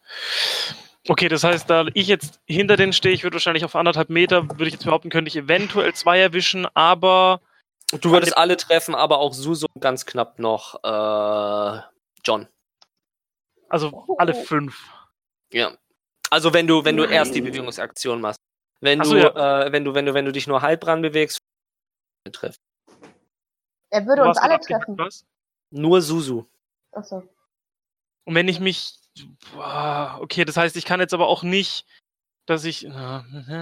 Okay, das heißt, da ich jetzt hinter denen stehe, ich würde wahrscheinlich auf anderthalb Meter, würde ich jetzt behaupten, könnte ich eventuell zwei erwischen, aber Du würdest alle treffen, aber auch Suso ganz knapp noch äh, John. also alle Oh. fünf. Ja. Also wenn du, wenn du Nein. erst die Bewegungsaktion machst. Wenn Ach du, so, äh, wenn du, wenn du, wenn du dich nur halb ran bewegst, treffen. Er würde Du uns hast alle gerade treffen. abgehakt, Was? Nur Susu. Achso. Und wenn ich mich. Boah, okay, das heißt, ich kann jetzt aber auch nicht, dass ich.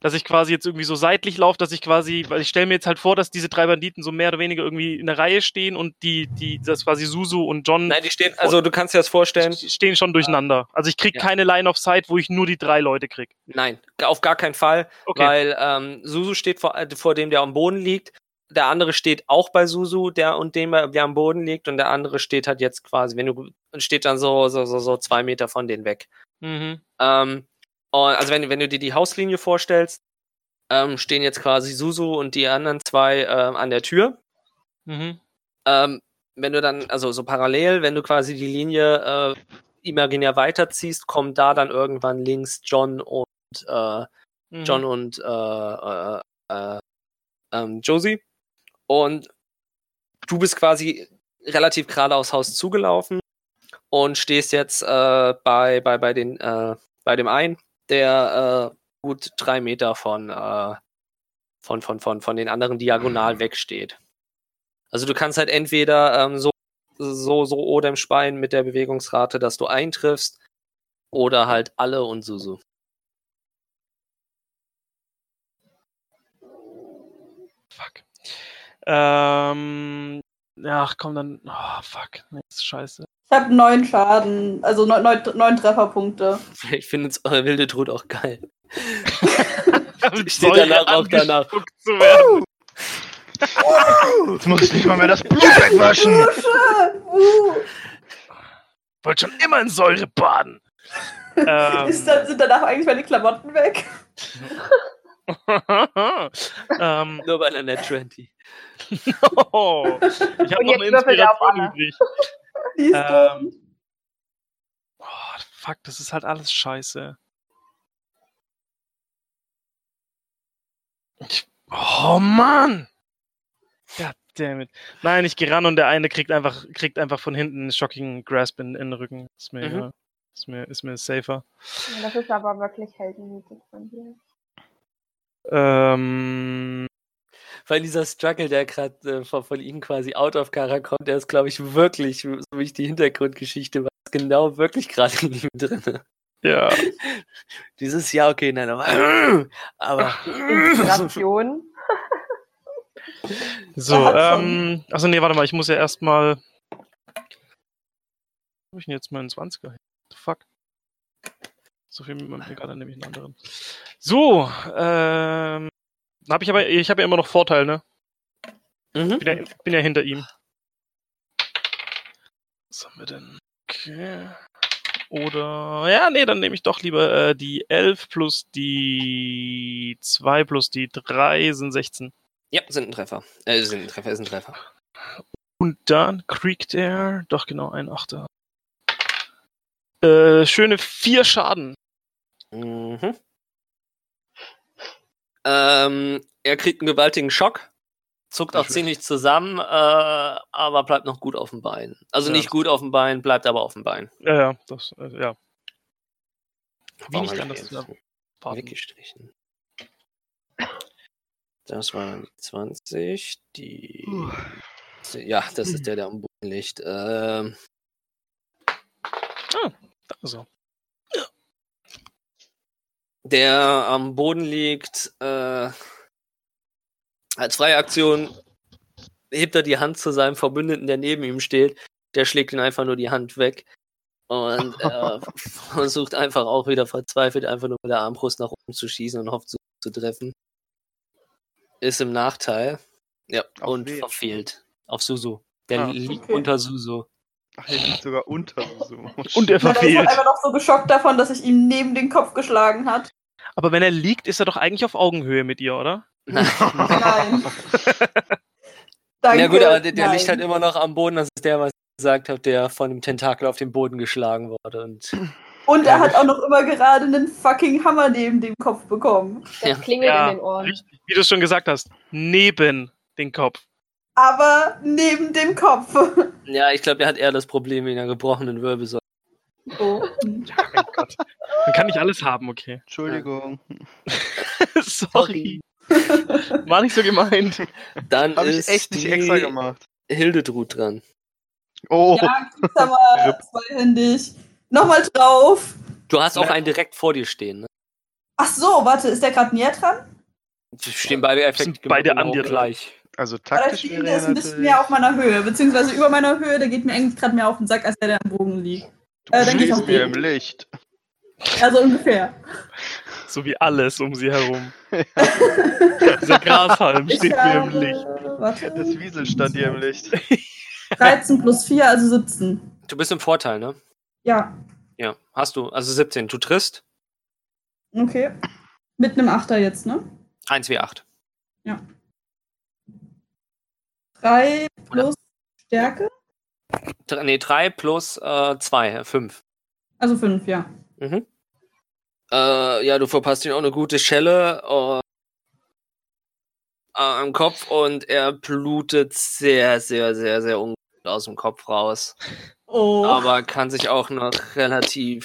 Dass ich quasi jetzt irgendwie so seitlich laufe, dass ich quasi, weil ich stelle mir jetzt halt vor, dass diese drei Banditen so mehr oder weniger irgendwie in der Reihe stehen und die, die, das quasi Susu und John Nein, die stehen, also du kannst dir das vorstellen. stehen schon durcheinander. Also ich krieg Ja. keine Line of Sight, wo ich nur die drei Leute krieg. Nein, auf gar keinen Fall, Okay. weil ähm, Susu steht vor, äh, vor dem, der am Boden liegt. Der andere steht auch bei Susu, der und dem, äh, der am Boden liegt, und der andere steht halt jetzt quasi, wenn du steht dann so, so, so, so zwei Meter von denen weg. mhm. Ähm, und also wenn, wenn du dir die Hauslinie vorstellst, ähm, stehen jetzt quasi Susu und die anderen zwei ähm, an der Tür. Mhm. Ähm, wenn du dann, also so parallel, wenn du quasi die Linie äh, imaginär weiterziehst, kommen da dann irgendwann links John und äh, Mhm. John und äh, äh, äh, ähm, Josie. Und du bist quasi relativ gerade aufs Haus zugelaufen und stehst jetzt äh, bei, bei, bei, den, äh, bei dem einen, der äh, gut drei Meter von, äh, von, von, von, von den anderen diagonal wegsteht. Also du kannst halt entweder ähm, so, so, so oder im Spein mit der Bewegungsrate, dass du eintriffst, oder halt alle und Susu. Fuck. Ähm, ach komm, dann. Oh, fuck. Nee, ist scheiße. Ich habe neun Schaden, also neun, neun, neun Trefferpunkte. Vielleicht findet eure wilde Tod auch geil. Damit Steht danach auch danach. Zu werden. Jetzt muss ich nicht mal mehr das Blut wegwaschen. Uh, Wollt schon immer in Säure baden. ist dann, sind danach eigentlich meine Klamotten weg? ähm, Nur bei einer Net 20. oh, ich habe Und noch jetzt eine würfelt er auf Inspiration Anna. übrig. Die ist dumm. Ähm, oh, fuck, das ist halt alles scheiße. Ich, oh Mann! Goddammit. Nein, ich gehe ran und der eine kriegt einfach, kriegt einfach von hinten einen shocking Grasp in, in den Rücken. Ist mir, Mhm. egal. ist mir, ist mir safer. Das ist aber wirklich heldenmütig von dir. Ähm, Weil dieser Struggle, der gerade äh, von, von ihm quasi out of Kara kommt, der ist, glaube ich, wirklich, so wie ich die Hintergrundgeschichte weiß, genau wirklich gerade in ihm drin. ja. Dieses Jahr, okay, nein, aber. aber Inspiration. So, Ja, schon. ähm, also nee, warte mal, ich muss ja erstmal. Wo hab ich denn jetzt meinen 20er hin? The fuck. So viel mit meinem Egal, dann nehme ich einen anderen. So, ähm. Hab ich aber, ich habe ja immer noch Vorteil, ne? mhm. Bin ja, bin ja hinter ihm. Was haben wir denn? Okay. Oder. Ja, nee, dann nehme ich doch lieber äh, die 11 plus die 2 plus die 3 sind 16. Ja, sind ein Treffer. Äh, sind ein Treffer, ist ein Treffer. Und dann kriegt er, doch genau, ein Achter. Äh, schöne vier Schaden. Mhm. Ähm, er kriegt einen gewaltigen Schock, zuckt Sehr auch schön. ziemlich zusammen, äh, aber bleibt noch gut auf dem Bein. Also Ja, nicht das- gut auf dem Bein, bleibt aber auf dem Bein. Ja, ja, das, äh, ja. Wie Warum nicht hab anders ich zu das erwarten. weggestrichen? Das waren die 20, die. Ja, das ist der, der am Boden liegt. Ähm, Also, der am Boden liegt, äh, als freie Aktion hebt er die Hand zu seinem Verbündeten, der neben ihm steht. Der schlägt ihn einfach nur die Hand weg und äh, versucht einfach auch wieder verzweifelt, einfach nur mit der Armbrust nach oben zu schießen und hofft, zu, zu treffen. Ist im Nachteil. Ja, Auf und wen? verfehlt. Auf Susu. Der Ah, liegt okay. unter Susu. Ach, hier liegt sogar unter so. und Na, der er ist halt verfehlt. einfach noch so geschockt davon, dass ich ihm neben den Kopf geschlagen hat. Aber wenn er liegt, ist er doch eigentlich auf Augenhöhe mit ihr, oder? Nein. Na Danke, ja, gut, aber der, der nein. liegt halt immer noch am Boden. Das ist der, was ich gesagt habe, der von dem Tentakel auf den Boden geschlagen wurde. Und Und er hat auch noch immer gerade einen fucking Hammer neben dem Kopf bekommen. Ja. Das klingelt Ja. in den Ohren. Richtig, wie du es schon gesagt hast. Neben den Kopf. Aber neben dem Kopf. Ja, ich glaube, er hat eher das Problem in der gebrochenen Wirbelsäule. So. Ja, Oh mein Gott. Man kann nicht alles haben, okay. Entschuldigung. Sorry. War nicht so gemeint. Dann Habe ich ist echt nicht die extra gemacht. Hildetrud dran. Oh, Ja, kriegst aber zweihändig. Nochmal drauf. Du hast auch Ja. einen direkt vor dir stehen. Ne? Ach so, warte, ist der gerade näher dran? Die Stehen beide effektiv Sind beide genau an dir dran. gleich. also Weil der taktisch steht, wäre der er ist ein bisschen natürlich... mehr auf meiner Höhe, beziehungsweise über meiner Höhe, der geht mir eigentlich gerade mehr auf den Sack, als der, der am Bogen liegt. Du Äh, dann geht's stehst auf mir im jeden. Licht. Also ungefähr. So wie alles um sie herum. Dieser Grashalm steht mir im Licht. Warte. Das Wiesel stand dir im Licht. 13 plus 4, also 17. Du bist im Vorteil, ne? Ja, Ja, hast du. Also 17. Du triffst okay. Mit einem Achter jetzt, ne? 1 W8. 3 plus Stärke, Dr- Nee, 3 plus äh, 2, 5. also 5, ja. Mhm. Äh, ja, du verpasst ihm auch eine gute Schelle äh, am Kopf und er blutet sehr, sehr, sehr, sehr ungut aus dem Kopf raus. Oh. aber kann sich auch noch relativ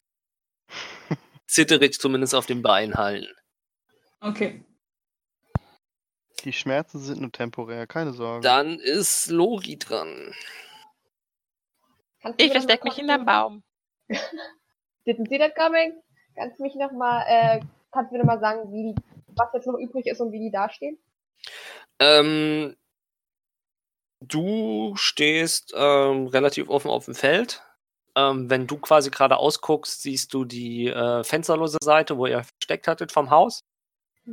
zitterig zumindest auf dem Bein halten. Okay. Die Schmerzen sind nur temporär, keine Sorge. Dann ist Lori dran. Kannst du mir noch Ich mal verstecke mich kurz- hinterm Baum. Didn't see that coming. Kannst du mich noch mal, äh, kannst du mir noch mal sagen, wie die, was jetzt noch übrig ist und wie die dastehen? Ähm, du stehst ähm, relativ offen auf dem Feld. Ähm, wenn du quasi gerade ausguckst, siehst du die äh, fensterlose Seite, wo ihr versteckt hattet vom Haus.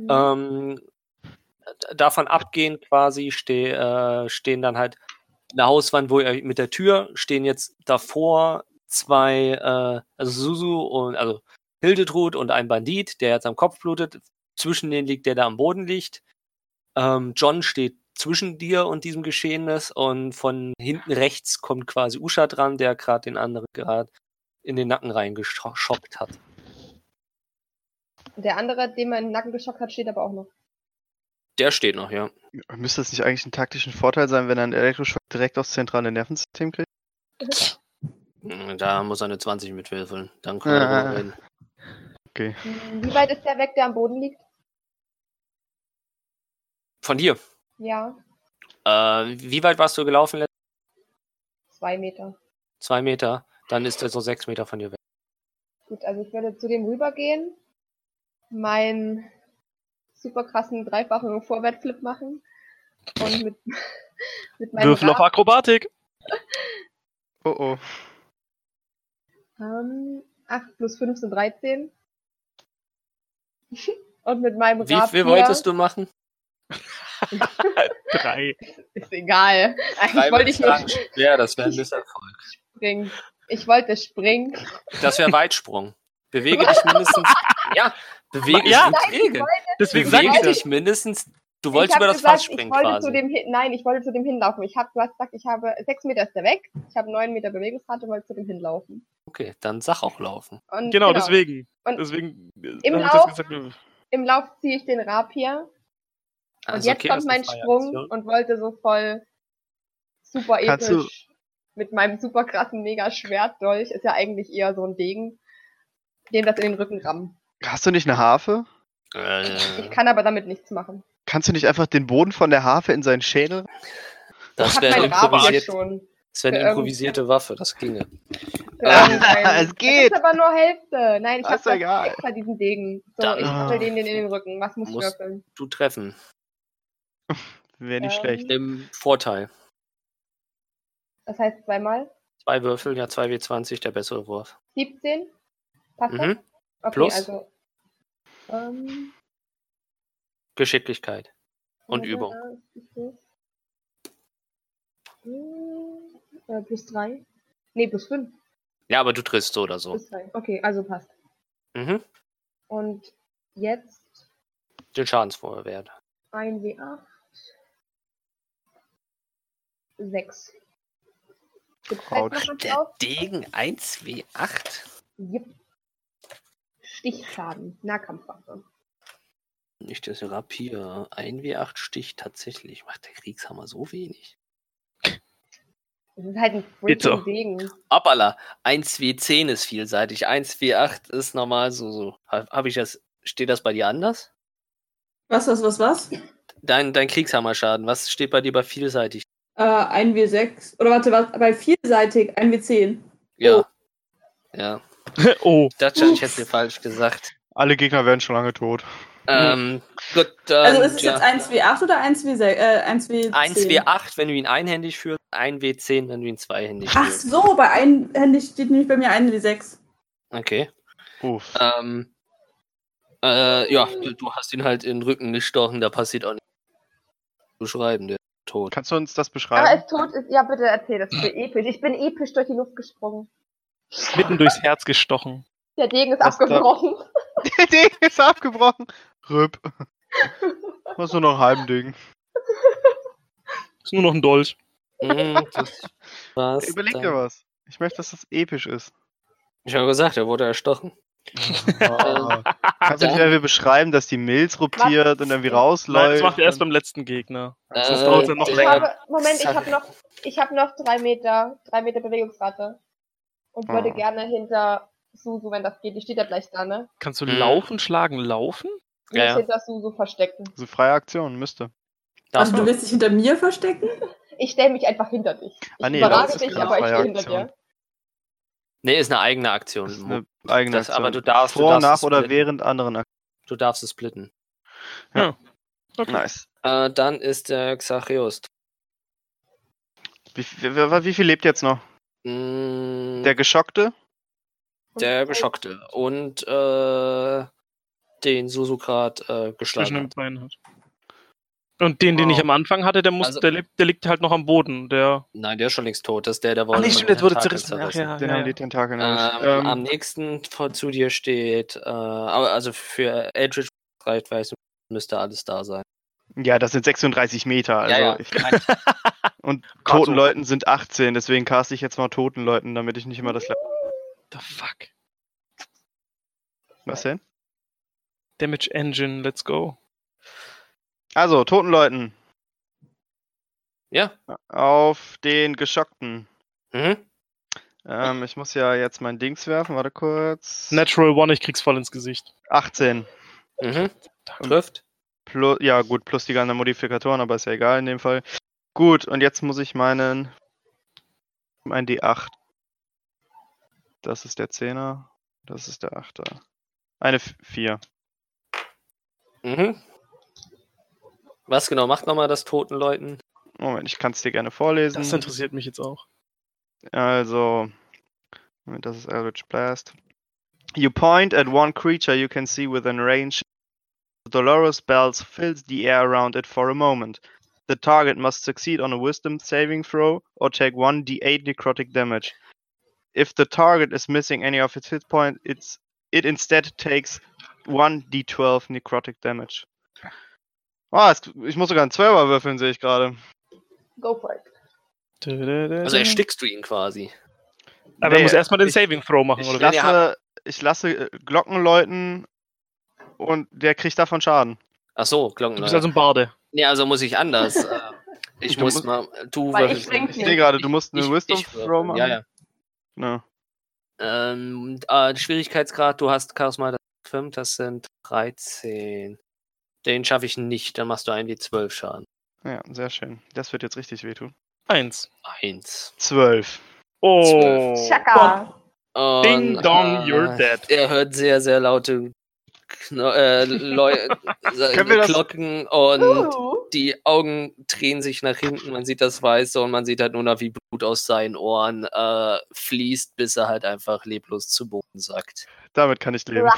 Ähm, d- davon abgehend quasi ste äh, stehen dann halt eine Hauswand, wo ihr mit der Tür stehen jetzt davor zwei, äh, also Susu und also Hildetrud und ein Bandit, der jetzt am Kopf blutet. Zwischen denen liegt der, der am Boden liegt. Ähm, John steht zwischen dir und diesem Geschehenes und von hinten rechts kommt quasi Usha dran, der gerade den anderen gerade in den Nacken reingeschockt hat. Der andere, den man in den Nacken geschockt hat, steht aber auch noch. Der steht noch, ja. Müsste das nicht eigentlich ein taktischen Vorteil sein, wenn er einen Elektroschock direkt aufs zentrale Nervensystem kriegt? Mhm, Da muss er eine 20 mitwürfeln. Dann können wir Ah. darüber reden. Wie weit ist der weg, der am Boden liegt? Von dir. Ja, Äh, wie weit warst du gelaufen? letzt- zwei Meter. Zwei Meter. Dann ist er so sechs Meter von dir weg. Gut, also ich werde zu dem rübergehen, meinen super krassen dreifachen Vorwärtflip machen und mit, mit meinem Würfel auf Rad- Akrobatik. Oh oh. ähm, 8 plus 5 sind 13. und mit meinem Wie viel wolltest du machen? Drei. Ist egal. Eigentlich wollte ich nur Ja, das wäre ein Misserfolg. springen. Ich wollte springen. Das wäre Weitsprung. Bewege dich mindestens. Ja, bewege Ja. dich. Bewege. Deswegen sage bewege ich dich das. mindestens. Du Ich wolltest hab über das gesagt, Fass springen ich wollte Zu quasi. dem, hin- nein, ich wollte zu dem hinlaufen. Ich hab, du hast gesagt, ich habe sechs Meter ist der weg. Ich habe neun Meter Bewegungsrate und wollte zu dem hinlaufen. Okay, dann sag auch laufen. Und Genau, deswegen. Und deswegen im hab ich Lauf- gesagt, äh, Im Lauf ziehe ich den Rapier und Also, jetzt okay, das kommt ist mein eine freie Sprung Aktion. und wollte so voll super Kannst episch mit meinem super krassen Mega-Schwert durch. Ist ja eigentlich eher so ein Degen. Dem das in den Rücken rammen. Hast du nicht eine Harfe? Äh, Ich kann aber damit nichts machen. Kannst du nicht einfach den Boden von der Harfe in seinen Schädel? das Hat wäre eine, mein Rapier improvisierte- schon. das wär eine Ähm. improvisierte Waffe, das ginge. Für Ah, irgendeinen- Es geht. Das ist aber nur Hälfte. Nein, ich Ist habe egal. extra diesen Degen. So, Dann- ich würfel den, den in den Rücken. Was muss ich Muss- würfeln? Du treffen. Wäre nicht Ähm, schlecht. Im Vorteil. Das heißt zweimal. Zwei Würfel, ja, 2W20, der bessere Wurf. 17. Passt das? Mhm. Okay, Plus? also. Ähm, Geschicklichkeit. Und warte, Übung. äh, was ist das? Hm, Äh, plus 3. Nee, plus 5. Ja, aber du triffst so oder so. Plus 3. Okay, also passt. Mhm. Und jetzt Den Schadensvorwert. 1 W8. 6. Autsch. Degen 1W8. Yep. Stichschaden, Nahkampfwaffe. Nicht das Rapier. 1W8 Stich tatsächlich. Macht der Kriegshammer so wenig. Das ist halt ein Bitte. freaking Degen. Appala. 1W10 ist vielseitig. 1W8 ist normal so. so. Habe hab ich das. Steht das bei dir anders? Was, was, was, was? Dein, dein Kriegshammerschaden, was steht bei dir bei vielseitig? Äh, 1W6. Oder warte, was, bei vielseitig 1W10. Oh. Ja. Ja. Oh. Das ich hätte dir falsch gesagt. Alle Gegner wären schon lange tot. Ähm, gut, dann, Hm. Also ist es ja. jetzt 1W8 oder 1W6? Äh, 1W10? 1W8, wenn du ihn einhändig führst, 1W10, wenn du ihn zweihändig Ach führst. so, bei einhändig steht nämlich bei mir 1W6. Okay. Uff. Ähm, äh, ja, du, du hast ihn halt in den Rücken gestochen, da passiert auch nichts. zu Beschreiben, der ist tot. Kannst du uns das Aber beschreiben? es tot ist, ja bitte erzähl, das ist Hm. so episch. Ich bin episch durch die Luft gesprungen. Mitten durchs Herz gestochen. Der Degen ist Was da- abgebrochen. Ah, Der Ding ist abgebrochen. Rüb. Was nur noch einen halben Ding. Ist nur noch ein Dolch. Mhm, das war's Überleg dann. dir was. Ich möchte, dass das episch ist. Ich habe gesagt, er wurde erstochen. Oh. Kannst du nicht irgendwie beschreiben, dass die Milz ruptiert und irgendwie Nein, das rausläuft? macht er erst beim letzten Gegner. Das dauert ja noch der- Ich länger. habe, Moment, ich Sorry. habe noch, ich habe noch drei Meter, drei Meter Bewegungsrate. Und würde Ah. gerne hinter Susu, wenn das geht, die steht ja gleich da, ne? Kannst du Mhm. laufen, schlagen, laufen? Mich Ja, ja. hinter Susu verstecken. so freie Aktion, müsste. Darf also, du man? Oh, willst dich hinter mir verstecken? Ich stelle mich einfach hinter dich. Ich Ah, nee, das überrage ist dich, keine aber ich stehe hinter Feueraktion. dir. Nee, ist eine eigene Aktion. Das ist eine eigene Das- Aktion. aber du darfst- du Vor, darfst es nach oder splitten. während anderen Aktionen. Du darfst es splitten. Okay. Nice. Äh, dann ist der Xachios. Wie, wie, wie, wie viel lebt jetzt noch? Mm, Der Geschockte? der Geschockte. Und äh, den Susukrat äh, zwischen geschlagen. den halt. hat. beiden hat. Und den, den Wow. ich am Anfang hatte, der, muss, Also- der, lebt, der liegt halt noch am Boden. Der, Nein, der ist schon längst tot. Das ist der, der Ach wurde. nee, von stimmt, den jetzt wurde Tentakeln zerrissen. Ach ja, Den ja, haben ja. die Tentakel. Ähm, Ähm, am nächsten vor, zu dir steht, äh, aber also für Eldritch reicht, weiß müsste alles da sein. ja, das sind 36 Meter. Also Ich, Nein, und Grad toten so. Leuten sind 18, deswegen caste ich jetzt mal toten Leuten, damit ich nicht immer das gleiche. the fuck? Was denn? Damage Engine, let's go. Also, toten Leuten. ja. Auf den Geschockten. Mhm. Ähm, ich muss ja jetzt mein Dings werfen, warte kurz. Natural One, ich krieg's voll ins Gesicht. 18. Mhm. Trifft. Plus, ja, gut, plus die ganzen Modifikatoren, aber ist ja egal in dem Fall. Gut, und jetzt muss ich meinen. Mein D8. Das ist der 10er. Das ist der 8er. Eine 4. Mhm. Was genau macht nochmal das toten Leuten? Moment, ich kann es dir gerne vorlesen. Das interessiert mich jetzt auch. Also, Moment, das ist Eldritch Blast. You point at one creature you can see within range. Dolores Bells fills the air around it for a moment. The target must succeed on a wisdom saving throw or take 1d8 necrotic damage. If the target is missing any of its hit points, it's, it instead takes 1d12 necrotic damage. Ah, es, ich muss sogar einen 12er würfeln, sehe ich gerade. Go for it. Also erstickst du ihn quasi. Aber er Nee, muss erstmal den ich- Saving Throw machen, Ich oder? Nee, der lasse, ich lasse äh, Glocken läuten und der kriegt davon Schaden. Ach so, Glocken. Du bist also ein Barde. nee, also muss ich anders. äh, ich Du muss musst- mal. Du Weil ich würfelst- denk Ich Nee. sehe gerade, du musst eine ich- Wisdom ich würfel, Throw machen. Ja, ja. Ne. Ähm, äh, Schwierigkeitsgrad, du hast Charisma 5, das sind 13. Den schaffe ich nicht, dann machst du einen wie 12 Schaden. ja, sehr schön. Das wird jetzt richtig wehtun. Eins. Eins. Zwölf. Oh. Chaka. Und, ah, äh, Ding dong, you're dead. Er hört sehr, sehr laute Kno äh, Leu Können wir das- Glocken und Oh, Uh. die Augen drehen sich nach hinten. Man sieht das Weiße und man sieht halt nur noch, wie Blut aus seinen Ohren äh, fließt, bis er halt einfach leblos zu Boden sackt. Damit kann ich leben.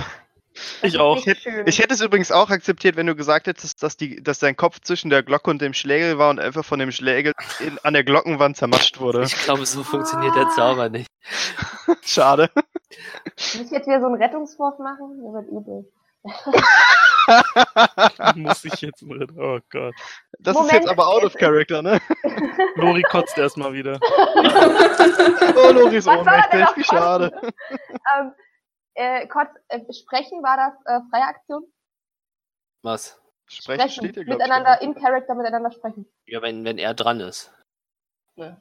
Ich auch. Nicht schön. oh, Ich hätte es übrigens auch akzeptiert, wenn du gesagt hättest, dass, die, dass dein Kopf zwischen der Glocke und dem Schlägel war und einfach von dem Schlägel in, an der Glockenwand zermatscht wurde. Ich glaube, so funktioniert der Zauber nicht. Schade. Muss ich jetzt wieder so einen Rettungswurf machen? Mir wird übel. muss ich jetzt drin. Oh Gott. Das Moment. ist jetzt aber out of character, ne? Lori kotzt erstmal wieder. Oh, Lori ist Was soll er denn ohnmächtig. noch Wie schade. ähm, äh, kurz, äh, sprechen war das äh, freie Aktion? Was? Sprechen steht hier, glaub ich, miteinander in Character miteinander sprechen. Ja, wenn, wenn er dran ist. Ja.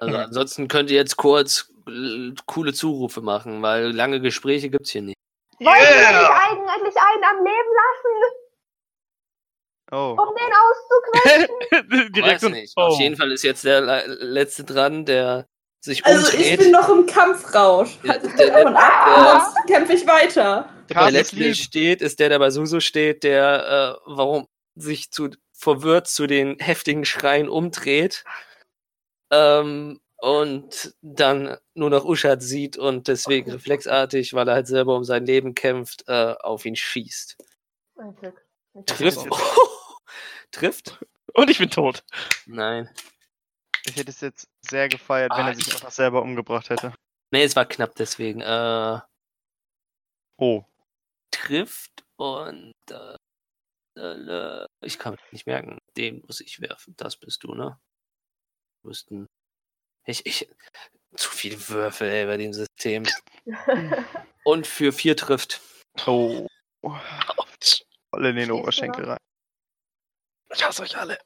Also ansonsten könnt ihr jetzt kurz l- coole Zurufe machen, weil lange Gespräche gibt's hier nicht. Wollt ihr nicht eigentlich einen am Leben lassen, Oh. um den auszuquetschen? Direkt Weiß und, nicht. oh. Auf jeden Fall ist jetzt der le- letzte dran, der sich Also ich umdreht. bin noch im Kampfrausch. Ja, Haltet der- mich davon ab, der- ansonsten kämpfe ich weiter. der Carsten letzte Sleep. steht, ist der, der bei Suso steht, der äh, warum sich zu verwirrt zu den heftigen Schreien umdreht. Ähm, und dann nur noch Uschat sieht und deswegen reflexartig, weil er halt selber um sein Leben kämpft, äh, auf ihn schießt. Ein Glück. Trifft. Trifft? und ich bin tot. Nein. Ich hätte es jetzt sehr gefeiert, wenn Ah, er sich ich- einfach selber umgebracht hätte. Nee, es war knapp, deswegen. Äh, Oh. trifft und äh, äh, ich kann mich nicht merken, den muss ich werfen. Das bist du, ne? Du bist ein. Ich, ich. Zu viel Würfel, ey, bei dem System. Und für vier trifft. Oh. Voll in den Schießt Oberschenkel rein. Ich hasse euch alle.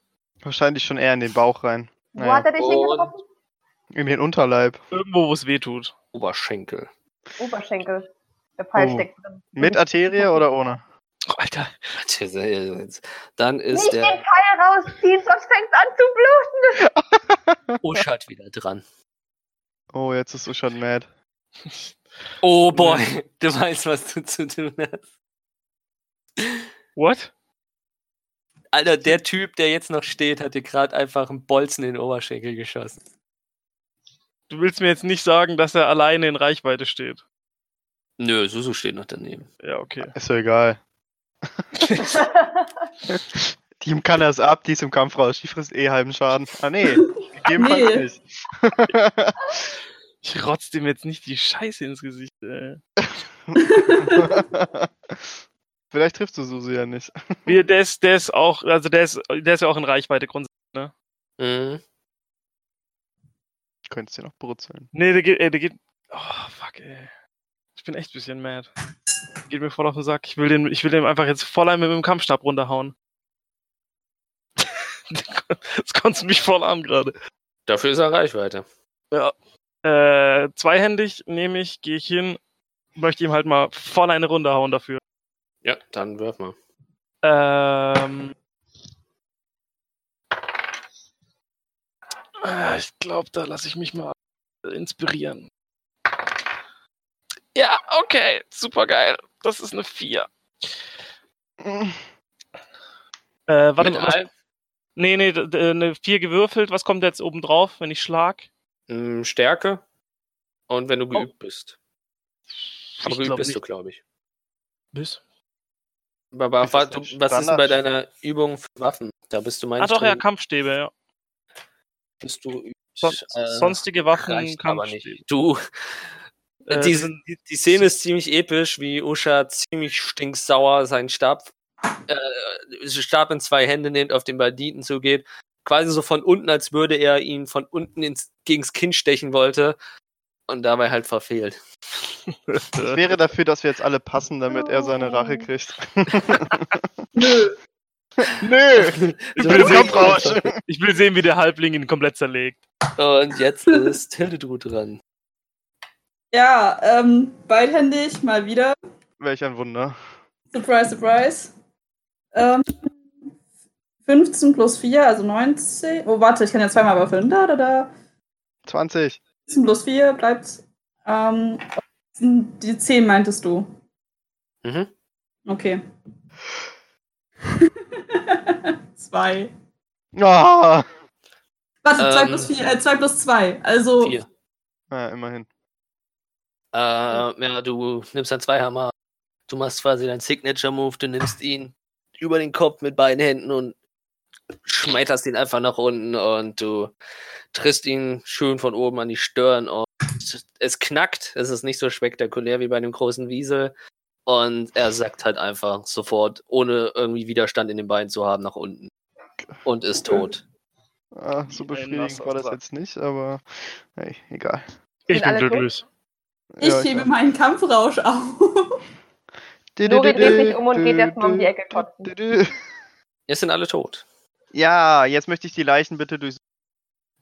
Wahrscheinlich schon eher in den Bauch rein. Wo Naja. hat er dich Und- hingetroffen? In den Unterleib. Irgendwo, wo es weh tut. Oberschenkel. Oberschenkel. Der Pfeil Oh. steckt drin. Mit Arterie oder ohne? Alter. Dann ist Nicht den der Pfeil rausziehen, sonst fängt an zu bluten. Uschat wieder dran. Oh, jetzt ist Uschat mad. Oh boy, du weißt, was du zu tun hast. What? Alter, der Typ, der jetzt noch steht, hat dir gerade einfach einen Bolzen in den Oberschenkel geschossen. Du willst mir jetzt nicht sagen, dass er alleine in Reichweite steht. Nö, Susu steht noch daneben. Ja, okay. Ist doch egal. Team kann das ab, die ist im Kampf raus. Die frisst eh halben Schaden. Ah, nee. Gegebenenfalls Nee. nicht. Ich rotz dem jetzt nicht die Scheiße ins Gesicht, ey. Vielleicht triffst du Susi ja nicht. Wir, der ist, der ist auch, also der ist, der ist ja auch in Reichweite grundsätzlich. Mhm. Könntest du noch brutzeln. Nee, der geht, ey, der geht. Oh, fuck, ey. Ich bin echt ein bisschen mad. Geht mir voll auf den Sack. Ich will den, ich will den einfach jetzt voll einmal mit dem Kampfstab runterhauen. das konntest du mich voll an gerade. Dafür ist er Reichweite. Äh, zweihändig nehme ich, gehe ich hin, möchte ihm halt mal voll eine Runde hauen dafür. Ja, dann wirf mal. Ähm. Äh, Ich glaube, da lasse ich mich mal inspirieren. Ja, okay, super geil. Das ist eine 4. Äh, warte Mit mal. Was, halb- nee, nee, d- d- eine 4 gewürfelt. Was kommt jetzt oben drauf, wenn ich schlag? Mm, Stärke und wenn du geübt bist. Aber Oh. ich geübt glaub bist du, nicht. glaube ich. Bis. Aber Ist wa- das du, nicht was ist denn bei Standard? deiner Übung für Waffen? Da bist du Ah, meinst doch, ja, du, Kampfstäbe, ja. bist du übt. Son äh, sonstige Waffen, reicht aber Kampfstäbe. nicht. Du, Äh, die, sind- die, die Szene ist ziemlich episch, wie Usha ziemlich stinksauer seinen Stab, äh, Stab in zwei Hände nimmt, auf den Banditen zugeht. Quasi so von unten, als würde er ihn von unten ins, gegens Kinn stechen wollte. Und dabei halt verfehlt. Ich äh, wäre dafür, dass wir jetzt alle passen, damit er Oh. seine Rache kriegt. Nö. Nö! Ich Ich will, bin im sehen, Kampfrausch! ich will sehen, wie der Halbling ihn komplett zerlegt. Und jetzt ist Hildetrud dran. Ja, ähm, beidhändig mal wieder. Welch ein Wunder. Surprise, surprise. Ähm, 15 plus 4, also 19. Oh, warte, ich kann ja zweimal würfeln. Da, da, da. 20. 15 plus 4 bleibt. Ähm, die 10 meintest du. Mhm. Okay. zwei. Ah! Warte, 2 Ähm. plus 4, äh, 2 plus 2. Also, Vier. Ja, immerhin. Äh, ja, du nimmst dann zwei Hammer. Du machst quasi deinen Signature-Move, du nimmst ihn über den Kopf mit beiden Händen und schmetterst ihn einfach nach unten und du triffst ihn schön von oben an die Stirn und es knackt. Es ist nicht so spektakulär wie bei einem großen Wiesel. Und er sackt halt einfach sofort, ohne irgendwie Widerstand in den Beinen zu haben, nach unten. Und ist tot. Ah, so Wie ein befriedigend nasser war das Sack. jetzt nicht, aber hey, egal. Ich Sind bin alle tot? glücklich. ich Ja, hebe meinen Kampfrausch auf. Lori dreht sich um und geht erstmal um die Ecke kotzen. Jetzt sind alle tot. Ja, jetzt möchte ich die Leichen bitte durch.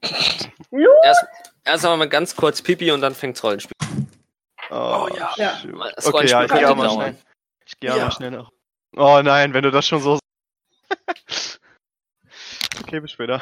Erst, erst einmal ganz kurz Pipi und dann fängt's Rollenspiel. Oh, ja. Ja. shoot. Das Okay, ja, ich Rollenspiel gehe auch kann mal genau. dauern. schnell. Ich gehe auch Ja. mal schneller. Oh nein, wenn du das schon so. okay, bis später.